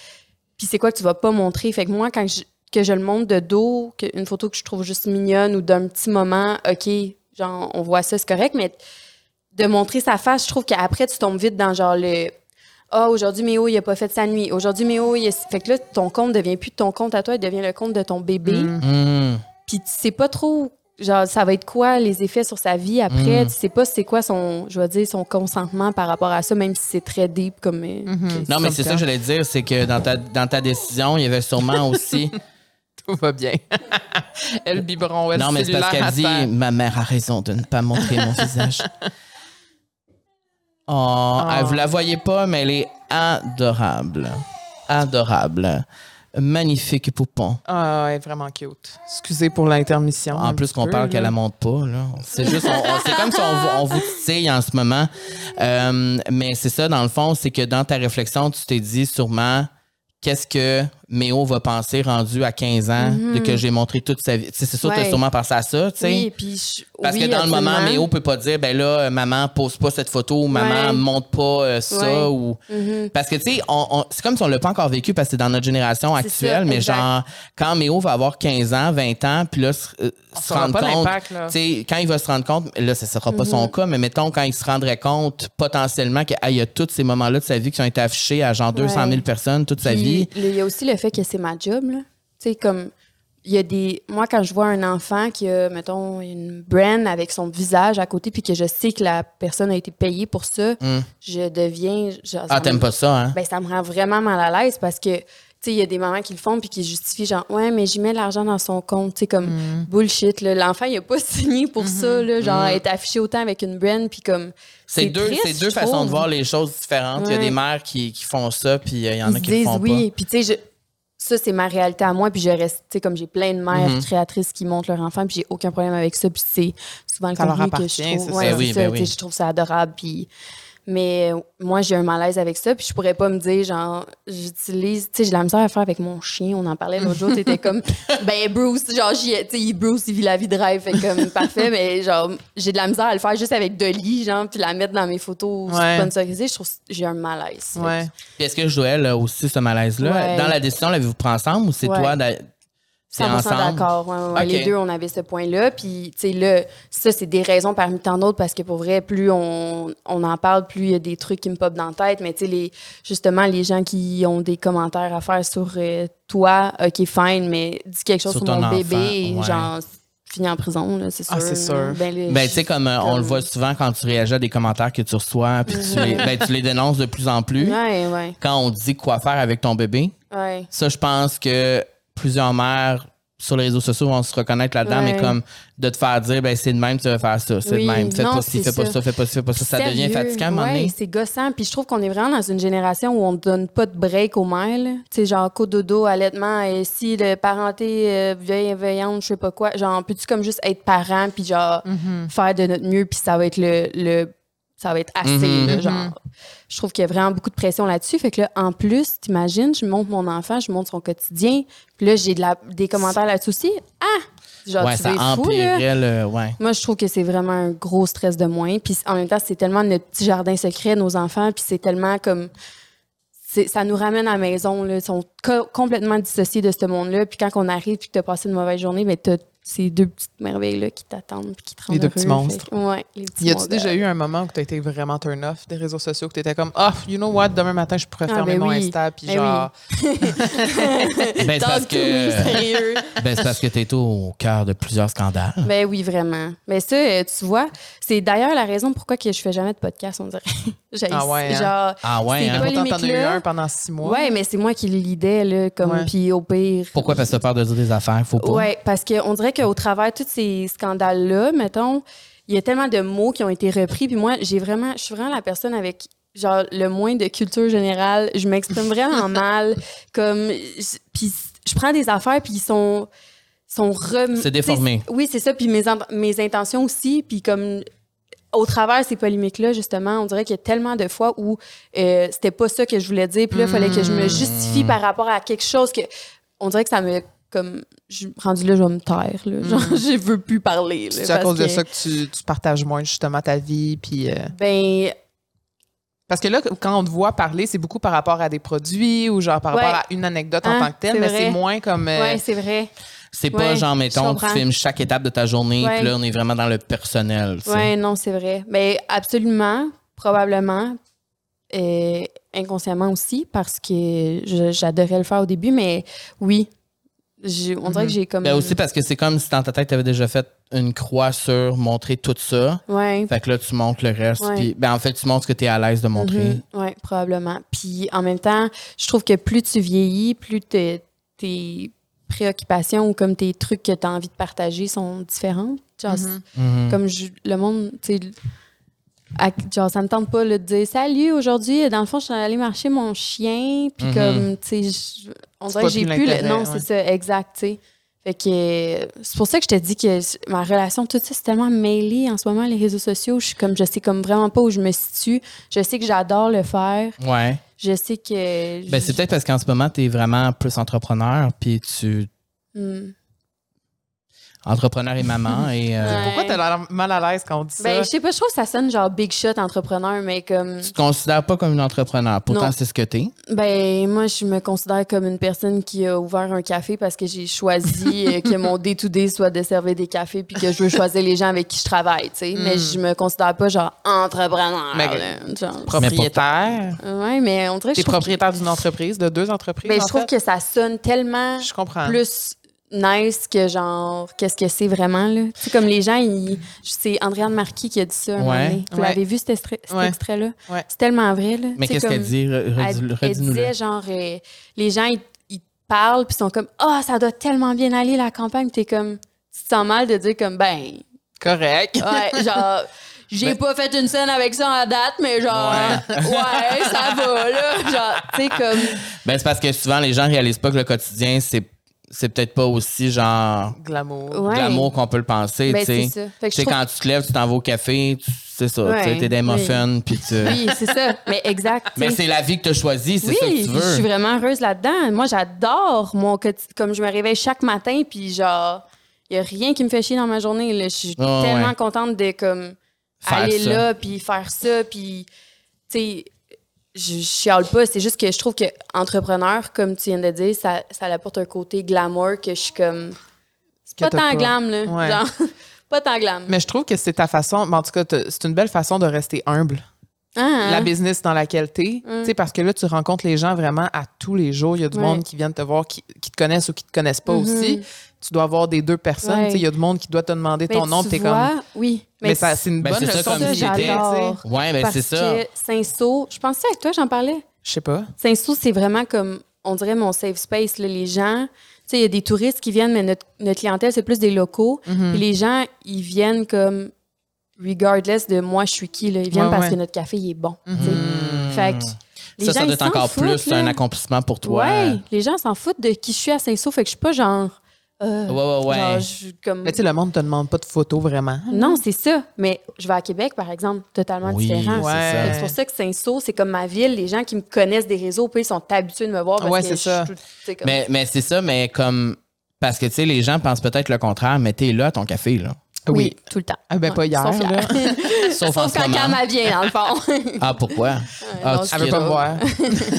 Speaker 3: puis c'est quoi que tu vas pas montrer. Fait que moi, quand je, que je le montre de dos, que- une photo que je trouve juste mignonne ou d'un petit moment, OK, genre, on voit ça, c'est correct, mais de montrer sa face, je trouve qu'après, tu tombes vite dans genre le Ah, aujourd'hui, Méo, il a pas fait sa nuit. Aujourd'hui, Méo, il a... Fait que là, ton compte devient plus ton compte à toi, il devient le compte de ton bébé.
Speaker 2: Mhm.
Speaker 1: Mhm.
Speaker 3: Puis tu sais pas trop, genre, ça va être quoi les effets sur sa vie après.
Speaker 1: Mm.
Speaker 3: Tu sais pas c'est quoi son, je vais dire, son consentement par rapport à ça, même si c'est très deep comme. euh, question.
Speaker 1: non mais
Speaker 2: Comme
Speaker 1: c'est ça
Speaker 2: quand.
Speaker 1: que j'allais dire c'est que dans ta dans ta décision il y avait sûrement aussi
Speaker 2: Tout <laughs> va bien. elle biberon, elle
Speaker 1: non mais c'est parce qu'elle dit ma mère a raison de ne pas montrer mon visage oh, elle- vous la voyez pas mais elle est adorable adorable magnifique poupon
Speaker 2: Ah, elle est vraiment cute. Excusez pour l'intermission.
Speaker 1: En
Speaker 2: un
Speaker 1: plus
Speaker 2: petit
Speaker 1: qu'on
Speaker 2: peu,
Speaker 1: parle
Speaker 2: là.
Speaker 1: qu'elle la monte pas, là. C'est juste, on- on- c'est comme si on, vous- on vous titille en ce moment. Euh, mais c'est ça, dans le fond, c'est que dans ta réflexion, tu t'es dit sûrement qu'est-ce que Méo va penser rendu à 15 ans
Speaker 2: Mm-hmm.
Speaker 1: de que j'ai montré toute sa vie. Tu sais, C'est sûr, tu as
Speaker 3: Ouais.
Speaker 1: sûrement pensé à ça, tu sais.
Speaker 3: Oui, puis je-
Speaker 1: Parce
Speaker 3: oui,
Speaker 1: que dans le moment,
Speaker 3: absolument.
Speaker 1: Méo peut pas dire, ben là, euh, maman, pose pas cette photo ou maman,
Speaker 3: Ouais.
Speaker 1: monte pas euh, ça
Speaker 3: Ouais.
Speaker 1: ou.
Speaker 3: Mhm.
Speaker 1: Parce que, tu sais, on- on- c'est comme si on l'a pas encore vécu parce que c'est dans notre génération
Speaker 3: C'est
Speaker 1: actuelle,
Speaker 3: ça,
Speaker 1: mais
Speaker 3: exact.
Speaker 1: genre, quand Méo va avoir 15 ans, 20 ans, puis là, se, euh,
Speaker 2: On
Speaker 1: se
Speaker 2: saura
Speaker 1: rendre
Speaker 2: pas
Speaker 1: compte.
Speaker 2: l'impact, là.
Speaker 1: Tu sais, quand il va se rendre compte, là, ça sera pas
Speaker 3: Mm-hmm.
Speaker 1: son cas, mais mettons, quand il se rendrait compte potentiellement qu'il y a tous ces moments-là de sa vie qui ont été affichés à genre 200 000
Speaker 3: Ouais.
Speaker 1: personnes toute sa
Speaker 3: Puis,
Speaker 1: vie.
Speaker 3: le- Il y a aussi le fait que c'est ma job, là. Tu sais, comme, il y a des. Moi, quand je vois un enfant qui a, mettons, une brand avec son visage à côté, puis que je sais que la personne a été payée pour ça, je deviens. genre,
Speaker 1: Hmm. Ah,
Speaker 3: ça me-
Speaker 1: t'aimes pas ça, hein?
Speaker 3: Ben, ça me rend vraiment mal à l'aise parce que. Tu sais, il y a des mamans qui le font puis qui justifient genre ouais mais j'y mets de l'argent dans son compte tu sais comme
Speaker 1: Hmm.
Speaker 3: bullshit là. l'enfant il a pas <laughs> signé pour
Speaker 1: Mhm.
Speaker 3: ça là genre être affiché autant avec une brand puis comme
Speaker 1: C'est deux,
Speaker 3: triste,
Speaker 1: c'est deux
Speaker 3: je
Speaker 1: façons de
Speaker 3: trouve.
Speaker 1: voir les choses différentes. Il y a
Speaker 3: Ouais.
Speaker 1: des mères qui, qui font ça, puis euh, il y en
Speaker 3: ils
Speaker 1: a
Speaker 3: se
Speaker 1: qui le
Speaker 3: disent
Speaker 1: font
Speaker 3: oui. Puis tu sais, je- ça c'est ma réalité à moi. Puis je reste, tu sais, comme j'ai plein de mères
Speaker 1: Mhm.
Speaker 3: créatrices qui montent leur enfant, puis j'ai aucun problème avec ça. Puis c'est souvent le
Speaker 2: Ça leur
Speaker 3: contenu que
Speaker 2: appartient,
Speaker 3: je
Speaker 2: c'est
Speaker 3: trouve.
Speaker 1: ça.
Speaker 3: Ouais,
Speaker 1: Ben oui,
Speaker 3: c'est
Speaker 1: ben
Speaker 3: ça, tu sais,
Speaker 1: oui.
Speaker 3: Je trouve ça adorable. Puis mais euh, moi j'ai un malaise avec ça. Puis je pourrais pas me dire genre j'utilise, tu sais, j'ai de la misère à faire avec mon chien. On en parlait l'autre jour.
Speaker 1: <laughs>
Speaker 3: T'étais comme ben Bruce, genre j'y ai- tu sais, il- Bruce il vit la vie de rêve, fait
Speaker 1: <laughs>
Speaker 3: comme parfait. Mais genre j'ai de la misère à le faire juste avec Dolly, genre puis la mettre dans mes photos
Speaker 2: Ouais.
Speaker 3: sponsorisées. Je trouve j'ai un malaise. Fait que
Speaker 2: Ouais.
Speaker 1: Puis est-ce que Joël a aussi ce malaise-là?
Speaker 3: Ouais.
Speaker 1: Dans la décision, l'avez-vous pris ensemble ou c'est
Speaker 3: Ouais.
Speaker 1: toi? d'a- C'est
Speaker 3: 100%
Speaker 1: ensemble?
Speaker 3: d'accord. ouais, ouais, ouais.
Speaker 1: Ok.
Speaker 3: Les deux, on avait ce point-là. Puis, tu sais, là, ça, c'est des raisons parmi tant d'autres parce que pour vrai, plus on, on en parle, plus il y a des trucs qui me popent dans la tête. Mais, tu sais, les- justement, les gens qui ont des commentaires à faire sur euh, toi, OK, fine, mais dis quelque chose
Speaker 1: Sur
Speaker 3: sur,
Speaker 1: ton
Speaker 3: mon
Speaker 1: enfant,
Speaker 3: bébé,
Speaker 1: ouais.
Speaker 3: genre, fini en prison, là, c'est sûr.
Speaker 2: Ah, c'est
Speaker 3: là.
Speaker 2: sûr.
Speaker 3: Ben, là,
Speaker 1: Ben,
Speaker 3: je-
Speaker 1: tu sais, comme euh, on le voit souvent quand tu réagis à des commentaires que tu reçois, puis tu, les, ben, tu les dénonces de plus en plus.
Speaker 3: Ouais, ouais,
Speaker 1: Quand on dit quoi faire avec ton bébé,
Speaker 3: ouais.
Speaker 1: ça, je pense que plusieurs mères sur les réseaux sociaux vont se reconnaître là-dedans,
Speaker 3: Ouais.
Speaker 1: mais comme de te faire dire, ben, c'est de même, tu vas faire ça, c'est
Speaker 3: Oui,
Speaker 1: de même, fais
Speaker 3: non,
Speaker 1: pas ci,
Speaker 3: c'est
Speaker 1: fais pas
Speaker 3: ça.
Speaker 1: ça, fais pas ci, fais pas ça, ça devient
Speaker 3: Sérieux,
Speaker 1: fatigant à un moment
Speaker 3: ouais,
Speaker 1: donné.
Speaker 3: c'est gossant. Puis je trouve qu'on est vraiment dans une génération où on ne donne pas de break aux mères. là. Tu sais, genre, cododo, allaitement, et si le parenté euh, bienveillante, je sais pas quoi. Genre, peux-tu comme juste être parent, puis genre,
Speaker 1: Mm-hmm.
Speaker 3: faire de notre mieux, puis ça va être le. le- ça va être assez,
Speaker 1: Mhm.
Speaker 3: là,
Speaker 2: Mhm.
Speaker 3: genre. Je trouve qu'il y a vraiment beaucoup de pression là-dessus. Fait que là, en plus, t'imagines, je montre mon enfant, je montre son quotidien. Puis là, j'ai de la- des commentaires là-dessus aussi. Ah! Genre,
Speaker 1: Ouais,
Speaker 3: tu
Speaker 1: ça
Speaker 3: veux être fou, là.
Speaker 1: empirait le. Ouais.
Speaker 3: Moi, je trouve que c'est vraiment un gros stress de moins. Puis en même temps, c'est tellement notre petit jardin secret, nos enfants. Puis c'est tellement comme. c'est- Ça nous ramène à la maison. Là. Ils sont co- complètement dissociés de ce monde-là. Puis quand on arrive puis que tu as passé une mauvaise journée, mais tu as ces deux petites merveilles-là qui t'attendent puis qui te rendent
Speaker 2: Les deux petits
Speaker 3: heureux.
Speaker 2: monstres.
Speaker 3: Fait que- ouais, les petits
Speaker 2: Y a-tu
Speaker 3: monstres.
Speaker 2: déjà eu un moment où t'as été vraiment turn off des réseaux sociaux, que t'étais comme, ah, you know what, demain matin, je pourrais
Speaker 3: Ah,
Speaker 2: fermer
Speaker 3: ben
Speaker 2: mon
Speaker 3: oui.
Speaker 2: Insta, puis
Speaker 3: Ben
Speaker 2: genre.
Speaker 1: Ben, c'est parce
Speaker 3: Talk to me,
Speaker 1: que.
Speaker 3: sérieux.
Speaker 1: Ben, c'est parce que t'es au cœur de plusieurs scandales.
Speaker 3: <laughs> ben oui, vraiment. Mais ça, euh, tu vois, c'est d'ailleurs la raison pourquoi que je fais jamais de podcast, on dirait. <laughs> J'haïs-
Speaker 2: Ah ouais, hein?
Speaker 3: Genre,
Speaker 1: Ah ouais,
Speaker 3: C'est
Speaker 1: hein?
Speaker 3: pas-
Speaker 2: Pourtant, t'en as eu
Speaker 3: limite-le.
Speaker 2: un pendant six mois.
Speaker 3: ouais, mais c'est moi qui l'idée, là,
Speaker 2: Ouais.
Speaker 3: comme, puis au pire.
Speaker 1: Pourquoi? Parce que t'as peur de dire des affaires, faut pas.
Speaker 3: Oui, parce qu'on dirait qu'au travers de tous ces scandales-là, mettons, il y a tellement de mots qui ont été repris. Puis moi, j'ai vraiment, je suis vraiment la personne avec genre le moins de culture générale. Je m'exprime vraiment mal. Comme, je- puis je prends des affaires, puis ils sont, sont rem-
Speaker 1: C'est déformé.
Speaker 3: Oui, c'est ça. Puis mes, en- mes intentions aussi. Puis comme au travers de ces polémiques-là, justement, on dirait qu'il y a tellement de fois où euh, c'était pas ça que je voulais dire. Puis là, il fallait que je me justifie par rapport à quelque chose que. On dirait que ça me. Comme. Je, rendu là, je vais me taire. Là. Genre, <laughs> je veux plus parler. là,
Speaker 2: C'est à
Speaker 3: parce
Speaker 2: cause de
Speaker 3: que-
Speaker 2: ça que tu, tu partages moins, justement, ta vie, puis. euh,
Speaker 3: Ben,
Speaker 2: Parce que là, quand on te voit parler, c'est beaucoup par rapport à des produits ou genre par
Speaker 3: Ouais.
Speaker 2: rapport à une anecdote en
Speaker 3: Hein,
Speaker 2: tant que telle,
Speaker 3: c'est
Speaker 2: mais
Speaker 3: vrai.
Speaker 2: c'est moins comme. euh,
Speaker 3: ouais, c'est vrai.
Speaker 1: C'est pas
Speaker 3: Ouais,
Speaker 1: genre,
Speaker 3: je
Speaker 1: mettons, tu
Speaker 3: comprends.
Speaker 1: filmes chaque étape de ta journée,
Speaker 3: Ouais.
Speaker 1: puis là, on est vraiment dans le personnel. tu sais.
Speaker 3: Ouais, non, c'est vrai. Mais absolument, probablement, euh, inconsciemment aussi, parce que je- j'adorais le faire au début, mais oui, j'ai- on dirait que j'ai comme.
Speaker 1: Ben aussi parce que c'est comme si dans ta tête, t'avais déjà fait une croix sur montrer tout ça.
Speaker 3: Ouais.
Speaker 1: Fait que là, tu montres le reste.
Speaker 3: Ouais.
Speaker 1: puis- ben en fait, tu montres ce que t'es à l'aise de montrer.
Speaker 3: Oui, Mm-hmm. probablement. Puis en même temps, je trouve que plus tu vieillis, plus te- tes préoccupations ou comme tes trucs que tu as envie de partager sont différentes. Genre,
Speaker 2: Mhm.
Speaker 1: Mhm.
Speaker 3: comme je- le monde, tu sais, à- genre, ça me tente pas là, de dire salut aujourd'hui. Dans le fond, je suis allée marcher mon chien. Puis
Speaker 1: Mhm.
Speaker 3: comme, tu sais, je- on
Speaker 2: C'est
Speaker 3: dirait
Speaker 2: pas
Speaker 3: que j'ai
Speaker 2: plus
Speaker 3: plus. le-
Speaker 2: l'intérêt,
Speaker 3: Non,
Speaker 2: ouais.
Speaker 3: c'est ça, exact, tu sais. Fait que euh, c'est pour ça que je te dis que je- ma relation, tout ça, c'est tellement mêlé en ce moment, les réseaux sociaux. Je suis comme, je sais comme vraiment pas où je me situe. Je sais que j'adore le faire.
Speaker 1: Ouais.
Speaker 3: Je sais que.
Speaker 1: Ben c'est peut-être parce qu'en ce moment, t'es vraiment plus entrepreneur, puis tu.
Speaker 3: Hmm.
Speaker 1: Entrepreneur et
Speaker 3: <laughs>
Speaker 1: maman. et euh,
Speaker 3: Ouais.
Speaker 2: Pourquoi t'as l'air mal à l'aise quand on dit ça?
Speaker 3: Ben, je sais pas, je trouve que ça sonne genre big shot entrepreneur, mais comme.
Speaker 1: tu te considères pas comme une entrepreneur. Pourtant,
Speaker 3: Non.
Speaker 1: c'est ce que t'es.
Speaker 3: Ben, moi, je me considère comme une personne qui a ouvert un café parce que j'ai choisi
Speaker 2: <laughs>
Speaker 3: euh, que mon day-to-day soit de servir des cafés puis que je veux choisir les gens avec qui je travaille, tu sais. Mais je me considère pas genre entrepreneur.
Speaker 2: Hmm. Mais-
Speaker 3: là, genre.
Speaker 2: propriétaire.
Speaker 3: Ouais, mais on dirait que
Speaker 2: T'es
Speaker 3: je trouve,
Speaker 2: propriétaire d'une entreprise, de deux entreprises.
Speaker 3: ben,
Speaker 2: en
Speaker 3: je trouve
Speaker 2: fait.
Speaker 3: que ça sonne tellement
Speaker 2: Je comprends.
Speaker 3: plus nice que genre qu'est-ce que c'est vraiment là tu sais comme les gens ils c'est Andréane Marquis qui a dit ça un
Speaker 1: Ouais.
Speaker 3: moment donné. vous
Speaker 2: Ouais.
Speaker 3: l'avez vu cet, extrait- cet
Speaker 2: Ouais.
Speaker 3: extrait-là
Speaker 2: Ouais.
Speaker 3: c'est tellement vrai là
Speaker 1: Mais
Speaker 3: Tu sais,
Speaker 1: qu'est-ce qu'elle
Speaker 3: comme-
Speaker 1: dit? Re-
Speaker 3: elle,
Speaker 1: redis-
Speaker 3: elle
Speaker 1: Redis-nous le.
Speaker 3: disait genre euh, les gens ils, ils te parlent puis sont comme ah ça doit tellement bien aller la campagne t'es comme tu te sens mal de dire comme ben
Speaker 1: <laughs>
Speaker 2: Correct.
Speaker 3: ouais genre j'ai
Speaker 1: Ben-
Speaker 3: pas fait une scène avec ça à date mais genre <laughs> ouais, ça va là genre tu sais comme
Speaker 1: Ben, c'est parce que souvent, les gens réalisent pas que le quotidien, c'est, c'est peut-être pas aussi genre
Speaker 2: Glamour.
Speaker 3: ouais
Speaker 1: l'amour qu'on peut le penser,
Speaker 3: ben
Speaker 1: tu sais.
Speaker 3: c'est ça fait
Speaker 1: Tu
Speaker 3: que
Speaker 1: sais,
Speaker 3: je trouve-
Speaker 1: quand tu te lèves, tu t'en vas au café, tu- c'est ça,
Speaker 3: Ouais,
Speaker 1: tu sais, t'es des
Speaker 3: oui.
Speaker 1: muffins, puis tu...
Speaker 3: oui c'est ça mais exact tu
Speaker 1: euh, Mais
Speaker 3: sais.
Speaker 1: c'est la vie que t'as choisie, c'est
Speaker 3: oui,
Speaker 1: ça que tu
Speaker 3: je
Speaker 1: veux.
Speaker 3: suis vraiment heureuse là-dedans. Moi, j'adore mon quotidien. Comme je me réveille chaque matin, puis genre, il n'y a rien qui me fait chier dans ma journée. là. Je suis
Speaker 1: Ah,
Speaker 3: tellement
Speaker 1: ouais.
Speaker 3: contente de comme,
Speaker 1: Faire
Speaker 3: aller
Speaker 1: ça.
Speaker 3: là, puis faire ça, puis, tu sais, je chiale pas. C'est juste que je trouve que entrepreneur, comme tu viens de dire, ça, ça apporte un côté glamour que je suis comme. C'est
Speaker 2: Que
Speaker 3: pas
Speaker 2: t'as
Speaker 3: tant
Speaker 2: pas.
Speaker 3: glam, là.
Speaker 2: Ouais.
Speaker 3: Genre, <laughs> pas tant glam.
Speaker 2: Mais je trouve que c'est ta façon, mais en tout cas, t'as- c'est une belle façon de rester humble.
Speaker 3: Hein,
Speaker 2: La
Speaker 3: hein?
Speaker 2: business dans laquelle t'es, tu sais, parce que là, tu rencontres les gens vraiment à tous les jours. Il y a du
Speaker 3: Ouais.
Speaker 2: monde qui viennent te voir, qui, qui te connaissent ou qui te connaissent pas
Speaker 3: Mhm.
Speaker 2: aussi. Tu dois avoir des deux personnes.
Speaker 3: Ouais.
Speaker 2: Tu sais, Il y a du monde qui doit te demander
Speaker 3: Mais
Speaker 2: ton nom,
Speaker 3: tu
Speaker 2: t'es comme.
Speaker 3: vois, Oui.
Speaker 2: Mais, ça, c'est une
Speaker 1: Ben,
Speaker 2: bonne
Speaker 1: c'est ça,
Speaker 2: leçon
Speaker 1: comme
Speaker 2: de
Speaker 1: si
Speaker 2: vie,
Speaker 1: j'étais-
Speaker 2: tu sais.
Speaker 3: j'adore.
Speaker 1: Ouais, ben
Speaker 3: parce
Speaker 1: c'est ça.
Speaker 3: que Saint-Saul, je pensais à toi, j'en parlais.
Speaker 2: Je sais pas.
Speaker 3: Saint-Saul, c'est vraiment comme, on dirait mon safe space. là. Les gens, tu sais, il y a des touristes qui viennent, mais notre, notre clientèle, c'est plus des locaux.
Speaker 2: Mhm.
Speaker 3: Puis les gens, ils viennent comme, regardless de moi, je suis qui, là. Ils viennent
Speaker 2: Ouais,
Speaker 3: parce
Speaker 2: ouais.
Speaker 3: que notre café, il est bon. tu sais.
Speaker 1: Hmm.
Speaker 3: Fait que les
Speaker 1: ça,
Speaker 3: gens,
Speaker 1: ça
Speaker 3: ils
Speaker 1: doit être
Speaker 3: s'en
Speaker 1: encore
Speaker 3: foutent,
Speaker 1: plus
Speaker 3: là.
Speaker 1: un accomplissement pour toi.
Speaker 3: Ouais, les gens s'en foutent de qui je suis à Saint-Saul, fait que je suis pas genre. euh,
Speaker 1: Ouais, ouais, ouais.
Speaker 3: genre, je suis comme.
Speaker 2: Mais tu sais, le monde te demande pas de photos vraiment.
Speaker 3: Non, c'est ça. Mais je vais à Québec, par exemple, totalement
Speaker 1: Oui,
Speaker 3: différent.
Speaker 1: c'est
Speaker 2: Ouais.
Speaker 3: Fait que
Speaker 1: ça.
Speaker 3: C'est pour ça que Saint-Saul, c'est comme ma ville. Les gens qui me connaissent des réseaux, puis ils sont habitués de me voir. Parce
Speaker 2: Ouais,
Speaker 3: que
Speaker 2: c'est
Speaker 3: je
Speaker 2: ça.
Speaker 3: suis tout- tu sais, comme-
Speaker 1: Mais, mais c'est ça, mais comme. Parce que, tu sais, les gens pensent peut-être le contraire, mais t'es là à ton café, là.
Speaker 3: oui, tout le temps.
Speaker 2: Ah, ben, pas hier,
Speaker 3: sauf
Speaker 2: là.
Speaker 1: <laughs> Sauf, en
Speaker 3: Sauf
Speaker 1: ce
Speaker 3: quand
Speaker 1: moment.
Speaker 3: Cam vient, dans
Speaker 1: <laughs>
Speaker 3: le fond. Ouais,
Speaker 1: Ah, pourquoi? Ah,
Speaker 3: non,
Speaker 1: tu
Speaker 3: c'est
Speaker 2: Elle veut pas me
Speaker 3: drôle.
Speaker 2: voir.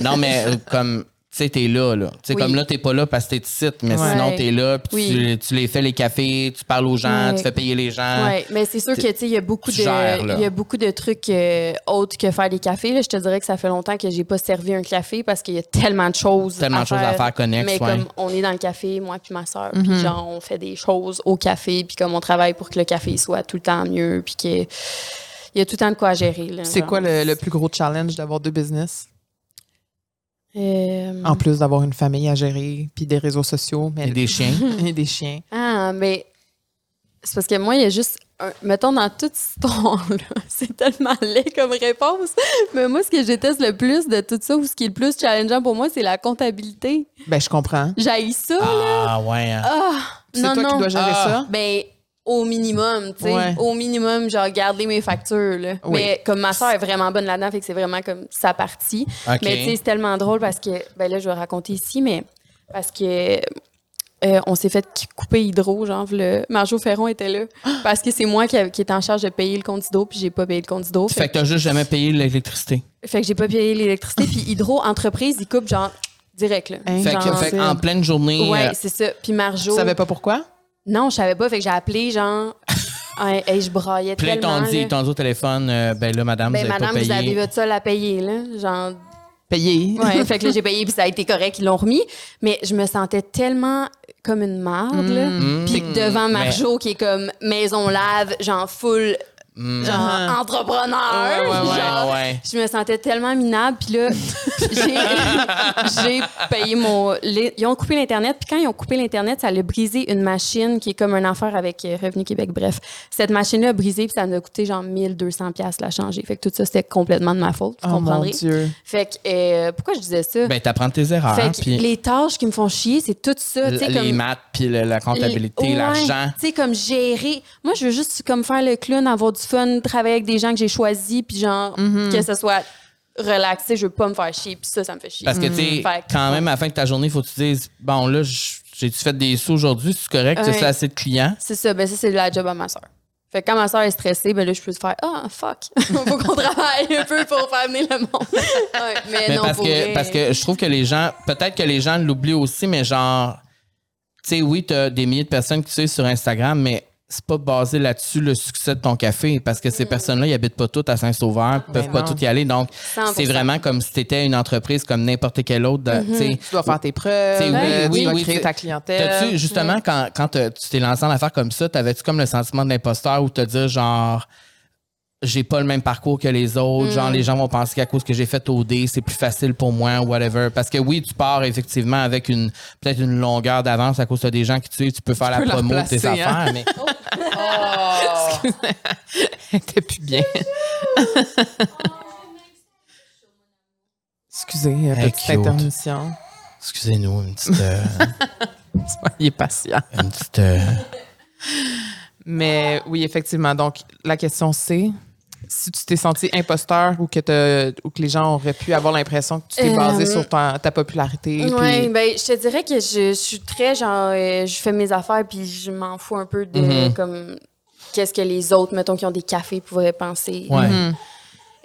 Speaker 1: non, mais euh, comme. Tu sais, t'es là, là. Tu sais,
Speaker 3: Oui.
Speaker 1: comme là, t'es pas là parce que t'es ici, mais
Speaker 2: Ouais.
Speaker 1: sinon, t'es là, puis tu,
Speaker 3: Oui.
Speaker 1: tu les fais les cafés, tu parles aux gens,
Speaker 3: Ouais.
Speaker 1: tu fais payer les gens.
Speaker 3: Ouais, mais c'est sûr que tu sais, il y a beaucoup de
Speaker 1: hein? Tu gères, là.
Speaker 3: il y a beaucoup de trucs euh, autres que faire des cafés. là. Je te dirais que ça fait longtemps que j'ai pas servi un café parce qu'il y a tellement de choses
Speaker 1: Tellement de choses à faire connexes,
Speaker 3: Mais
Speaker 1: ouais.
Speaker 3: comme on est dans le café, moi puis ma sœur,
Speaker 2: Mhm.
Speaker 3: puis genre on fait des choses au café, puis comme on travaille pour que le café soit tout le temps mieux, puis que il y a tout le temps de quoi gérer. là,
Speaker 2: C'est
Speaker 3: genre.
Speaker 2: quoi le, le plus gros challenge d'avoir deux business?
Speaker 3: Euh,
Speaker 2: En plus d'avoir une famille à gérer, puis des réseaux sociaux, mais
Speaker 1: Mm. Et des
Speaker 3: <laughs>
Speaker 1: chiens.
Speaker 2: <laughs> et des chiens.
Speaker 3: Ah, mais c'est parce que moi, il y a juste un. Mettons, dans toute cette histoire-là, <laughs> c'est tellement laid comme réponse. Mais moi, ce que je déteste le plus de tout ça, ou ce qui est le plus challengeant pour moi, c'est la comptabilité.
Speaker 2: Ben, je comprends.
Speaker 3: J'haïs ça, là.
Speaker 1: Ah, ouais. hein.
Speaker 3: Ah,
Speaker 2: C'est
Speaker 3: non,
Speaker 2: toi
Speaker 3: non.
Speaker 2: qui dois gérer
Speaker 1: Ah.
Speaker 2: ça?
Speaker 3: Ben, au minimum, tu sais.
Speaker 2: Ouais.
Speaker 3: Au minimum, genre, garder mes factures, là.
Speaker 2: Oui.
Speaker 3: Mais comme ma soeur est vraiment bonne là-dedans, fait que c'est vraiment comme sa partie.
Speaker 1: OK.
Speaker 3: Mais tu sais, c'est tellement drôle parce que, ben là, je vais raconter ici, mais parce que euh, on s'est fait couper hydro, genre, le Marjo Ferron
Speaker 1: <gasps>
Speaker 3: était là. Parce que c'est moi qui, a- qui est en charge de payer le compte d'eau, puis j'ai pas payé le compte d'eau.
Speaker 1: Fait
Speaker 3: Fait,
Speaker 1: que t'as juste jamais payé l'électricité.
Speaker 3: fait que j'ai pas payé l'électricité, puis hydro, entreprise, ils coupent, genre, direct, là.
Speaker 2: Hein,
Speaker 1: Fait que,
Speaker 3: Genre,
Speaker 1: fait que en pleine journée.
Speaker 3: Ouais,
Speaker 1: euh,
Speaker 3: c'est ça. Puis
Speaker 2: Tu
Speaker 3: Marjo.
Speaker 2: savais pas pourquoi?
Speaker 3: Non, je savais pas. Fait que j'ai appelé,
Speaker 1: <laughs>
Speaker 3: genre. ouais, hey, je braillais
Speaker 1: Puis là, ils
Speaker 3: tellement.
Speaker 1: t'ont dit,
Speaker 3: là.
Speaker 1: ils t'ont dit au téléphone, euh, ben là, madame,
Speaker 3: ben,
Speaker 1: vous avez
Speaker 3: madame,
Speaker 1: pas
Speaker 3: vous avez
Speaker 1: payé.
Speaker 3: votre sol à payer, là. Genre,
Speaker 2: Payé. <laughs>
Speaker 3: Ouais, <laughs> fait que là, j'ai payé, puis ça a été correct, ils l'ont remis. Mais je me sentais tellement comme une marde, là.
Speaker 1: Mm.
Speaker 3: Puis devant Marjo, qui est comme maison lave, genre full,
Speaker 1: Ah,
Speaker 3: genre
Speaker 2: Uh-huh.
Speaker 3: entrepreneur,
Speaker 2: Ouais, ouais, ouais.
Speaker 3: genre,
Speaker 1: Hmm. ouais.
Speaker 3: Je me sentais tellement minable, puis là, j'ai- j'ai payé mon... les- ils ont coupé l'Internet, puis quand ils ont coupé l'Internet, ça a brisé une machine qui est comme un enfer avec euh, Revenu Québec. Bref, cette machine-là a brisé, puis ça nous a coûté genre 1200 pièces la changer. Fait que tout ça, c'était complètement de ma faute, vous
Speaker 2: Oh mon
Speaker 3: comprendrez.
Speaker 2: Dieu.
Speaker 3: Fait que, euh, pourquoi je disais ça?
Speaker 1: Ben, t'apprends tes erreurs.
Speaker 3: Fait que
Speaker 1: puis
Speaker 3: les tâches qui me font chier, c'est tout ça. tu sais,
Speaker 1: les
Speaker 3: comme,
Speaker 1: maths, puis le- la comptabilité,
Speaker 3: les- ouais,
Speaker 1: l'argent.
Speaker 3: Tu sais, comme gérer. Moi, je veux juste comme faire le clown, avoir du fun, travailler avec des gens que j'ai choisis, puis genre,
Speaker 1: Mhm.
Speaker 3: que ce soit relaxé, je veux pas me faire chier, puis ça, ça me fait chier. Mhm.
Speaker 1: Parce que, tu sais,
Speaker 3: Fait que-
Speaker 1: quand même, à la fin de ta journée, il faut que tu dises, bon, là, j- j'ai-tu fait des sous aujourd'hui? C'est correct?
Speaker 3: Ouais.
Speaker 1: Tu as assez de clients?
Speaker 3: C'est ça, ben ça, c'est la job à ma soeur. Fait que quand ma soeur est stressée, ben là, je peux faire Ah, fuck, <laughs> faut qu'on travaille un peu pour faire venir le monde. <laughs> Ouais, mais,
Speaker 1: Mais
Speaker 3: non,
Speaker 1: parce
Speaker 3: pour
Speaker 1: que,
Speaker 3: vrai.
Speaker 1: parce que je trouve que les gens, peut-être que les gens l'oublient aussi, mais genre, tu sais, oui, t'as des milliers de personnes qui tu sur Instagram, mais c'est pas basé là-dessus le succès de ton café parce
Speaker 3: Mm.
Speaker 1: que ces personnes-là, ils habitent pas toutes à Saint-Sauveur, ils peuvent
Speaker 2: Ben
Speaker 1: pas
Speaker 2: non.
Speaker 1: toutes y aller. Donc,
Speaker 3: 100%.
Speaker 1: c'est vraiment comme si t'étais une entreprise comme n'importe quelle autre. de- tu
Speaker 3: Mm-hmm.
Speaker 1: sais,
Speaker 2: Tu dois faire tes preuves,
Speaker 1: T'sais, oui,
Speaker 2: euh, tu
Speaker 1: oui,
Speaker 2: dois
Speaker 1: oui,
Speaker 2: créer
Speaker 1: t'sais,
Speaker 2: ta clientèle. <laughs>
Speaker 3: Euh,
Speaker 1: T'as-tu, justement, quand, quand te- tu t'es lancé en affaire comme ça, t'avais-tu comme le sentiment de l'imposteur ou te dire genre, j'ai pas le même parcours que les autres,
Speaker 3: Mm.
Speaker 1: genre, les gens vont penser qu'à cause que j'ai fait OD, c'est plus facile pour moi, whatever. Parce que oui, tu pars effectivement avec une, peut-être une longueur d'avance à cause que t'as des gens qui tu sais, tu peux faire la
Speaker 2: peux leur
Speaker 1: promo de tes
Speaker 2: placer, hein.
Speaker 1: affaires, mais
Speaker 2: T'es plus
Speaker 1: <laughs>
Speaker 2: bien. Excusez, euh,
Speaker 1: Hey,
Speaker 2: petite
Speaker 1: cute.
Speaker 2: intermission.
Speaker 1: <laughs> excusez-nous, une petite, euh,
Speaker 2: Soyez patient.
Speaker 1: une petite, euh,
Speaker 2: Mais oui, effectivement. Donc, la question, c'est si tu t'es senti imposteur ou que, t'as- ou que les gens auraient pu avoir l'impression que tu t'es
Speaker 3: Euh,
Speaker 2: basé sur ta, ta popularité. puis-
Speaker 3: Ouais, ben, je te dirais que je, je suis très genre, euh, je fais mes affaires puis je m'en fous un
Speaker 1: Mm-hmm.
Speaker 3: peu de comme qu'est-ce que les autres, mettons, qui ont des cafés pourraient penser.
Speaker 1: ouais.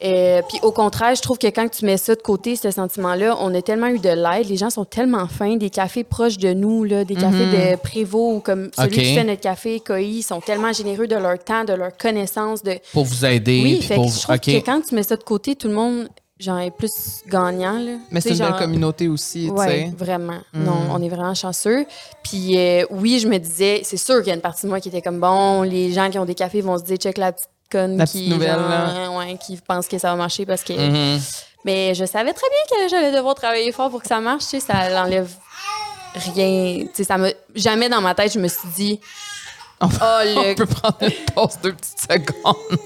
Speaker 3: Euh, puis au contraire, je trouve que quand tu mets ça de côté, ce sentiment-là, on a tellement eu de l'aide, les gens sont tellement fins, des cafés proches de nous, là, des cafés de Prévost ou comme celui
Speaker 1: Mm-hmm. Ok.
Speaker 3: qui fait notre café, COI, sont tellement généreux de leur temps, de leur connaissance. De...
Speaker 1: Pour vous aider.
Speaker 3: Oui,
Speaker 1: puis
Speaker 3: fait
Speaker 1: pour...
Speaker 3: que je trouve
Speaker 1: OK.
Speaker 3: que quand tu mets ça de côté, tout le monde, genre, est plus gagnant. Là.
Speaker 2: Mais c'est
Speaker 3: Tu
Speaker 2: une
Speaker 3: sais,
Speaker 2: belle
Speaker 3: genre,
Speaker 2: communauté aussi, tu
Speaker 3: Ouais,
Speaker 2: sais. Mm.
Speaker 3: vraiment. Non, on est vraiment chanceux. Puis euh, oui, je me disais, c'est sûr qu'il y a une partie de moi qui était comme bon, les gens qui ont des cafés vont se dire check la petite conne
Speaker 2: La
Speaker 3: qui
Speaker 2: petite nouvelle, hein. Mm-hmm.
Speaker 3: genre,
Speaker 2: là.
Speaker 3: ouais, qui pense que ça va marcher parce que
Speaker 1: Mhm.
Speaker 3: mais je savais très bien que j'allais devoir travailler fort pour que ça marche, tu sais, ça l'enlève rien, tu sais ça me jamais dans ma tête je me suis dit
Speaker 2: <laughs> On
Speaker 3: oh le
Speaker 2: On peut prendre une pause de petites secondes.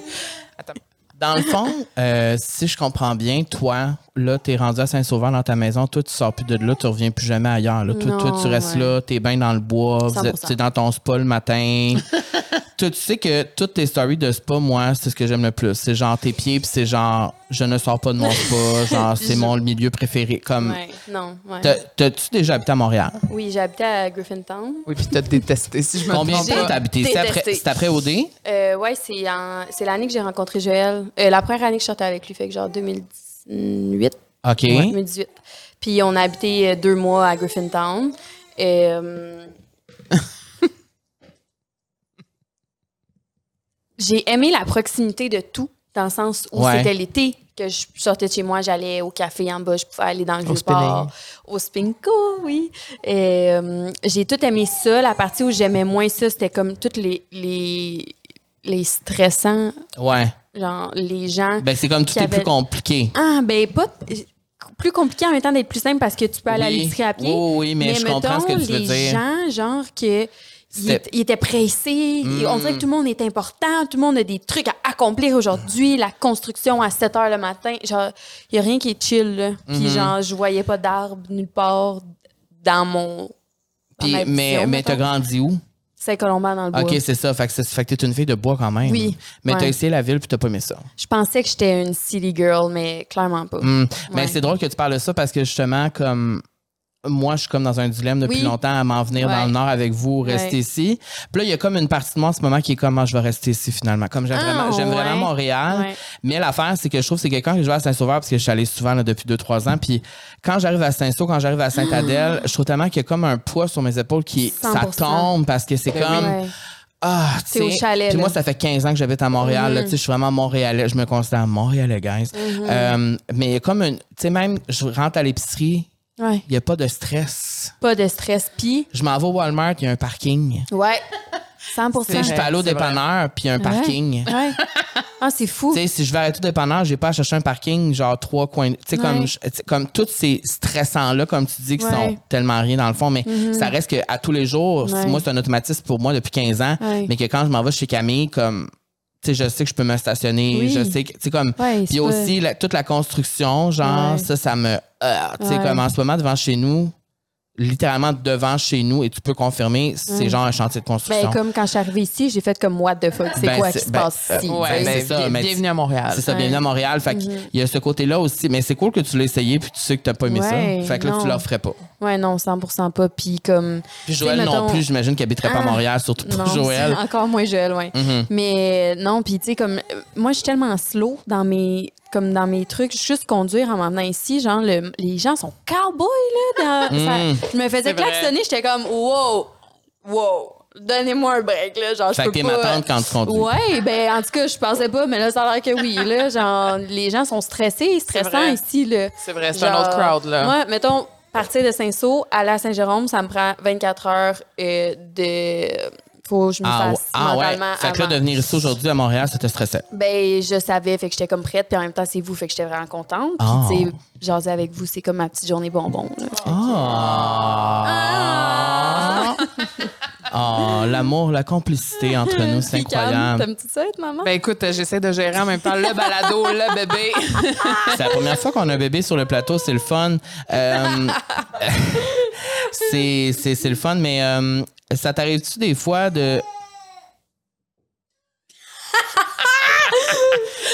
Speaker 2: Attends.
Speaker 1: Dans le fond, euh, si je comprends bien, toi, là, t'es rendu à Saint-Sauveur dans ta maison, toi, tu sors plus de là, tu reviens plus jamais ailleurs. Là. Toi, toi,
Speaker 3: Non,
Speaker 1: tu restes
Speaker 3: ouais.
Speaker 1: là, t'es bien dans le bois, vous
Speaker 3: 100%.
Speaker 1: êtes- t'es dans ton spa le
Speaker 3: <laughs>
Speaker 1: matin. toi, tu sais que toutes tes stories de spa, moi, c'est ce que j'aime le plus. C'est genre tes pieds, puis c'est genre, je ne sors pas de mon
Speaker 3: <laughs>
Speaker 1: spa, genre, c'est mon milieu préféré. Comme,
Speaker 3: Ouais, non, ouais.
Speaker 1: t'as- t'as-tu déjà habité à Montréal?
Speaker 3: Oui, j'habitais à Griffintown.
Speaker 2: Oui, puis t'as détesté, si je me
Speaker 1: Combien de
Speaker 2: trompe
Speaker 1: temps
Speaker 2: pas.
Speaker 1: t'as habité ici? après-
Speaker 3: détesté.
Speaker 1: C'est après OD?
Speaker 3: Euh, ouais, c'est en- c'est l'année que j'ai rencontré Joël. Euh, la première année que je sortais avec lui, fait que genre 2018.
Speaker 1: OK.
Speaker 3: Ouais, 2018. Puis on a habité euh, deux mois à Griffintown. Euh, <laughs> J'ai aimé la proximité de tout, dans le sens où
Speaker 1: Ouais.
Speaker 3: c'était l'été que je sortais de chez moi, j'allais au café en bas, je pouvais aller dans le
Speaker 2: Au
Speaker 3: vieux-port, au Spinco, oui. Euh, J'ai tout aimé ça. La partie où j'aimais moins ça, c'était comme toutes les, les, les stressants,
Speaker 1: Ouais.
Speaker 3: genre les gens
Speaker 1: Ben, c'est comme tout
Speaker 3: Qui
Speaker 1: est
Speaker 3: avait-
Speaker 1: plus compliqué.
Speaker 3: ah, ben, pas t- plus compliqué en même temps d'être plus simple parce que tu peux aller à
Speaker 1: Oui.
Speaker 3: l'épicerie à pied.
Speaker 1: Oui, oui, mais je comprends ce que
Speaker 3: mettons,
Speaker 1: tu veux
Speaker 3: Les
Speaker 1: dire.
Speaker 3: gens, genre, que. Ils
Speaker 1: C'était-
Speaker 3: étaient- ils étaient pressés.
Speaker 1: Mm.
Speaker 3: On dirait que tout le monde est important. Tout le monde a des trucs à accomplir aujourd'hui. La construction à 7 heures le matin. Genre, il n'y a rien qui est chill. là. Puis,
Speaker 1: Mhm.
Speaker 3: genre, je voyais pas d'arbres nulle part dans mon. dans
Speaker 1: Puis-
Speaker 3: ma
Speaker 1: mais
Speaker 3: vision,
Speaker 1: mais t'as
Speaker 3: mettons.
Speaker 1: grandi où?
Speaker 3: Saint-Colomban dans le bois.
Speaker 1: OK, c'est ça. Fait que, c'est- fait que t'es une fille de bois quand même.
Speaker 3: Oui,
Speaker 1: Mais t'as
Speaker 3: ouais.
Speaker 1: essayé la ville puis t'as pas aimé ça.
Speaker 3: Je pensais que j'étais une city girl, mais clairement pas.
Speaker 1: Hum. Mais
Speaker 3: Mm. Ouais.
Speaker 1: c'est drôle que tu parles de ça parce que justement, comme. Moi, je suis comme dans un dilemme depuis
Speaker 3: Oui.
Speaker 1: longtemps à m'en venir dans
Speaker 3: Ouais.
Speaker 1: le Nord avec vous ou rester
Speaker 3: Ouais.
Speaker 1: ici. Puis là, il y a comme une partie de moi en ce moment qui est comme, Ah, je vais rester ici finalement. Comme j'aime
Speaker 3: Ah,
Speaker 1: vraiment, j'aime
Speaker 3: ouais.
Speaker 1: vraiment Montréal.
Speaker 3: Ouais.
Speaker 1: Mais l'affaire, c'est que je trouve que c'est quelqu'un que je vais à Saint-Sauveur parce que je suis allée souvent là, depuis 2-3 ans. Puis quand j'arrive à Saint-Sauveur, quand j'arrive à
Speaker 3: <gasps>
Speaker 1: Saint-Adèle, je trouve tellement qu'il y a comme un poids sur mes épaules qui ça
Speaker 3: 100%.
Speaker 1: tombe parce que c'est comme.
Speaker 3: Ben Ouais.
Speaker 1: Ah, tu
Speaker 3: T'es au
Speaker 1: sais,
Speaker 3: chalet,
Speaker 1: Puis
Speaker 3: là. Mm.
Speaker 1: moi, ça fait 15 ans que j'habite à Montréal. là, tu sais, je suis vraiment montréalais. Je me considère montréalais, guys.
Speaker 3: Mm-hmm.
Speaker 1: Euh, mais comme une. Tu sais, même, je rentre à l'épicerie,
Speaker 3: Ouais.
Speaker 1: il n'y a pas de stress.
Speaker 3: Pas de stress. Puis,
Speaker 1: Je m'en vais au Walmart, il y a un parking.
Speaker 3: Ouais. 100
Speaker 1: Tu sais, je peux aller au
Speaker 2: c'est vrai.
Speaker 1: dépanneur, puis il y a un parking.
Speaker 3: Ouais. Ah, c'est fou.
Speaker 1: Tu sais, si je vais arrêter au dépanneur, j'ai pas à chercher un parking, genre trois coins. Tu sais,
Speaker 3: Ouais.
Speaker 1: comme, je- tu sais, comme tous ces stressants-là, comme tu dis, qui
Speaker 3: Ouais. Mm-hmm.
Speaker 1: sont tellement rien dans le fond, mais ça reste que à tous les jours,
Speaker 3: Ouais.
Speaker 1: moi, c'est un automatisme pour moi depuis 15 ans,
Speaker 3: Ouais.
Speaker 1: mais que quand je m'en vais chez Camille, comme, tu sais, je sais que je peux me stationner,
Speaker 3: Oui.
Speaker 1: je sais que, tu sais, comme,
Speaker 3: Ouais,
Speaker 1: puis
Speaker 3: c'est pas-
Speaker 1: aussi la- toute la construction, genre,
Speaker 3: Ouais.
Speaker 1: ça, ça me. heurte. tu sais,
Speaker 3: Ouais.
Speaker 1: comme en ce moment, devant chez nous, littéralement devant chez nous, et tu peux confirmer, c'est genre un chantier de construction.
Speaker 3: Ben, comme quand je suis arrivée ici, j'ai fait comme what the fuck, c'est
Speaker 1: Ben,
Speaker 3: quoi
Speaker 1: c'est-
Speaker 3: qui se
Speaker 1: ben,
Speaker 3: passe
Speaker 1: euh,
Speaker 3: ici?
Speaker 1: ouais, ben,
Speaker 3: tu sais?
Speaker 2: mais
Speaker 1: c'est ça,
Speaker 2: bien-
Speaker 1: mais tu-
Speaker 2: bienvenue à Montréal.
Speaker 1: C'est ça,
Speaker 3: Ouais. Mm-hmm.
Speaker 1: bienvenue à Montréal. Fait qu'il y a ce côté-là aussi. Mais c'est cool que tu l'aies essayé puis tu sais que t'as pas aimé
Speaker 3: Ouais,
Speaker 1: ça. Fait que là,
Speaker 3: non.
Speaker 1: tu le referais pas.
Speaker 3: ouais, non, 100% pas. Puis comme.
Speaker 1: Puis Joël
Speaker 3: Tu sais,
Speaker 1: non
Speaker 3: mettons-
Speaker 1: plus, j'imagine qu'elle habiterait pas à
Speaker 3: Ah,
Speaker 1: Montréal, surtout pas
Speaker 3: Non,
Speaker 1: Joël.
Speaker 3: c'est encore moins Joël, ouais.
Speaker 1: Mhm.
Speaker 3: Mais non, puis tu sais, comme. euh, Moi, je suis tellement slow dans mes. Comme dans mes trucs, juste conduire en m'emmenant ici, genre, le- les gens sont cowboys,
Speaker 1: <laughs>
Speaker 3: là. dans-
Speaker 1: Mhm.
Speaker 3: ça- je me faisais
Speaker 2: vrai.
Speaker 3: klaxonner, j'étais comme, wow, wow, donnez-moi un break, là. Genre, je
Speaker 1: Fait que
Speaker 3: peux
Speaker 1: t'es
Speaker 3: pas.
Speaker 1: ma tante quand tu conduis.
Speaker 3: Ouais, ben en tout cas, je pensais pas, mais là, ça a l'air que oui. Là, genre, les gens sont stressés, stressants
Speaker 2: vrai.
Speaker 3: ici. Là.
Speaker 2: C'est vrai, c'est un autre crowd, là.
Speaker 3: Moi, mettons, partir de Saint-Saul, aller à Saint-Jérôme, ça me prend 24 heures euh, de. Faut que je me
Speaker 1: Ah,
Speaker 3: fasse
Speaker 1: ah ouais.
Speaker 3: mentalement.
Speaker 1: Fait que là,
Speaker 3: avant.
Speaker 1: devenir ici aujourd'hui à Montréal, ça te stressait.
Speaker 3: Ben, je savais, fait que j'étais comme prête, puis en même temps, c'est vous, fait que j'étais vraiment contente. Puis,
Speaker 1: Ah.
Speaker 3: tu sais, jaser avec vous, c'est comme ma petite journée bonbon. là.
Speaker 1: Ah! Ah, l'amour, la complicité entre nous, c'est
Speaker 3: Puis, Cam, T'as
Speaker 1: incroyable.
Speaker 3: une petite tête, maman?
Speaker 2: Ben écoute, euh, j'essaie de gérer en même temps le balado, le bébé.
Speaker 1: C'est la première fois qu'on a un bébé sur le plateau, c'est le fun. Euh, <laughs> c'est c'est- c'est le fun, mais euh, ça t'arrive-tu des fois de. <laughs>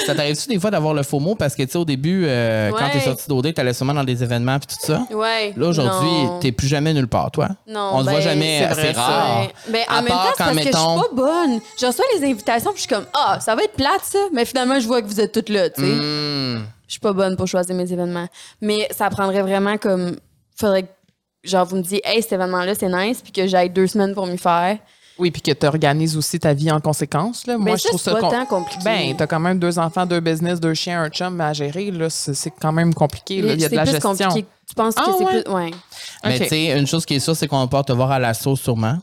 Speaker 1: Ça t'arrive-tu des fois d'avoir le faux mot? Parce que, tu sais, au début, euh, quand
Speaker 3: Ouais.
Speaker 1: t'es sorti d'OD, t'allais sûrement dans des événements puis tout ça.
Speaker 3: Ouais.
Speaker 1: Ben, Là, aujourd'hui,
Speaker 3: non.
Speaker 1: t'es plus jamais nulle part, toi.
Speaker 3: Non,
Speaker 1: On te voit
Speaker 3: ben,
Speaker 1: jamais, euh,
Speaker 2: c'est vrai,
Speaker 1: c'est
Speaker 2: ça.
Speaker 1: rare.
Speaker 3: Ouais. Ben, en
Speaker 1: À
Speaker 3: même temps,
Speaker 1: part
Speaker 3: c'est
Speaker 1: quand,
Speaker 3: parce que je
Speaker 1: mettons-
Speaker 3: suis pas bonne. Je reçois les invitations, puis je suis comme, ah, ça va être plate, ça. Mais finalement, je vois que vous êtes toutes là, tu sais.
Speaker 1: Hmm.
Speaker 3: Je suis pas bonne pour choisir mes événements. Mais ça prendrait vraiment comme, faudrait que, genre, vous me dites, hey, cet événement-là, c'est nice, puis que j'aille deux semaines pour m'y faire.
Speaker 2: Oui, puis que tu organises aussi ta vie en conséquence. Là. Moi,
Speaker 3: Mais
Speaker 2: je
Speaker 3: ça,
Speaker 2: trouve
Speaker 3: c'est
Speaker 2: ça.
Speaker 3: pas
Speaker 2: com-
Speaker 3: tant compliqué.
Speaker 2: Ben, t'as quand même deux enfants, deux business, deux chiens, un chum à gérer. Là, c'est, c'est quand même compliqué. là. Il y a
Speaker 3: C'est
Speaker 2: de la
Speaker 3: plus
Speaker 2: gestion.
Speaker 3: compliqué. Tu penses
Speaker 2: Ah,
Speaker 3: que c'est
Speaker 2: ouais.
Speaker 3: plus. Ouais.
Speaker 1: Mais
Speaker 2: Ok.
Speaker 1: tu sais, une chose qui est sûre, c'est qu'on va pouvoir te voir à l'assaut sûrement.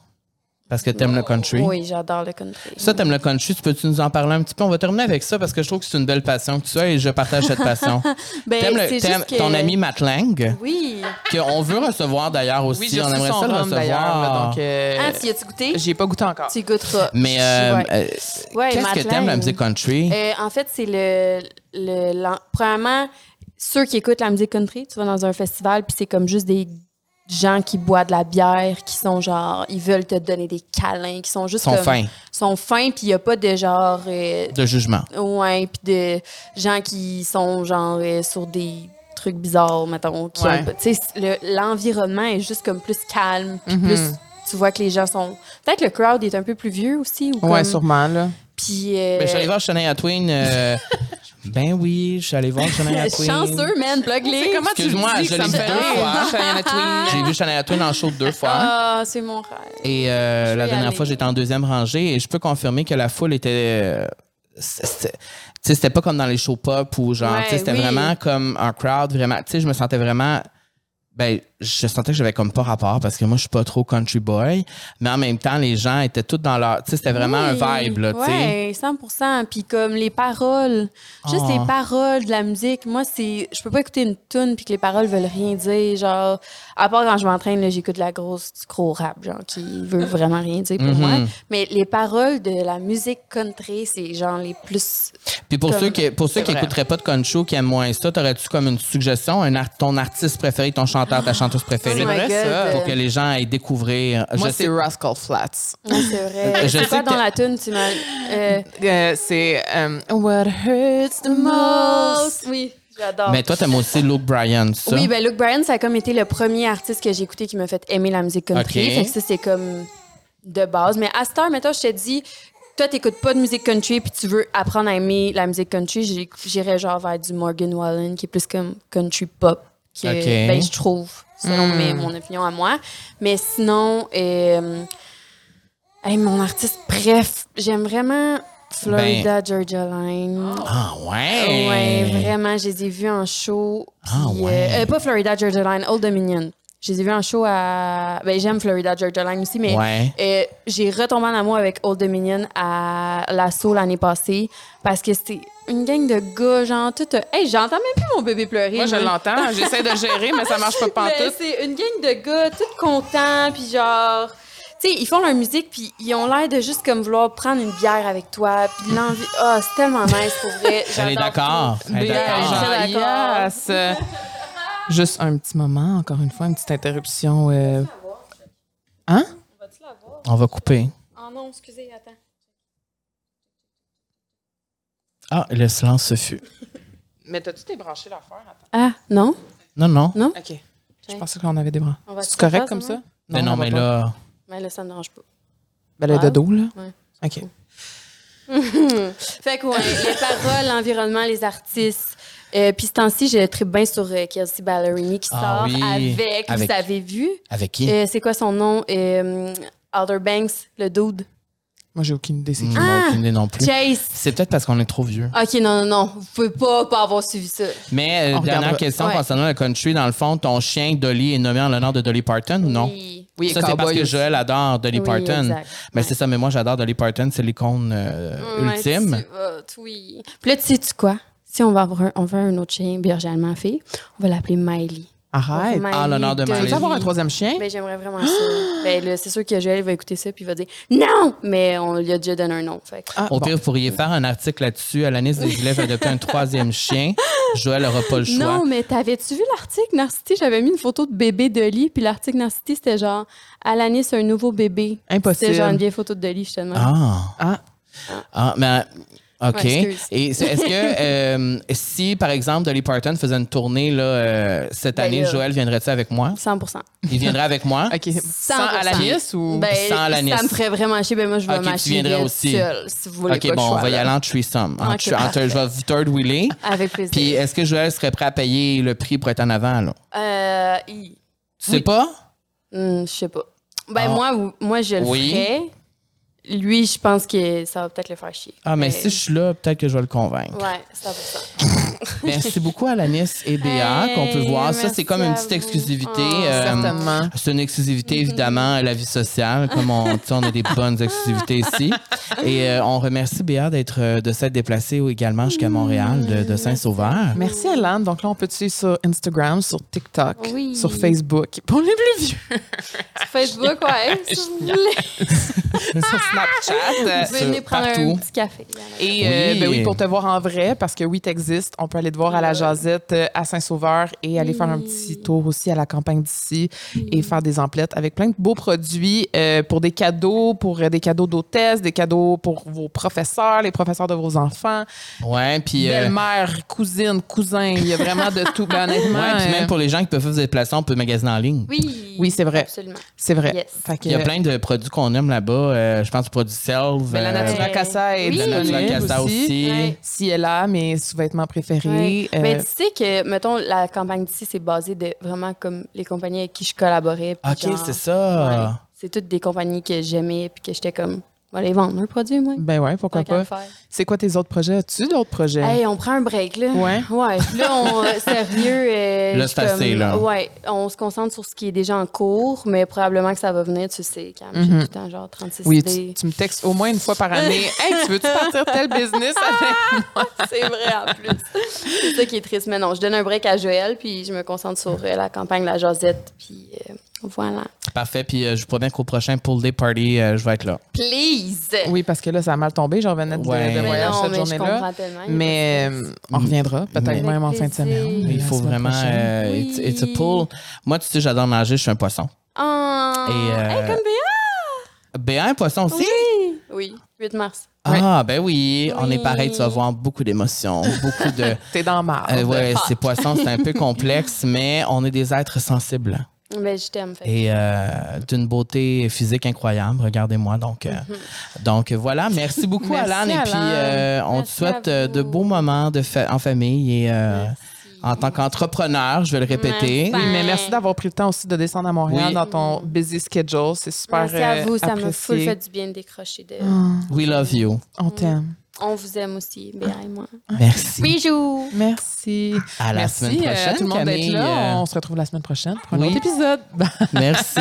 Speaker 1: Parce que t'aimes le country.
Speaker 3: Oui, j'adore le country.
Speaker 1: Ça, t'aimes le country. Tu peux-tu nous en parler un petit peu? On va terminer avec ça parce que je trouve que c'est une belle passion que tu as et je partage cette passion.
Speaker 3: Ben,
Speaker 1: t'aimes le-
Speaker 3: c'est juste
Speaker 1: t'aimes
Speaker 3: que-
Speaker 1: ton ami Matt Lang,
Speaker 3: Oui.
Speaker 1: qu'on veut recevoir d'ailleurs aussi.
Speaker 2: Oui, j'ai
Speaker 1: on
Speaker 2: reçu
Speaker 1: aimerait
Speaker 2: son
Speaker 1: ça le
Speaker 2: rhum, d'ailleurs. là,
Speaker 1: recevoir.
Speaker 2: Donc, euh,
Speaker 3: Ah, tu y as-tu goûté?
Speaker 2: j'y ai pas goûté encore.
Speaker 3: Tu goûteras.
Speaker 1: Mais euh,
Speaker 3: Ouais.
Speaker 1: euh,
Speaker 3: Ouais, Matt
Speaker 1: qu'est-ce que t'aimes
Speaker 3: Lang.
Speaker 1: la musique country?
Speaker 3: Euh, en fait, c'est le, le, l'en- Premièrement, ceux qui écoutent la musique country, tu vas dans un festival, puis c'est comme juste des gens qui boivent de la bière, qui sont genre. Ils veulent te donner des câlins, qui sont juste.
Speaker 1: Sont
Speaker 3: comme-
Speaker 1: fins.
Speaker 3: Sont fins, puis il n'y a pas de genre. euh,
Speaker 1: de jugement.
Speaker 3: Ouais, puis de gens qui sont genre euh, sur des trucs bizarres, mettons. qui
Speaker 2: Ouais.
Speaker 3: ont pas- Tu sais, le- l'environnement est juste comme plus calme, puis
Speaker 2: Mhm.
Speaker 3: plus. Tu vois que les gens sont. Peut-être le crowd est un peu plus vieux aussi. Ou comme...
Speaker 2: Ouais, sûrement. Là.
Speaker 3: Puis. euh,
Speaker 1: Ben, je suis allé voir Shania Twain. euh, ben oui, je suis allé voir Shania Twain.
Speaker 3: <laughs> Chanceux, man, plug-les.
Speaker 1: tu Excuse-moi, dis que je ça l'ai me dit fait deux rire? fois. J'ai vu Shania Twain en show deux fois.
Speaker 3: Ah, c'est mon rêve.
Speaker 1: Et euh,
Speaker 3: vais
Speaker 1: la
Speaker 3: y
Speaker 1: dernière
Speaker 3: aller.
Speaker 1: fois, j'étais en deuxième rangée et je peux confirmer que la foule était. euh, c'était- c'était- tu sais, c'était pas comme dans les shows pop ou genre. tu sais,
Speaker 3: Ouais,
Speaker 1: c'était
Speaker 3: oui.
Speaker 1: vraiment comme un crowd, vraiment. Tu sais, je me sentais vraiment. Ben, je sentais que j'avais comme pas rapport parce que moi, je suis pas trop country boy. Mais en même temps, les gens étaient tous dans leur. Tu sais, c'était vraiment un vibe, là, tu sais.
Speaker 3: Ouais, 100 Puis comme les paroles, juste
Speaker 1: Oh.
Speaker 3: les paroles de la musique. Moi, c'est, je peux pas écouter une tune puis que les paroles veulent rien dire. Genre, à part quand je m'entraîne, là, j'écoute la grosse, du gros rap, genre, qui veut vraiment rien dire pour
Speaker 1: Mm-hmm.
Speaker 3: moi. Mais les paroles de la musique country, c'est genre les plus.
Speaker 1: Puis pour
Speaker 3: Comme-
Speaker 1: ceux qui, pour ceux
Speaker 2: C'est
Speaker 1: qui
Speaker 2: vrai.
Speaker 1: écouteraient pas de Concho, qui aiment moins ça, t'aurais-tu comme une suggestion, un art- ton artiste préféré, ton chanteur, ta chanteuse préférée,
Speaker 3: Oh my
Speaker 2: vrai,
Speaker 3: God,
Speaker 2: ça.
Speaker 3: euh,
Speaker 1: pour que les gens aillent découvrir.
Speaker 2: Moi,
Speaker 1: je
Speaker 2: c'est
Speaker 1: sais,
Speaker 2: Rascal Flats.
Speaker 3: ouais, c'est vrai.
Speaker 1: Euh, Je
Speaker 3: c'est
Speaker 1: sais
Speaker 3: quoi
Speaker 1: que
Speaker 3: dans
Speaker 1: t'as-
Speaker 3: la tune, tu m'as. euh,
Speaker 2: Euh, c'est euh, What hurts the most.
Speaker 3: Most. Oui, j'adore.
Speaker 1: mais toi, t'aimes aussi Luke Bryan, ça.
Speaker 3: Oui, ben Luke Bryan, ça a comme été le premier artiste que j'ai écouté qui m'a fait aimer la musique country.
Speaker 1: Ok.
Speaker 3: Fait que ça, c'est comme de base. Mais à cette heure, mettons, je te dis, toi, t'écoutes pas de musique country puis tu veux apprendre à aimer la musique country, j'ai- j'irais genre vers du Morgan Wallen qui est plus comme country pop que
Speaker 1: Ok.
Speaker 3: ben, je trouve, selon mes- mon opinion à moi. Mais sinon, euh, hey, mon artiste, bref, j'aime vraiment Florida
Speaker 1: Ben,
Speaker 3: Georgia Line.
Speaker 1: Ah ouais.
Speaker 3: Oh, Ouais, vraiment, je les ai vus en show. puis,
Speaker 1: Ah ouais.
Speaker 3: euh, euh, pas Florida Georgia Line, Old Dominion. Je les ai vus en show à. Ben, j'aime Florida Georgia Line aussi, mais
Speaker 1: Ouais.
Speaker 3: euh, j'ai retombé en amour avec Old Dominion à l'assaut l'année passée parce que c'était une gang de gars, genre, tout. euh, Hey, j'entends même plus mon bébé pleurer.
Speaker 2: Moi, je
Speaker 3: moi.
Speaker 2: l'entends. J'essaie de gérer, mais ça marche pas
Speaker 3: <laughs> Mais
Speaker 2: pantoute.
Speaker 3: C'est une gang de gars, tout contents, puis genre. Tu sais, ils font leur musique, puis ils ont l'air de juste comme vouloir prendre une bière avec toi, puis de l'envie. Ah, c'est tellement nice pour
Speaker 1: <laughs> Elle
Speaker 3: vrai.
Speaker 1: est
Speaker 3: J'adore
Speaker 1: d'accord.
Speaker 3: tout.
Speaker 1: Elle est
Speaker 3: Bien,
Speaker 1: d'accord.
Speaker 3: genre-
Speaker 2: Ah,
Speaker 3: suis d'accord. <laughs>
Speaker 2: yes. Euh, Juste un petit moment, encore une fois, une petite interruption. euh. Hein?
Speaker 3: Vas-tu la voir?
Speaker 1: On va couper.
Speaker 3: Ah non, excusez, attends.
Speaker 1: Ah, le silence se fut.
Speaker 2: Mais t'as-tu débranché l'affaire? Attends.
Speaker 3: Ah, non?
Speaker 1: Non, non.
Speaker 2: OK. Je pensais qu'on avait débranché.
Speaker 3: On va
Speaker 2: C'est
Speaker 3: se
Speaker 2: correct
Speaker 3: faire
Speaker 2: comme ça?
Speaker 3: ça, hein?
Speaker 1: mais non,
Speaker 2: on va
Speaker 1: mais
Speaker 2: pas.
Speaker 1: là.
Speaker 3: Mais là, ça ne dérange pas.
Speaker 2: Ben, le
Speaker 3: Ah.
Speaker 2: dodo, là?
Speaker 3: Ouais.
Speaker 2: OK.
Speaker 3: <laughs> Fait que, ouais, les paroles, l'environnement, les artistes. Euh, Puis ce temps-ci, je tripe bien sur euh, Kelsey Ballerini qui
Speaker 1: Ah
Speaker 3: sort
Speaker 1: oui,
Speaker 3: avec,
Speaker 1: avec-
Speaker 3: vous avez vu?
Speaker 1: Avec qui?
Speaker 3: Euh, c'est quoi son nom? Euh, Outer Banks, le dude.
Speaker 2: Moi, j'ai aucune idée. c'est qui.
Speaker 1: Hmm,
Speaker 3: Ah!
Speaker 1: aucune idée non plus.
Speaker 3: Chase!
Speaker 1: C'est peut-être parce qu'on est trop vieux.
Speaker 3: Ok, non, non, non. Vous pouvez pas, pas avoir suivi ça.
Speaker 1: Mais euh,
Speaker 2: On
Speaker 1: dernière
Speaker 2: regardera.
Speaker 1: question
Speaker 3: Ouais.
Speaker 1: concernant le country, dans le fond, ton chien Dolly est nommé en l'honneur de Dolly Parton ou non?
Speaker 3: Oui.
Speaker 2: Oui,
Speaker 1: ça, c'est
Speaker 2: Cowboy
Speaker 1: parce que
Speaker 2: aussi.
Speaker 1: Joël adore Dolly
Speaker 3: Oui,
Speaker 1: Parton.
Speaker 3: exact.
Speaker 1: Mais
Speaker 3: Ouais.
Speaker 1: c'est ça, mais moi, j'adore Dolly Parton, c'est l'icône euh,
Speaker 3: Ouais,
Speaker 1: ultime.
Speaker 3: tu vas- tu- oui. Puis là, tu sais-tu quoi? Si on va avoir un, on veut un autre chien, berger allemand fait, on va l'appeler Miley.
Speaker 2: Arrête.
Speaker 3: Miley
Speaker 1: Ah, l'honneur de
Speaker 3: Dolly.
Speaker 1: Miley.
Speaker 2: Peux-tu
Speaker 1: Vas-y.
Speaker 2: avoir un troisième chien?
Speaker 3: Oh Ben, j'aimerais vraiment
Speaker 1: <gasps>
Speaker 3: ça. ben, là, c'est sûr que Joël va écouter ça puis il va dire non, mais on lui a déjà donné un nom. Fait que-
Speaker 2: Ah,
Speaker 1: Au
Speaker 2: bon.
Speaker 1: pire, vous pourriez faire un article là-dessus. Alanis des Villers va adopter un troisième
Speaker 3: <laughs>
Speaker 1: chien. Joël n'aura pas le choix.
Speaker 3: Non, mais t'avais-tu vu l'article Narcity? J'avais mis une photo de bébé de lit, puis l'article Narcity, c'était genre Alanis, un nouveau bébé.
Speaker 2: Impossible.
Speaker 3: C'était genre une vieille photo de lit, justement.
Speaker 1: Ah,
Speaker 2: Ah,
Speaker 1: ah, mais OK.
Speaker 3: Ouais, excuse.
Speaker 1: Et c'est-
Speaker 3: <laughs>
Speaker 1: est-ce que euh, si, par exemple, Dolly Parton faisait une tournée là, euh, cette
Speaker 3: Ben
Speaker 1: année,
Speaker 3: là.
Speaker 1: Joël viendrait-tu avec moi?
Speaker 3: 100
Speaker 1: Il viendrait avec
Speaker 3: <laughs>
Speaker 1: moi?
Speaker 2: OK. Sans à la
Speaker 3: 100%.
Speaker 2: liste ou.
Speaker 3: ben,
Speaker 1: sans la nièce.
Speaker 3: Ça me ferait vraiment chier. Ben, moi, je vais
Speaker 1: Ok, tu
Speaker 3: m'acheter
Speaker 1: viendrais
Speaker 3: toute
Speaker 1: aussi.
Speaker 3: seule, si vous voulez
Speaker 1: OK,
Speaker 3: pas
Speaker 1: bon,
Speaker 3: que je
Speaker 1: on
Speaker 3: sois
Speaker 1: va y
Speaker 3: là.
Speaker 1: aller en threesome. En
Speaker 3: Ok,
Speaker 1: thre- en thre- je vais third wheeler.
Speaker 3: Avec plaisir.
Speaker 1: Puis euh, est-ce que Joël serait prêt à payer le prix pour être en avant? Là?
Speaker 3: Euh, il-
Speaker 1: Tu sais pas?
Speaker 3: Hmm, je sais pas. Ben,
Speaker 1: Ah.
Speaker 3: moi, ou- moi, je le
Speaker 1: Oui.
Speaker 3: ferais. Lui, je pense que ça va peut-être le faire chier.
Speaker 1: Ah, mais
Speaker 3: Euh,
Speaker 1: si je suis là, peut-être que je vais le convaincre.
Speaker 3: Ouais, <laughs> 100
Speaker 1: Ben, Merci beaucoup à Alanis et Béa
Speaker 3: Hey,
Speaker 1: qu'on peut voir. Ça, c'est
Speaker 3: merci
Speaker 1: comme une
Speaker 3: à
Speaker 1: petite
Speaker 3: vous.
Speaker 1: exclusivité.
Speaker 3: Oh,
Speaker 1: euh,
Speaker 2: Certainement.
Speaker 1: c'est une exclusivité, évidemment, à la vie sociale, comme on, tu sais, on a des bonnes exclusivités ici. Et euh, on remercie Béa d'être, euh, de s'être déplacée également jusqu'à Montréal, de, de
Speaker 3: <laughs>
Speaker 1: Saint-Sauveur.
Speaker 2: Merci, Alan. Donc là, on peut te suivre sur Instagram, sur TikTok,
Speaker 3: Oui.
Speaker 2: sur Facebook. Pour les plus vieux,
Speaker 3: Facebook, <laughs> ouais. si vous voulez.
Speaker 2: sur Snapchat. <laughs>
Speaker 3: Vous pouvez venir prendre
Speaker 1: partout.
Speaker 3: un petit café.
Speaker 2: Et euh,
Speaker 1: Oui.
Speaker 2: ben oui, pour te voir en vrai, parce que oui, t'existes. On peut aller te voir à la Jazette euh, à Saint-Sauveur et aller faire un petit tour aussi à la campagne d'ici et faire des emplettes avec plein de beaux produits euh, pour des cadeaux, pour euh, des cadeaux d'hôtesse, des cadeaux pour vos professeurs, les professeurs de vos enfants,
Speaker 1: Ouais, puis. euh,
Speaker 2: belle-mère, cousine, cousin. Il y a vraiment de tout. Ben, honnêtement,
Speaker 1: ouais, puis
Speaker 3: hein.
Speaker 2: euh,
Speaker 1: même pour les gens qui peuvent se déplacer, on peut magasiner en ligne.
Speaker 3: Oui.
Speaker 2: Oui, c'est vrai.
Speaker 3: Absolument.
Speaker 2: c'est vrai.
Speaker 3: Yes.
Speaker 2: Fait que-
Speaker 1: Il y a plein de produits qu'on aime là-bas. euh, je pense aux produits Self.
Speaker 2: Mais la
Speaker 1: euh,
Speaker 2: Natura Casa est
Speaker 3: Ben, Oui.
Speaker 1: la Natura
Speaker 2: disponible
Speaker 1: Casa aussi.
Speaker 3: Ouais.
Speaker 2: Si elle a mes sous-vêtements préférés.
Speaker 3: Ouais. Ben, Mais
Speaker 2: euh,
Speaker 3: tu sais que, mettons, la campagne d'ici, c'est basé de vraiment comme les compagnies avec qui je collaborais. puis
Speaker 1: OK,
Speaker 3: genre,
Speaker 1: c'est ça.
Speaker 3: ouais. C'est toutes des compagnies que j'aimais puis que j'étais comme, on va les vendre un produit, moi.
Speaker 2: ben ouais, pourquoi
Speaker 3: Tant qu'à
Speaker 2: pas.
Speaker 3: le faire.
Speaker 2: C'est quoi tes autres projets? As-tu d'autres projets?
Speaker 3: Hey, on prend un break, là.
Speaker 2: Ouais.
Speaker 3: <laughs> Ouais. Là, on, sérieux. euh,
Speaker 1: Là,
Speaker 3: je suis
Speaker 1: c'est assez,
Speaker 3: comme-
Speaker 1: là.
Speaker 3: Ouais. On se concentre sur ce qui est déjà en cours, mais probablement que ça va venir, tu sais, quand j'ai tout le temps, genre 36
Speaker 2: oui, tu,
Speaker 3: idées.
Speaker 2: tu me textes au moins une fois par
Speaker 3: <laughs>
Speaker 2: année. hey, tu veux-tu partir tel business avec?
Speaker 3: C'est vrai, en plus. c'est ça qui est triste. Mais non, je donne un break à Joël, puis je me concentre sur euh, la campagne La Josette, puis euh, voilà.
Speaker 1: Parfait. Puis euh, je vous promets qu'au prochain Pool Day Party, euh, je vais être là.
Speaker 3: Please!
Speaker 2: Oui, parce que là, ça a mal tombé. J'en venais de,
Speaker 1: Ouais.
Speaker 2: de
Speaker 1: Mais
Speaker 3: Mais
Speaker 2: voyage
Speaker 3: non,
Speaker 2: cette
Speaker 3: mais je
Speaker 2: journée-là.
Speaker 3: comprends tellement.
Speaker 2: Mais euh, on reviendra, peut-être
Speaker 1: Avec
Speaker 2: même en fin de
Speaker 3: plaisir.
Speaker 1: Mais
Speaker 2: semaine.
Speaker 1: Mm-hmm. il
Speaker 2: la
Speaker 1: faut
Speaker 2: semaine
Speaker 1: vraiment.
Speaker 2: prochaine.
Speaker 1: euh,
Speaker 3: Oui.
Speaker 1: it's, it's a pool. Moi, tu sais, j'adore manger, je suis un poisson.
Speaker 3: Ah!
Speaker 1: Et, euh,
Speaker 3: Hey, comme
Speaker 1: Ben, un poisson aussi?
Speaker 3: Béa! Oui, 8 mars.
Speaker 1: Ah, ben oui, on est
Speaker 3: Oui.
Speaker 1: pareil, tu vas voir beaucoup d'émotions, beaucoup
Speaker 3: <laughs>
Speaker 1: de.
Speaker 2: T'es dans marre.
Speaker 1: Euh, ouais,
Speaker 3: Ah.
Speaker 1: ces poissons, c'est un peu complexe, mais on est des êtres sensibles
Speaker 3: Ben, je t'aime. fait que-
Speaker 1: et euh, d'une beauté physique incroyable. Regardez-moi. Donc, euh, donc voilà, merci beaucoup,
Speaker 2: Merci,
Speaker 1: Alan. Et puis,
Speaker 2: Alan.
Speaker 1: euh, on
Speaker 3: Mhm. Merci
Speaker 1: te souhaite
Speaker 3: à
Speaker 1: euh,
Speaker 3: vous.
Speaker 1: de beaux moments de fa- en famille et euh, en tant qu'entrepreneur, je vais le répéter.
Speaker 3: Merci.
Speaker 2: Oui, mais merci d'avoir pris le temps aussi de descendre à Montréal
Speaker 1: Oui.
Speaker 2: dans ton busy schedule. C'est super
Speaker 3: Merci à
Speaker 2: euh,
Speaker 3: vous, ça me
Speaker 2: apprécié. Oh,
Speaker 3: full fait du bien de décrocher de.
Speaker 1: We love you.
Speaker 2: On t'aime.
Speaker 3: On vous aime aussi, Béa
Speaker 1: Ah.
Speaker 3: et moi.
Speaker 1: Merci.
Speaker 3: Bisous!
Speaker 2: Merci.
Speaker 1: À la
Speaker 2: Merci
Speaker 1: semaine
Speaker 2: euh,
Speaker 1: prochaine,
Speaker 2: à tout le monde d'être
Speaker 1: Camille. Euh,
Speaker 2: là. <laughs> On se retrouve la semaine prochaine pour un
Speaker 1: oui.
Speaker 2: autre épisode.
Speaker 1: Merci.